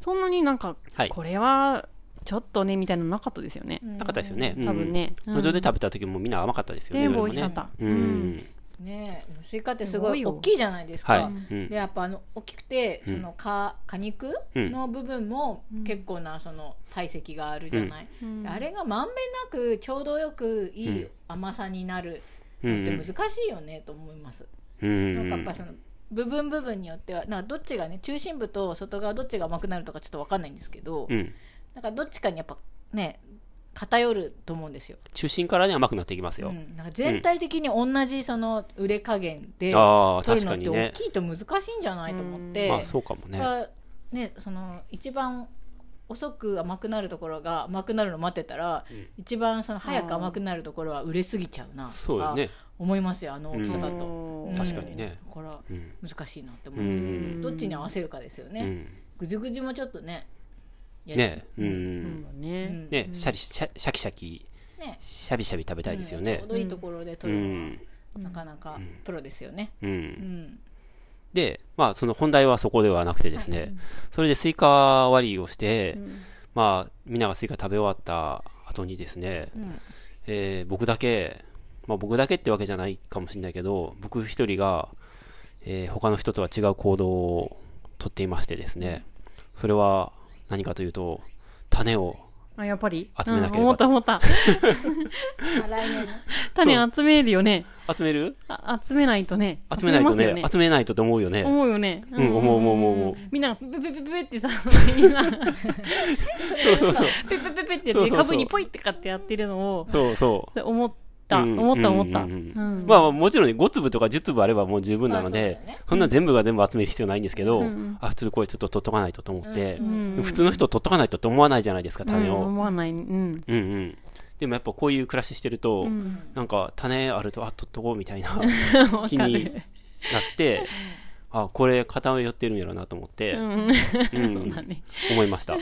Speaker 1: そんなになんか、
Speaker 3: はい
Speaker 1: これはちょっとねみたいなのなかったですよね、
Speaker 3: なかったですよね。うん
Speaker 1: 多分。ね、うん
Speaker 3: 路上で食べた時もみんな甘かったですよね。
Speaker 1: 全
Speaker 3: どれ
Speaker 1: 部
Speaker 3: も
Speaker 1: 美味し
Speaker 3: ね
Speaker 1: かった、
Speaker 3: うん。
Speaker 2: ねえ、スイカってす
Speaker 1: す
Speaker 2: ご
Speaker 1: ごい
Speaker 2: い
Speaker 1: よ
Speaker 2: 大きいじゃないですか。
Speaker 3: はい。うん
Speaker 2: でやっぱあの大きくてその果果肉
Speaker 3: うん
Speaker 2: の部分も結構なその体積があるじゃない、であれがまんべんなくちょうどよくいい甘さになるのって難しいよねと思います、
Speaker 3: うん
Speaker 2: なんかやっぱその部分部分によってはなんかどっちがね中心部と外側どっちが甘くなるとかちょっと分かんないんですけど、
Speaker 3: うん。
Speaker 2: なんかどっちかにやっぱね偏ると思うんですよ、
Speaker 3: 中心からね、甘くなっていきます
Speaker 2: う
Speaker 3: よ。
Speaker 2: ん、なんか全体的に同じその売れ加減で
Speaker 3: ああ、
Speaker 2: 取
Speaker 3: 確
Speaker 2: るの
Speaker 3: か
Speaker 2: って大
Speaker 3: にね。
Speaker 2: きいと難しいんじゃないと思って、
Speaker 3: まあ、そうかもね。
Speaker 2: だからねその一番遅く甘くなるところが甘くなるの待ってたら、一番その早く甘くなるところは売れすぎちゃうな
Speaker 3: そう
Speaker 2: と
Speaker 3: よ
Speaker 2: か
Speaker 3: ね
Speaker 2: 思いますよあの大きさだと。
Speaker 1: お
Speaker 2: うん
Speaker 3: 確かにね
Speaker 2: だから
Speaker 3: うん
Speaker 2: 難しいなって思いますけど、
Speaker 3: うん
Speaker 2: どっちに合わせるかですよ
Speaker 3: う
Speaker 2: ね、
Speaker 3: ん。
Speaker 2: ぐじぐじもちょっとねや
Speaker 3: ねう
Speaker 1: ー
Speaker 3: ん。
Speaker 1: そうだ
Speaker 2: う
Speaker 1: ね、
Speaker 2: んね
Speaker 3: ねシャリシャ、シャキシャキ、シャビシャビ食べたいですよ
Speaker 2: ち
Speaker 3: ね
Speaker 2: ょう。どいいところで
Speaker 3: う
Speaker 2: 取るのは、
Speaker 3: ん。
Speaker 2: なかなかプロですよね、
Speaker 3: う。
Speaker 2: うんん
Speaker 3: で、まあ、その本題はそこではなくてですね、それでスイカ割りをして、まあ、みんながスイカ食べ終わった後にですね、えー僕だけ、まあ僕だけってわけじゃないかもしれないけど、僕一人が、えー他の人とは違う行動をとっていましてですね、それは何かというと、種を
Speaker 1: あやっぱり
Speaker 3: 集めなければ
Speaker 1: うん思った思った
Speaker 2: 来年
Speaker 1: 種集めるよね
Speaker 3: 集める
Speaker 1: あ集めないとね
Speaker 3: 集めないと
Speaker 1: ます
Speaker 3: ね
Speaker 1: よね
Speaker 3: 集めないとと思うよね。
Speaker 1: 思うよね、
Speaker 3: うん、思う思う思う思う。
Speaker 1: みんながブブブブって さみんな
Speaker 3: そうそうそう。
Speaker 1: ペペペペってや
Speaker 3: そ
Speaker 1: って
Speaker 3: うそうそう
Speaker 1: 株にポイって買ってやってるのを
Speaker 3: そうそう。
Speaker 1: 思った
Speaker 3: うん
Speaker 1: 思った思った
Speaker 3: うんうん
Speaker 1: うん
Speaker 3: まあまあもちろんね5粒とか10粒あればもう十分なの
Speaker 2: まあそ
Speaker 3: で、
Speaker 2: うだよね
Speaker 3: そんな全部が全部集める必要ないんですけど、あ、ちょっとこれちょっと取っとかないとと思って、
Speaker 1: うん
Speaker 3: 普通の人取っとかないとと思わないじゃないですか、種を。
Speaker 1: うん思わない、うん、
Speaker 3: うんうん。でもやっぱこういう暮らししてると、
Speaker 1: うん
Speaker 3: なんか種あるとあ取っとこうみたいな
Speaker 1: わ
Speaker 3: 気
Speaker 1: か
Speaker 3: に
Speaker 1: る。
Speaker 3: なってあこれ偏ってるんやろなと思って、
Speaker 1: うん。
Speaker 3: うん
Speaker 1: そうだね。
Speaker 3: 思いました、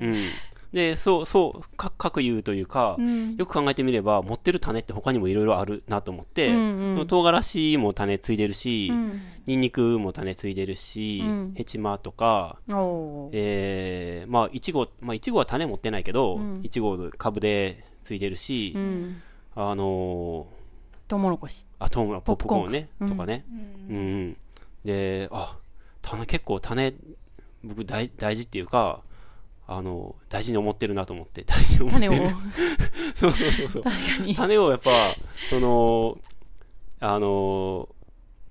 Speaker 3: うん、でそうそうか各言うというか、
Speaker 1: うん
Speaker 3: よく考えてみれば持ってる種って他にもいろいろあるなと思って、
Speaker 1: うんうん
Speaker 3: その唐辛子も種ついてるし、
Speaker 1: うん
Speaker 3: ニンニクも種ついてるし、
Speaker 1: うん
Speaker 3: ヘチマとか
Speaker 1: おー
Speaker 3: えー、まあいちごまあいちごは種持ってないけど、
Speaker 1: うん
Speaker 3: いちごの株でついてるし、
Speaker 1: うん。
Speaker 3: あのー
Speaker 1: トウモロコシ。
Speaker 3: あトウモロポップコーンね
Speaker 1: ポップ
Speaker 3: と
Speaker 1: コーン
Speaker 3: かね、うんうんであ種結構種僕大大事っていうかあの大事に思ってるなと思って大事に思って
Speaker 1: 種
Speaker 3: る
Speaker 1: を。
Speaker 3: そうそうそうそう
Speaker 1: かに
Speaker 3: 種をやっぱそのあの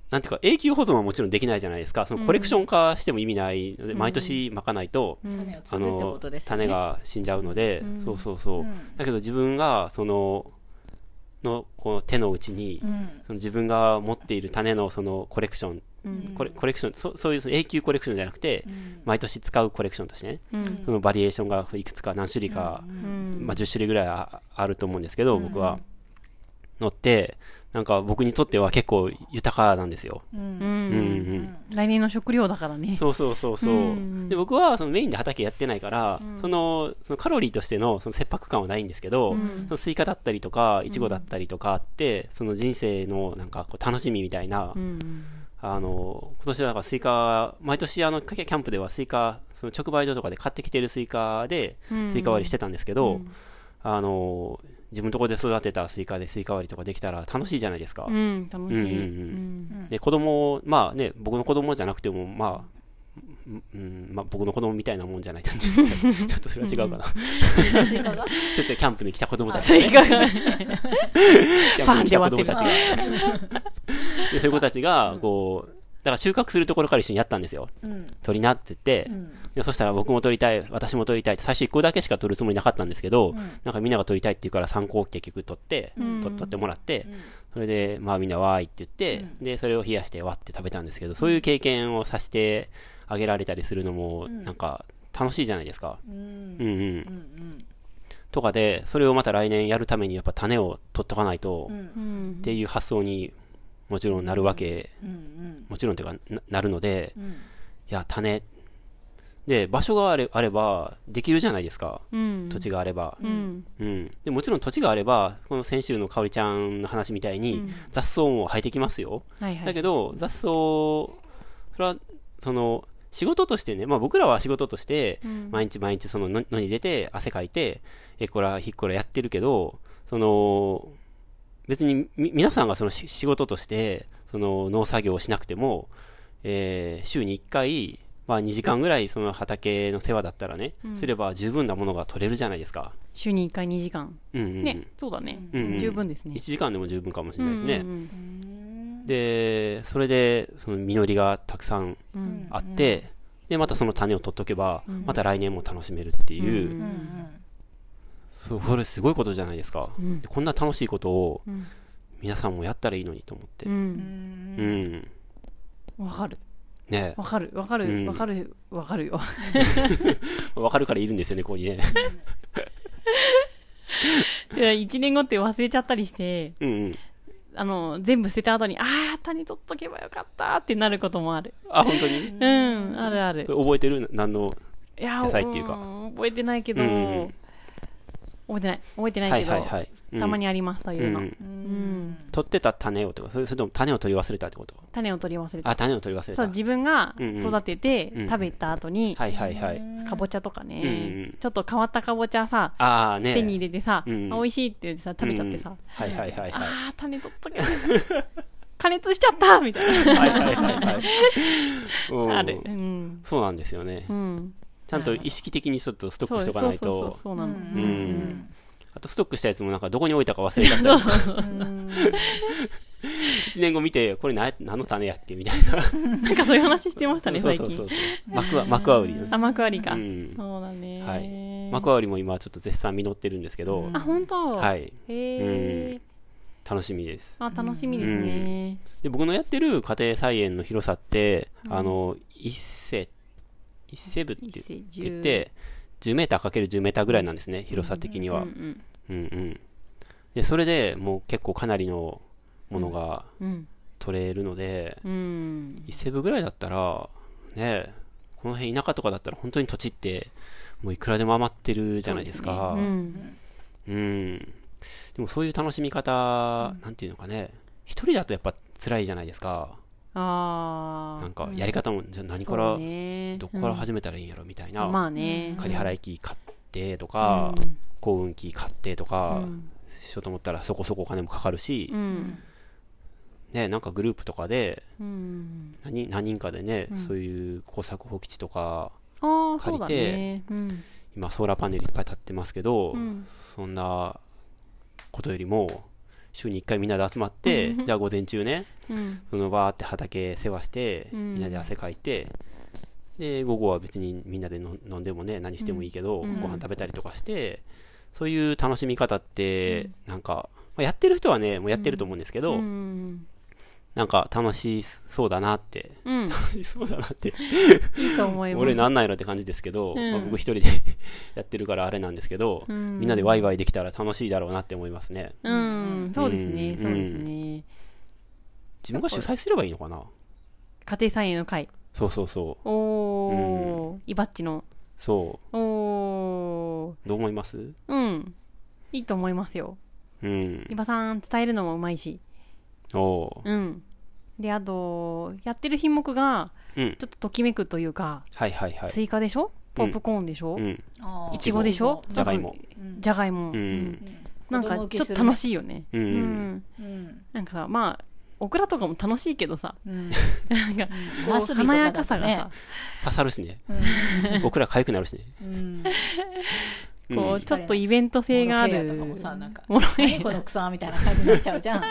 Speaker 3: なんていうか永久保存はもちろんできないじゃないですかそのコレクション化しても意味ないので、毎年まかないと、
Speaker 2: 種を
Speaker 3: あ
Speaker 2: 作るってこ
Speaker 3: の
Speaker 2: とですよね
Speaker 3: 種が死んじゃうので、そうそうそう、だけど自分がそののこの手の内に、その自分が持っている種のそのコレクション、コレコレクションそそういうその永久コレクションじゃなくて、毎年使うコレクションとしてね、
Speaker 1: うん
Speaker 3: そのバリエーションがいくつか何種類か、
Speaker 1: うん
Speaker 3: まあ、10種類ぐらいああると思うんですけど、僕はのってなんか僕にとっては結構豊かなんですよ、
Speaker 1: う
Speaker 3: うんうん
Speaker 1: ん。
Speaker 3: うん
Speaker 1: 来年の食料だからね。
Speaker 3: そうそうそうそう、
Speaker 1: うん
Speaker 3: で僕はそのメインで畑やってないから、そのそのカロリーとしてのその切迫感はないんですけど、そのスイカだったりとかいちごだったりとかあって、その人生のなんかこう楽しみみたいな、
Speaker 1: うん。
Speaker 3: あの今年はなんかスイカ毎年あのキャンプではスイカその直売所とかで買ってきてるスイカで
Speaker 1: うん
Speaker 3: スイカ割りしてたんですけど、あの自分のところで育てたスイカでスイカ割りとかできたら楽しいじゃないですか、
Speaker 1: うん。楽しい。
Speaker 3: うんうんうん
Speaker 1: うん
Speaker 3: で子供をまあね僕の子供じゃなくてもまあうんうんまあ、僕の子供みたいなもんじゃないちょっとそれは違うかな。
Speaker 2: スイカが
Speaker 3: ちょっとキャンプに来た子供たち
Speaker 1: スイカが。
Speaker 3: キャンプに来た子供たちが。で、そういう子たちが、こう、だから収穫するところから一緒にやったんですよ。
Speaker 2: うん
Speaker 3: 取りなって言って、でそしたら僕も取りたい、私も取りたいって、最初1個だけしか取るつもりなかったんですけど、なんかみんなが取りたいって言うから3個結局取って、と取ってもらって、それで、まあみんなわーいって言って、で、それを冷やしてわって食べたんですけど、そういう経験をさせてあげられたりするのも、なんか楽しいじゃないですか。
Speaker 2: うん
Speaker 3: うんうん。とかで、それをまた来年やるためにやっぱ種を取っとかないと、
Speaker 2: うん
Speaker 1: うん
Speaker 3: っていう発想にもちろんなるわけ、
Speaker 2: うん
Speaker 3: もちろんというかななるので、
Speaker 2: ん
Speaker 3: いや種で場所があれあればできるじゃないですか
Speaker 1: うん。
Speaker 3: 土地があれば、
Speaker 1: うん。
Speaker 3: うんでもちろん土地があればこの先週のかおりちゃんの話みたいに雑草も生えてきますよ、
Speaker 1: はいはい。
Speaker 3: だけど雑草それはその仕事としてね、まあ、僕らは仕事として毎日毎日そのの野に出て汗かいてえっこらひっこらやってるけどその別にみ皆さんがそのし仕事としてその農作業をしなくても、えー週に1回、まあ、2時間ぐらいその畑の世話だったらね、すれば十分なものが取れるじゃないですか。
Speaker 1: 週に1回2時間。
Speaker 3: うんうんうん
Speaker 1: ね、そうだね
Speaker 3: うんう。ん
Speaker 1: 十分ですね
Speaker 3: 1。時間でも十分かもしれないですね。
Speaker 1: うんうん
Speaker 3: でそれでその実りがたくさん
Speaker 1: うん
Speaker 3: あって、でまたその種を取っとけば、また来年も楽しめるっていう、
Speaker 1: うん
Speaker 3: そうこれすごいことじゃないですか、でこんな楽しいことを皆さんもやったらいいのにと思って
Speaker 1: う
Speaker 3: うん、
Speaker 1: ん。わかる。
Speaker 3: ね
Speaker 1: わかる。わか
Speaker 3: う
Speaker 1: る。
Speaker 3: ん
Speaker 1: わかる。わかるよ。
Speaker 3: わかるからいるんですよねここ にね
Speaker 1: いや1年後って忘れちゃったりして、
Speaker 3: うん、うん、
Speaker 1: あの、全部捨てた後に、ああ、種取っとけばよかったってなることもある。
Speaker 3: あ本当に
Speaker 1: うん、あるある。
Speaker 3: 覚えてる何の
Speaker 1: いや
Speaker 3: 野菜っていうか
Speaker 1: ん覚えてないけど、
Speaker 3: うんうん
Speaker 1: 覚えてない。覚えてない
Speaker 3: は
Speaker 1: け
Speaker 3: い
Speaker 1: ど、
Speaker 3: はいはい、うん
Speaker 1: たまにあります、そういううの。
Speaker 3: ん、
Speaker 1: うん
Speaker 3: 取ってた種をとかそれそれとも種を取り忘れたってこと
Speaker 1: 種を取り忘れた。
Speaker 3: あ種を取り忘
Speaker 1: そ
Speaker 3: れた
Speaker 1: う、自分が
Speaker 3: うんうん
Speaker 1: 育てて
Speaker 3: うん
Speaker 1: 食べた後に、
Speaker 3: はいはいはい
Speaker 1: かぼちゃとかね、
Speaker 3: うんうん
Speaker 1: ちょっと変わったかぼちゃさ、
Speaker 3: ああね
Speaker 1: 手に入れてさ、
Speaker 3: うん
Speaker 1: あ美味しいって言ってさ、食べちゃって
Speaker 3: う
Speaker 1: さ
Speaker 3: ん、はいはいはいはい
Speaker 1: ああ、種取っとけばよかった加熱しちゃったみたい
Speaker 3: はいはいはいはいうん
Speaker 1: な。 ある。うん。
Speaker 3: そうなんですよね
Speaker 1: うん。
Speaker 3: ちゃんと意識的にちょっとストッ
Speaker 1: そう
Speaker 3: クし
Speaker 1: そ
Speaker 3: と
Speaker 1: うそ
Speaker 3: かな
Speaker 1: う
Speaker 3: い
Speaker 1: そう
Speaker 3: と
Speaker 1: そうなの。
Speaker 3: うんあとストックしたやつもなんかどこに置いたか忘れち ゃったりとか1年後見てこれ何何の種やっけみたい
Speaker 1: なんかそういう話してました
Speaker 3: な
Speaker 1: ね、
Speaker 3: そう
Speaker 1: 最
Speaker 3: そうそう
Speaker 1: 近。
Speaker 3: そう幕は幕は売りね
Speaker 1: 甘くありか
Speaker 3: う。ん
Speaker 1: そうだね。
Speaker 3: はい幕は売りも今ちょっと絶賛実ってるんですけど
Speaker 1: あ、本当。
Speaker 3: はい
Speaker 1: へ
Speaker 3: う
Speaker 1: え。
Speaker 3: 楽しみです
Speaker 1: あ、楽しみですね。
Speaker 3: で僕のやってる家庭菜園の広さってあの一世一世部って
Speaker 1: 一世
Speaker 3: 言
Speaker 1: 十
Speaker 3: って10メーターかける10メーターぐらいなんですね広さ的に
Speaker 1: うんう
Speaker 3: は
Speaker 1: ん。
Speaker 3: うんうん。で、それでもう結構かなりのものが
Speaker 1: うん。
Speaker 3: 取れるので、
Speaker 1: うん。
Speaker 3: 一セブぐらいだったら、ねえ、この辺田舎とかだったら本当に土地って、もういくらでも余ってるじゃないですか。
Speaker 1: うん。
Speaker 3: うん。でもそういう楽しみ方、なんていうのかね、一人だとやっぱ辛いじゃないですか。
Speaker 1: ああ。
Speaker 3: なんかやり方も、じゃあ何
Speaker 1: そ
Speaker 3: か
Speaker 1: う
Speaker 3: ら、
Speaker 1: ね
Speaker 3: どこから始めたらいいんやろみたいな。
Speaker 1: うんまあね。
Speaker 3: 仮払い機買ってとか、幸運機買ってとか、しようと思ったらそこそこお金もかかるし
Speaker 1: う、ん。
Speaker 3: ね、なんかグループとかで
Speaker 1: うん。
Speaker 3: 何何人かでね、そういう工作放棄地とか
Speaker 1: ああ、そう
Speaker 3: 借り
Speaker 1: だ
Speaker 3: て
Speaker 1: ね。うん。
Speaker 3: 今ソーラーパネルいっぱい立ってますけど、
Speaker 1: ん
Speaker 3: そんなことよりも週に1回みんなで集まってじゃあ午前中ね
Speaker 1: うん。
Speaker 3: そのバーって畑世話して、
Speaker 1: うん
Speaker 3: みんなで汗かいてで午後は別にみんなでの飲んでもね何してもいいけど、
Speaker 1: ん
Speaker 3: ご飯食べたりとかしてそういう楽しみ方って、なんか、まあやってる人はねもうやってると思うんですけど、
Speaker 1: うん。
Speaker 3: なんか楽しそうだなって
Speaker 1: うん。
Speaker 3: 楽しそうだなって
Speaker 1: いいと思います。
Speaker 3: 俺なんないのって感じですけど、
Speaker 1: ん
Speaker 3: まあ僕一人で やってるからあれなんですけど、
Speaker 1: ん
Speaker 3: みんなでワイワイできたら楽しいだろうなって思いますね
Speaker 1: うん。そうですね。
Speaker 3: うん
Speaker 1: そうですね。
Speaker 3: 自分が主催すればいいのかな
Speaker 1: 家庭菜園の会。
Speaker 3: そうそうそう
Speaker 1: おー。イバッチの。
Speaker 3: そ
Speaker 1: おー。
Speaker 3: うどう思います
Speaker 1: うん。いいと思いますよ。
Speaker 3: うん
Speaker 1: 伊庭さん伝えるのもうまいし。
Speaker 3: おお
Speaker 1: うん。で、あと、やってる品目が、
Speaker 3: う、うん、
Speaker 1: ちょっとときめくというか、
Speaker 3: はいはいはい
Speaker 1: スイカでしょポップコーンでしょ、
Speaker 3: うん
Speaker 2: あ
Speaker 1: いちごでしょ
Speaker 3: じゃがいも
Speaker 1: じゃがいも。
Speaker 3: うん
Speaker 1: うんな
Speaker 2: な
Speaker 1: ん
Speaker 2: んか
Speaker 1: か、
Speaker 2: ち
Speaker 1: ちょ
Speaker 2: ょ
Speaker 1: っ
Speaker 2: っ
Speaker 1: と
Speaker 2: と
Speaker 1: 楽
Speaker 2: 楽し
Speaker 1: しいよね。
Speaker 3: うん
Speaker 1: う
Speaker 3: うん
Speaker 1: ん。
Speaker 2: うん
Speaker 1: なんかさ、まあ、オクラとかも楽しいけどさ、
Speaker 2: うん
Speaker 1: なんか、こ
Speaker 2: ナ
Speaker 1: う
Speaker 2: スビ
Speaker 1: 華
Speaker 2: とか
Speaker 1: や
Speaker 2: だと
Speaker 1: か
Speaker 2: ね
Speaker 1: さがさ、
Speaker 3: 刺さる しね僕ら痒くなるしね
Speaker 2: うん
Speaker 3: うん
Speaker 1: こう、ちょっとイベント性がある。
Speaker 2: モロヘイヤとかもさなんか
Speaker 1: モロヘイヤ
Speaker 2: 何この草みたいな感じになっちゃうじゃ ん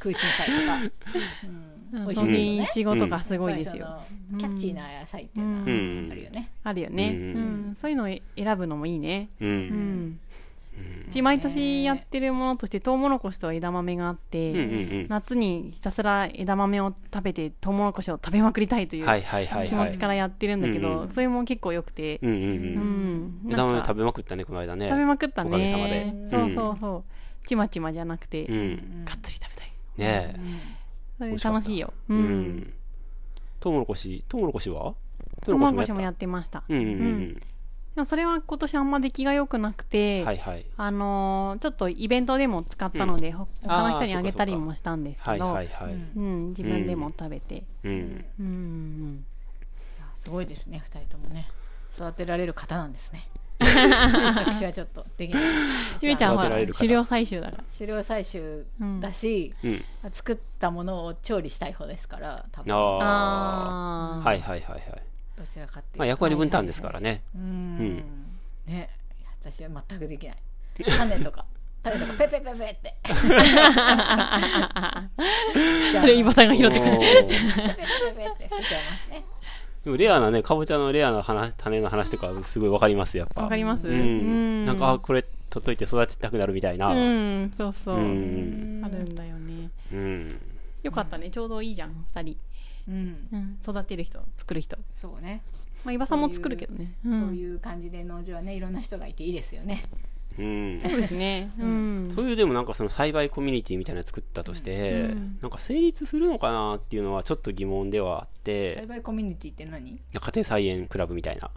Speaker 2: 空心菜とかうん美
Speaker 1: 本
Speaker 2: 味しいけ
Speaker 1: 当
Speaker 2: ど
Speaker 1: にい
Speaker 2: ね
Speaker 1: ちごとかすごいです
Speaker 2: や
Speaker 1: よ。
Speaker 2: っぱりそのキャッチーな野菜っていうのは
Speaker 3: うん
Speaker 2: あるよね
Speaker 1: あるよね。
Speaker 3: うん
Speaker 1: うん。そういうのを選ぶのもいいね。
Speaker 3: うん、
Speaker 1: うん。うち毎年やってるものとして、トウモロコシと枝豆があって、
Speaker 3: うんうんうん
Speaker 1: 夏にひたすら枝豆を食べてトウモロコシを食べまくりたいとい
Speaker 3: は
Speaker 1: う
Speaker 3: いはいはい
Speaker 1: 気
Speaker 3: は
Speaker 1: 持
Speaker 3: い
Speaker 1: ちからやってるんだけ
Speaker 3: うん
Speaker 1: ど、
Speaker 3: うん
Speaker 1: それも結構良くて
Speaker 3: う、んうん
Speaker 1: う
Speaker 3: うん
Speaker 1: ん、
Speaker 3: 枝
Speaker 1: な
Speaker 3: 豆
Speaker 1: んか
Speaker 3: 食べまくったねこの間ね
Speaker 1: 食べまくった
Speaker 3: おかげさまで
Speaker 1: ね
Speaker 3: うん
Speaker 1: そうそうそうちまちまじゃなくて
Speaker 3: う
Speaker 1: が
Speaker 3: ん
Speaker 1: っつり食べたい
Speaker 3: ね
Speaker 1: それ
Speaker 3: 美味しかった
Speaker 1: 楽しいよ
Speaker 3: え
Speaker 1: う
Speaker 3: うんんトウモロコシトウモロコシはト
Speaker 1: トウモロコシもや
Speaker 3: っ
Speaker 1: ってました
Speaker 3: たうんうんう
Speaker 1: うん
Speaker 3: ん
Speaker 1: でもそれは今年あんま出来が良くなくて
Speaker 3: はいはい
Speaker 1: あのーちょっとイベントでも使ったのでほ他の人にあげたりもしたんです
Speaker 3: は
Speaker 1: け
Speaker 3: い
Speaker 1: ど
Speaker 3: はいはい
Speaker 1: うん自分でも食べて
Speaker 3: うん
Speaker 1: うん
Speaker 2: すごいですね二人ともね育てられる方なんですね 私はちょっとできない
Speaker 1: ゆめちゃんは
Speaker 3: 育てられる方
Speaker 1: 狩猟採集だから
Speaker 2: 狩猟採集だし、
Speaker 3: うん
Speaker 2: 作ったものを調理したい方ですから多分
Speaker 3: あ
Speaker 1: あー
Speaker 3: あはいはいはいはい
Speaker 2: どちらかっていうと、
Speaker 3: まあ役割分担ですからね
Speaker 2: うん、
Speaker 3: うん
Speaker 2: ね私は全くできない種とか種とかペペペペペって
Speaker 1: それ伊庭さんが拾ってくれる
Speaker 3: おー
Speaker 2: ペペペペペって捨てちゃいますね
Speaker 3: でもレアなね、かぼちゃのレアな話種の話とかすごいわかります、やっ ぱ。
Speaker 1: わかります
Speaker 3: う
Speaker 1: うん
Speaker 3: ん。なんか、あこれ取っといて育てたくなるみたいな。
Speaker 1: う
Speaker 3: うん。
Speaker 1: んそうそう
Speaker 3: う
Speaker 1: あ
Speaker 3: ん。
Speaker 1: るんだよね
Speaker 3: うん。
Speaker 1: よかったねちょうどいいじゃん二人
Speaker 2: うん
Speaker 1: うん育てる人作る人ま
Speaker 2: そうね、
Speaker 1: あ伊庭さんも作るけどねう
Speaker 2: そうんいう感じで農場はねいろんな人がいていいですよね
Speaker 3: うん。
Speaker 1: そうですねうん
Speaker 3: そういうでもなんかその栽培コミュニティみたいなの作ったとして、なんか成立するのかなっていうのはちょっと疑問ではあっ
Speaker 2: 栽
Speaker 3: て、
Speaker 2: 培コミュニティって何家
Speaker 3: 家庭菜園クラブみたいな。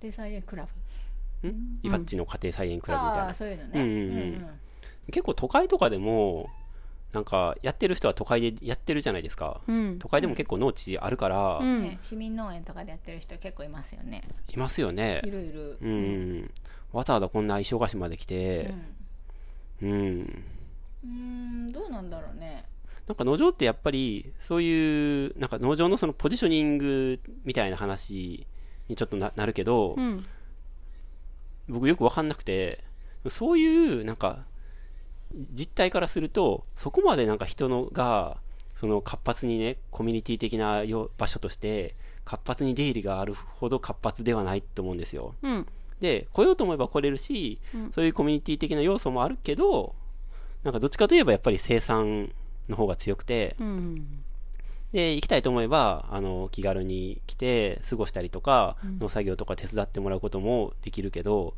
Speaker 2: 庭菜園クラブ
Speaker 3: んイバッチの家庭菜園クラブみたい
Speaker 2: ああ
Speaker 3: な
Speaker 2: ー。そういうのね、
Speaker 3: うんうんうん結構都会とかでも、なんかやってる人は都会でやってるじゃないですか。
Speaker 1: うん
Speaker 3: 都会でも結構農地あるから、
Speaker 1: うん
Speaker 2: ね、市民農園とかでやってる人結構いますよね
Speaker 3: いますよね。
Speaker 2: いるいる、
Speaker 3: うん、わざわざこんな石岡市まで来て、うん
Speaker 2: うんどうなんだろうね
Speaker 3: なんか農場ってやっぱりそういうなんか農場のそのポジショニングみたいな話にちょっとななるけど、
Speaker 1: うん
Speaker 3: 僕よく分かんなくてそういうなんか実態からするとそこまでなんか人のがその活発にねコミュニティ的なよ場所として活発に出入りがあるほど活発ではないと思うんですよ。
Speaker 1: うん
Speaker 3: で来ようと思えば来れるし、そういうコミュニティ的な要素もあるけどなんかどっちかといえばやっぱり生産の方が強くて、
Speaker 1: うん
Speaker 3: で行きたいと思えばあの気軽に来て過ごしたりとか、農作業とか手伝ってもらうこともできるけど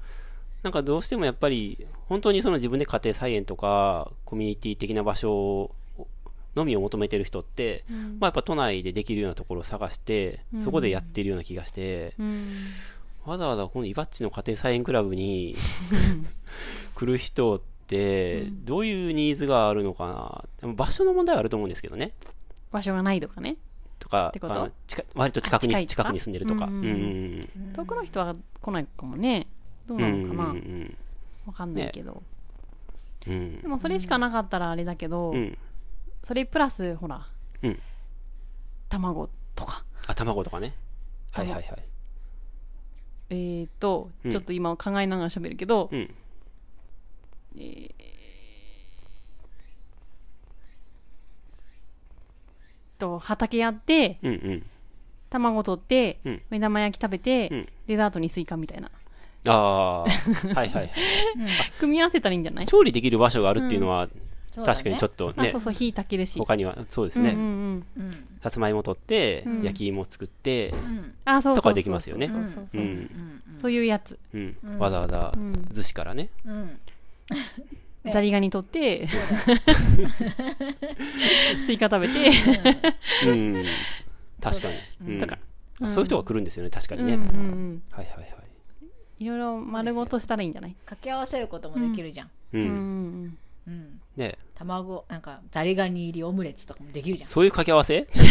Speaker 3: なんかどうしてもやっぱり、本当にその自分で家庭菜園とか、コミュニティ的な場所のみを求めてる人って、まあやっぱ都内でできるようなところを探して、そこでやってるような気がして、わざわざこのイバッチの家庭菜園クラ ブに来る人って、どういうニーズがあるのかな。でも場所の問題はあると思うんですけどね。
Speaker 1: 場所がないとかね。
Speaker 3: とか、
Speaker 1: てこと
Speaker 3: あの近割と近く
Speaker 1: あ近
Speaker 3: に
Speaker 1: いとか
Speaker 3: 近くに住んでるとか。
Speaker 1: う
Speaker 3: うんん
Speaker 1: うん
Speaker 3: う
Speaker 1: うん
Speaker 3: ん
Speaker 1: 遠くの人は来ないかもね。どう
Speaker 3: うん。う
Speaker 1: なんのかな。
Speaker 3: うん
Speaker 1: わかんないけど。
Speaker 3: うんうん
Speaker 1: でもそれしかなかったらあれだけど
Speaker 3: う、ん。
Speaker 1: それプラス、ほら
Speaker 3: うん、
Speaker 1: 卵とか。
Speaker 3: あ、卵とかね。はいはいはい。
Speaker 1: えーと、
Speaker 3: うん
Speaker 1: ちょっと今考えながら喋るけど、
Speaker 3: うん。
Speaker 1: と畑やって、
Speaker 3: うんうん。
Speaker 1: 卵取って、
Speaker 3: うん
Speaker 1: 目玉焼き食べて、
Speaker 3: うん
Speaker 1: デザートにスイカみたいな。
Speaker 3: ああ、はいはいはい。
Speaker 1: 組み合わせたらいいんじゃない
Speaker 3: 調理できる場所があるっていうのは、
Speaker 2: そうだね
Speaker 3: 確かにちょっと
Speaker 1: あ、
Speaker 3: ね
Speaker 1: そう、そう、火炊けるし。
Speaker 3: 他には、そうです
Speaker 1: うんう
Speaker 3: ね。
Speaker 1: ん
Speaker 2: うん
Speaker 3: さつまいも取って
Speaker 1: ん、
Speaker 3: 焼き芋作って、
Speaker 2: うん
Speaker 1: うん。あ、そうそうそう。
Speaker 3: とかはできますよね
Speaker 1: そうそう
Speaker 3: う
Speaker 1: そう。
Speaker 3: ん、
Speaker 1: そういうやつ。
Speaker 3: うん、わざわざ
Speaker 1: ん
Speaker 3: 逗子からね。
Speaker 2: うんね
Speaker 1: ザリガニ取って、スイカ食べて、
Speaker 3: うん、確かに。うん
Speaker 1: とか
Speaker 3: あそういう人が来るんですよね、確か
Speaker 1: う
Speaker 3: に
Speaker 1: ん
Speaker 3: ね。
Speaker 1: うんうん。
Speaker 3: はいはいはい。
Speaker 1: いろいろ丸ごとしたらいいんじゃない
Speaker 2: 掛け合わせることもできるじゃん
Speaker 1: う
Speaker 3: う、
Speaker 1: んん
Speaker 2: うん
Speaker 3: ね
Speaker 2: 卵なんかザリガニ入りオムレツとかもできるじゃん
Speaker 3: そういう掛け合わせそ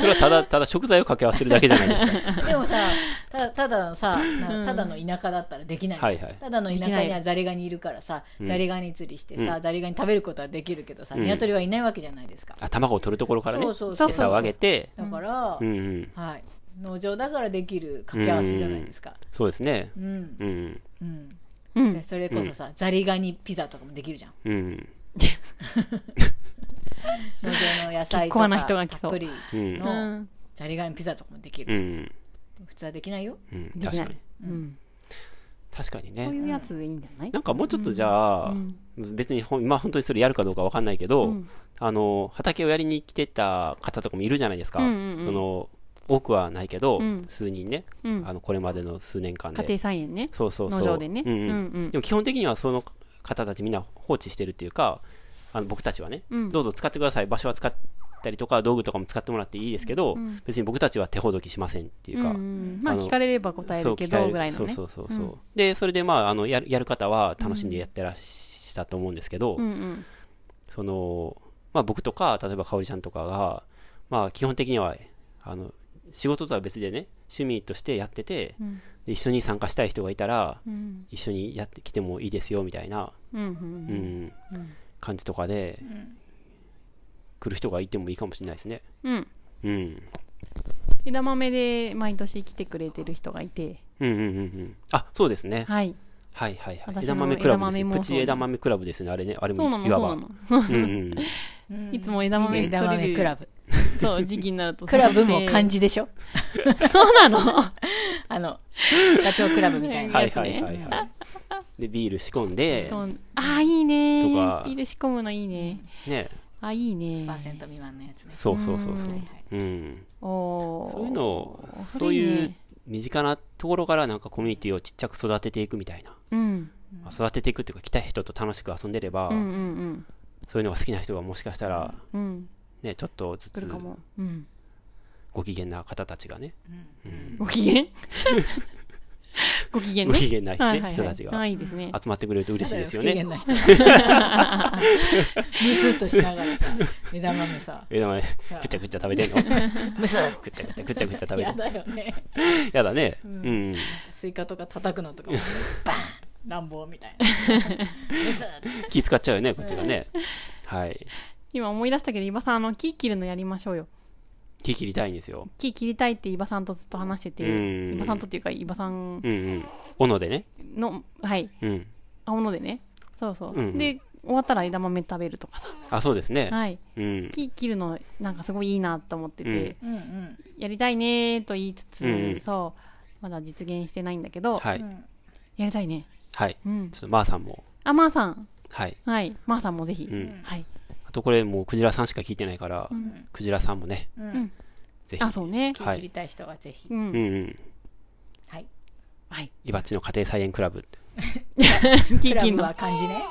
Speaker 3: れはただ、ただ食材を掛け合わせるだけじゃないですか。
Speaker 2: でもさただただのさなただの田舎だったらできないじゃん
Speaker 3: はいはい
Speaker 2: ただの田
Speaker 1: できな
Speaker 2: 舎に
Speaker 1: い
Speaker 2: はザリガニいるからさザリガニ釣りしてさザリガニ食べることはできるけどさ鶏はいないわけじゃないですか
Speaker 3: あ、卵を取るところからね
Speaker 2: そう、そう
Speaker 1: そ
Speaker 2: そうう
Speaker 1: そう
Speaker 3: 餌をあげて、
Speaker 2: だから
Speaker 3: うんうん、
Speaker 2: はい農場だからできる掛け合わせじゃないですか
Speaker 3: そうですね。
Speaker 2: うん
Speaker 3: うん、
Speaker 2: うん
Speaker 1: うん。うん
Speaker 2: で。それこそさザリガニピザとかもできるじゃん
Speaker 3: うん、
Speaker 2: 農場の野菜
Speaker 1: 好きっ
Speaker 2: と
Speaker 1: 子
Speaker 2: か
Speaker 1: な人が来そう
Speaker 2: たっぷり
Speaker 3: うん、
Speaker 1: う
Speaker 2: の
Speaker 1: ん。
Speaker 2: ザリガニピザとかもでき
Speaker 3: う
Speaker 2: る
Speaker 3: ん、
Speaker 2: 普通はできないよ
Speaker 3: うん、
Speaker 1: でき
Speaker 3: 確
Speaker 1: な
Speaker 3: か
Speaker 1: い
Speaker 3: に。。
Speaker 1: うん。
Speaker 3: 確かに
Speaker 1: こう
Speaker 3: ね。
Speaker 1: いうやつでいいんじゃない
Speaker 3: なんかもうちょっとじゃあ、別にほん、まあ本当にそれやるかどうかわかんないけど、
Speaker 1: うん
Speaker 3: あの、畑をやりに来てた方とかもいるじゃないですか。
Speaker 1: うんうんうん
Speaker 3: その、多くはないけど、
Speaker 1: うん
Speaker 3: 数人ね、
Speaker 1: うん
Speaker 3: あの、これまでの数年間
Speaker 1: 家
Speaker 3: で。
Speaker 1: 庭菜園ね。
Speaker 3: そうそうそう。
Speaker 1: 農場でね。
Speaker 3: うんうん
Speaker 1: うん
Speaker 3: でも基本的にはその方たちみんな放置してるっていうか、あの僕たちはね、
Speaker 1: うん
Speaker 3: どうぞ使ってください。場所は使ったりとか、道具とかも使ってもらっていいですけど、別に僕たちは手ほどきしませんってい
Speaker 1: う
Speaker 3: う
Speaker 1: ん
Speaker 3: か。
Speaker 1: うんまあ
Speaker 3: あの
Speaker 1: 聞かれれば答えるけ
Speaker 3: そう鍛え
Speaker 1: ど
Speaker 3: る
Speaker 1: ぐらいのね。
Speaker 3: そうそうそうそう、でそれでまああのやるやる方は楽しんでやってらっしたと思うんですけど、
Speaker 1: うんうん。
Speaker 3: そのまあ僕とか例えば香織ちゃんとかがまあ基本的にはあの仕事とは別でね趣味としてやってて、
Speaker 1: ん
Speaker 3: で一緒に参加したい人がいたら、
Speaker 1: ん
Speaker 3: 一緒にやってきてもいいですよみたいな、
Speaker 1: うん
Speaker 3: うん感じとかで、来る人がいてもいいかもしれないですね。
Speaker 1: うん。うん。
Speaker 3: うん
Speaker 1: 枝豆で毎年来てくれてる人がいて、
Speaker 3: うんうんうんうん、あそうですね、
Speaker 1: はい。
Speaker 3: はいはいはい
Speaker 1: 私
Speaker 3: 枝
Speaker 1: の
Speaker 3: 豆クラブです
Speaker 1: 枝豆
Speaker 3: ね
Speaker 1: 妄想
Speaker 3: プチ枝豆クラブですねあれねあれ
Speaker 1: そうな
Speaker 3: も
Speaker 1: の、
Speaker 3: いわ
Speaker 1: そう
Speaker 3: ば
Speaker 1: な
Speaker 3: う
Speaker 1: の。
Speaker 3: んうん
Speaker 1: いつも枝豆
Speaker 2: 枝豆クラ
Speaker 1: ブ。
Speaker 2: ブ
Speaker 1: そう、時期になると。
Speaker 2: クラブも漢
Speaker 1: じ。
Speaker 2: 字でしょ
Speaker 1: そうなの
Speaker 2: あのガチョウクラブみたいな
Speaker 3: はいはいはいはいでビール仕込んで
Speaker 1: そうああ、いいね。
Speaker 3: とか
Speaker 1: ビール仕込むのいいね。
Speaker 3: ね
Speaker 1: あ、いいね。
Speaker 2: 1%未満のやつね
Speaker 3: そうそうそうそう
Speaker 2: はいはい
Speaker 3: うん
Speaker 1: おー
Speaker 3: そういうのを
Speaker 1: そ
Speaker 3: そう
Speaker 1: れいいね
Speaker 3: いう身近なところからなんかコミュニティをちっちゃく育てていくみたいな
Speaker 1: うん。
Speaker 3: まあ育てていくっていうか来た人と楽しく遊んでれば
Speaker 1: うんうん
Speaker 3: そういうのが好きな人がもしかしたら
Speaker 1: うん。うん。
Speaker 3: ねちょっとず
Speaker 1: 来る
Speaker 3: つ
Speaker 1: かも。うん。
Speaker 3: ご機嫌な方たちがね
Speaker 1: ご機嫌ご機嫌ね。
Speaker 3: ご機嫌なね
Speaker 1: はいはいはい
Speaker 3: 人たちが
Speaker 1: あ、いいですね。
Speaker 3: 集まってくれると嬉しいですよね
Speaker 2: 不機嫌な人。 むすっとしながらさ、枝豆さ、
Speaker 3: 枝豆 ぐちゃぐちゃ食べてんの
Speaker 2: むすっ
Speaker 3: ぐちゃぐちゃぐちゃぐちゃ食べて
Speaker 2: や
Speaker 3: んの
Speaker 2: だよね。
Speaker 3: やだねうん
Speaker 2: スイカとか叩くのとかも、バーン乱暴みたい な。むすっ
Speaker 3: 気使っちゃうよねこっちがねはい
Speaker 1: 今思い出したけど、伊庭さん、あの、木切るのやりましょうよ。
Speaker 3: 木切りたいんですよ
Speaker 1: 木切りたいって伊庭さんとずっと話してて、
Speaker 3: うん
Speaker 1: 伊庭さんとっていうか、伊庭さん
Speaker 3: うんうん斧でね
Speaker 1: の、はい、
Speaker 3: うん
Speaker 1: 青のでね。そうそう。
Speaker 3: うんうん
Speaker 1: で、終わったら枝豆食べるとかさ。
Speaker 3: あそうですね
Speaker 1: はい。
Speaker 3: うん
Speaker 1: 木切るの、なんかすごいいいなと思ってて、
Speaker 2: うんうん。
Speaker 1: やりたいねーと言いつつ、
Speaker 3: うんうん
Speaker 1: そう、まだ実現してないんだけど、
Speaker 3: はい
Speaker 1: やりたいね。
Speaker 3: はい
Speaker 1: うん
Speaker 3: ち。ょっとまーさんも
Speaker 1: あ、まー、さん。
Speaker 3: はい
Speaker 1: はい。まー、さんもぜひ。
Speaker 3: ん
Speaker 1: はい。
Speaker 3: あとこれもうクジラさんしか聞いてないから、クジラさんもね、
Speaker 2: ん
Speaker 3: ぜひ。
Speaker 1: あ、そうね。
Speaker 2: 切
Speaker 3: はい
Speaker 2: りたい人はぜひ
Speaker 1: う。ん
Speaker 3: う。んうん。
Speaker 2: はい。
Speaker 1: はい。
Speaker 3: いばっちの家庭菜園クラブって
Speaker 4: ク
Speaker 1: キー
Speaker 4: ラ
Speaker 1: キン
Speaker 4: ブ
Speaker 1: の。
Speaker 4: は漢字ね。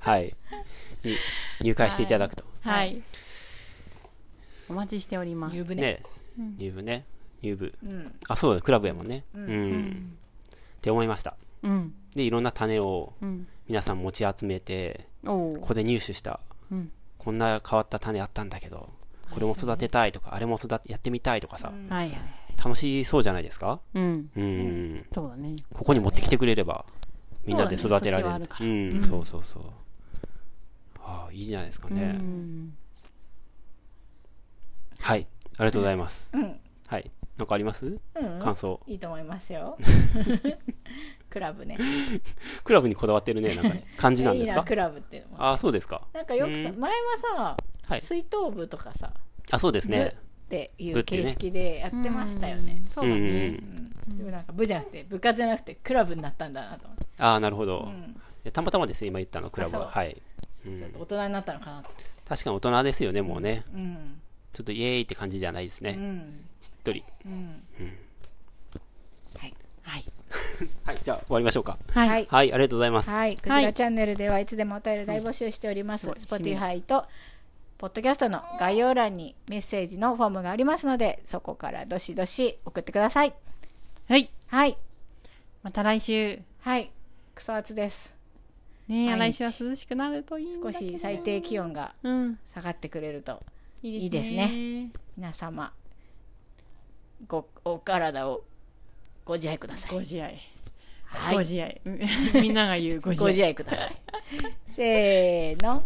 Speaker 3: はい。に入会していただくと。
Speaker 1: はい。お待ちしております。
Speaker 4: 湯船。
Speaker 3: ね。入部ね。入部。
Speaker 2: うん
Speaker 3: あ、そうだ、クラブやもんね。うん。って思いました。
Speaker 1: うん。
Speaker 3: で、いろんな種を
Speaker 1: うん。
Speaker 3: 皆さん持ち集めて、
Speaker 1: お
Speaker 3: こ
Speaker 1: ー
Speaker 3: こで入手した、
Speaker 1: うん
Speaker 3: こんな変わった種あったんだけど、これも育てたいとか、あれも育てやってみたいとかさ、
Speaker 1: はいはい。
Speaker 3: 楽しそうじゃないですか
Speaker 1: うん。
Speaker 3: うん。
Speaker 1: そうだね。
Speaker 3: ここに持ってきてくれれば、みんなで育て
Speaker 1: そ
Speaker 3: られる
Speaker 1: うだね土地はあるか
Speaker 3: う
Speaker 1: ら
Speaker 3: ん、そうそうそう。ああ、いいじゃないですかね
Speaker 1: う。ん。
Speaker 3: はい。ありがとうございます。
Speaker 2: うん
Speaker 3: はい。なんかあります
Speaker 2: うん
Speaker 3: 感想。
Speaker 2: いいと思います よクラブね
Speaker 3: クラブにこだわってるね、なんかね。感じなん
Speaker 2: い
Speaker 3: で
Speaker 2: い
Speaker 3: す
Speaker 2: な
Speaker 3: か
Speaker 2: クラブっていうのも
Speaker 3: ああ、そうですか。
Speaker 2: なんかよくさ
Speaker 3: うん
Speaker 2: 前は
Speaker 3: は
Speaker 2: さ
Speaker 3: い
Speaker 2: 水筒部とかさ
Speaker 3: あ、そうですね。
Speaker 2: ってい
Speaker 3: 部っ
Speaker 2: う
Speaker 3: てね
Speaker 2: 形式でやってましたよね
Speaker 1: そううんだ
Speaker 3: うんう
Speaker 1: ね。
Speaker 3: ん。
Speaker 2: でもなんか部じゃなくて部活じゃなくてクラブになったんだなと思って
Speaker 3: ああ、なるほど
Speaker 2: う。ん
Speaker 3: でたまたまですね、今言ったの、クラブは。
Speaker 2: あそう
Speaker 3: はい。うん
Speaker 2: ちょっと大人になったのかなと
Speaker 3: 確かに大人ですよね、もうね。
Speaker 2: うん
Speaker 3: ちょっとイエーイって感じじゃないです
Speaker 2: う
Speaker 3: ね。
Speaker 2: ん
Speaker 3: しっとり。
Speaker 2: うん
Speaker 1: はい。
Speaker 3: はい、じゃあ終わりましょうか。
Speaker 1: はい。
Speaker 2: はい
Speaker 3: はい、ありがとうございます。
Speaker 2: はい、クジラチャンネルではいつでもお便り大募集しております。
Speaker 1: はいすごい
Speaker 2: Spotify とポッドキャストの概要欄にメッセージのフォームがありますので、そこからどしどし送ってください。
Speaker 1: はい。
Speaker 2: はい、
Speaker 1: また来週。
Speaker 2: はい、クソ暑です。
Speaker 1: ねえ来
Speaker 2: 毎日
Speaker 1: 週は涼しくなるといいんだけど
Speaker 2: 少し最低気温が
Speaker 1: うん。
Speaker 2: 下がってくれると、
Speaker 1: い
Speaker 2: い
Speaker 1: い
Speaker 2: い
Speaker 1: で
Speaker 2: ですす
Speaker 1: ね。
Speaker 2: ね皆様ごお体をご自愛くださ
Speaker 1: ご
Speaker 2: い。
Speaker 1: 自愛。
Speaker 2: は
Speaker 1: ご
Speaker 2: い、
Speaker 1: 自愛。みんなが言うご自
Speaker 2: ご
Speaker 1: 愛
Speaker 2: 自。愛ください。せーの、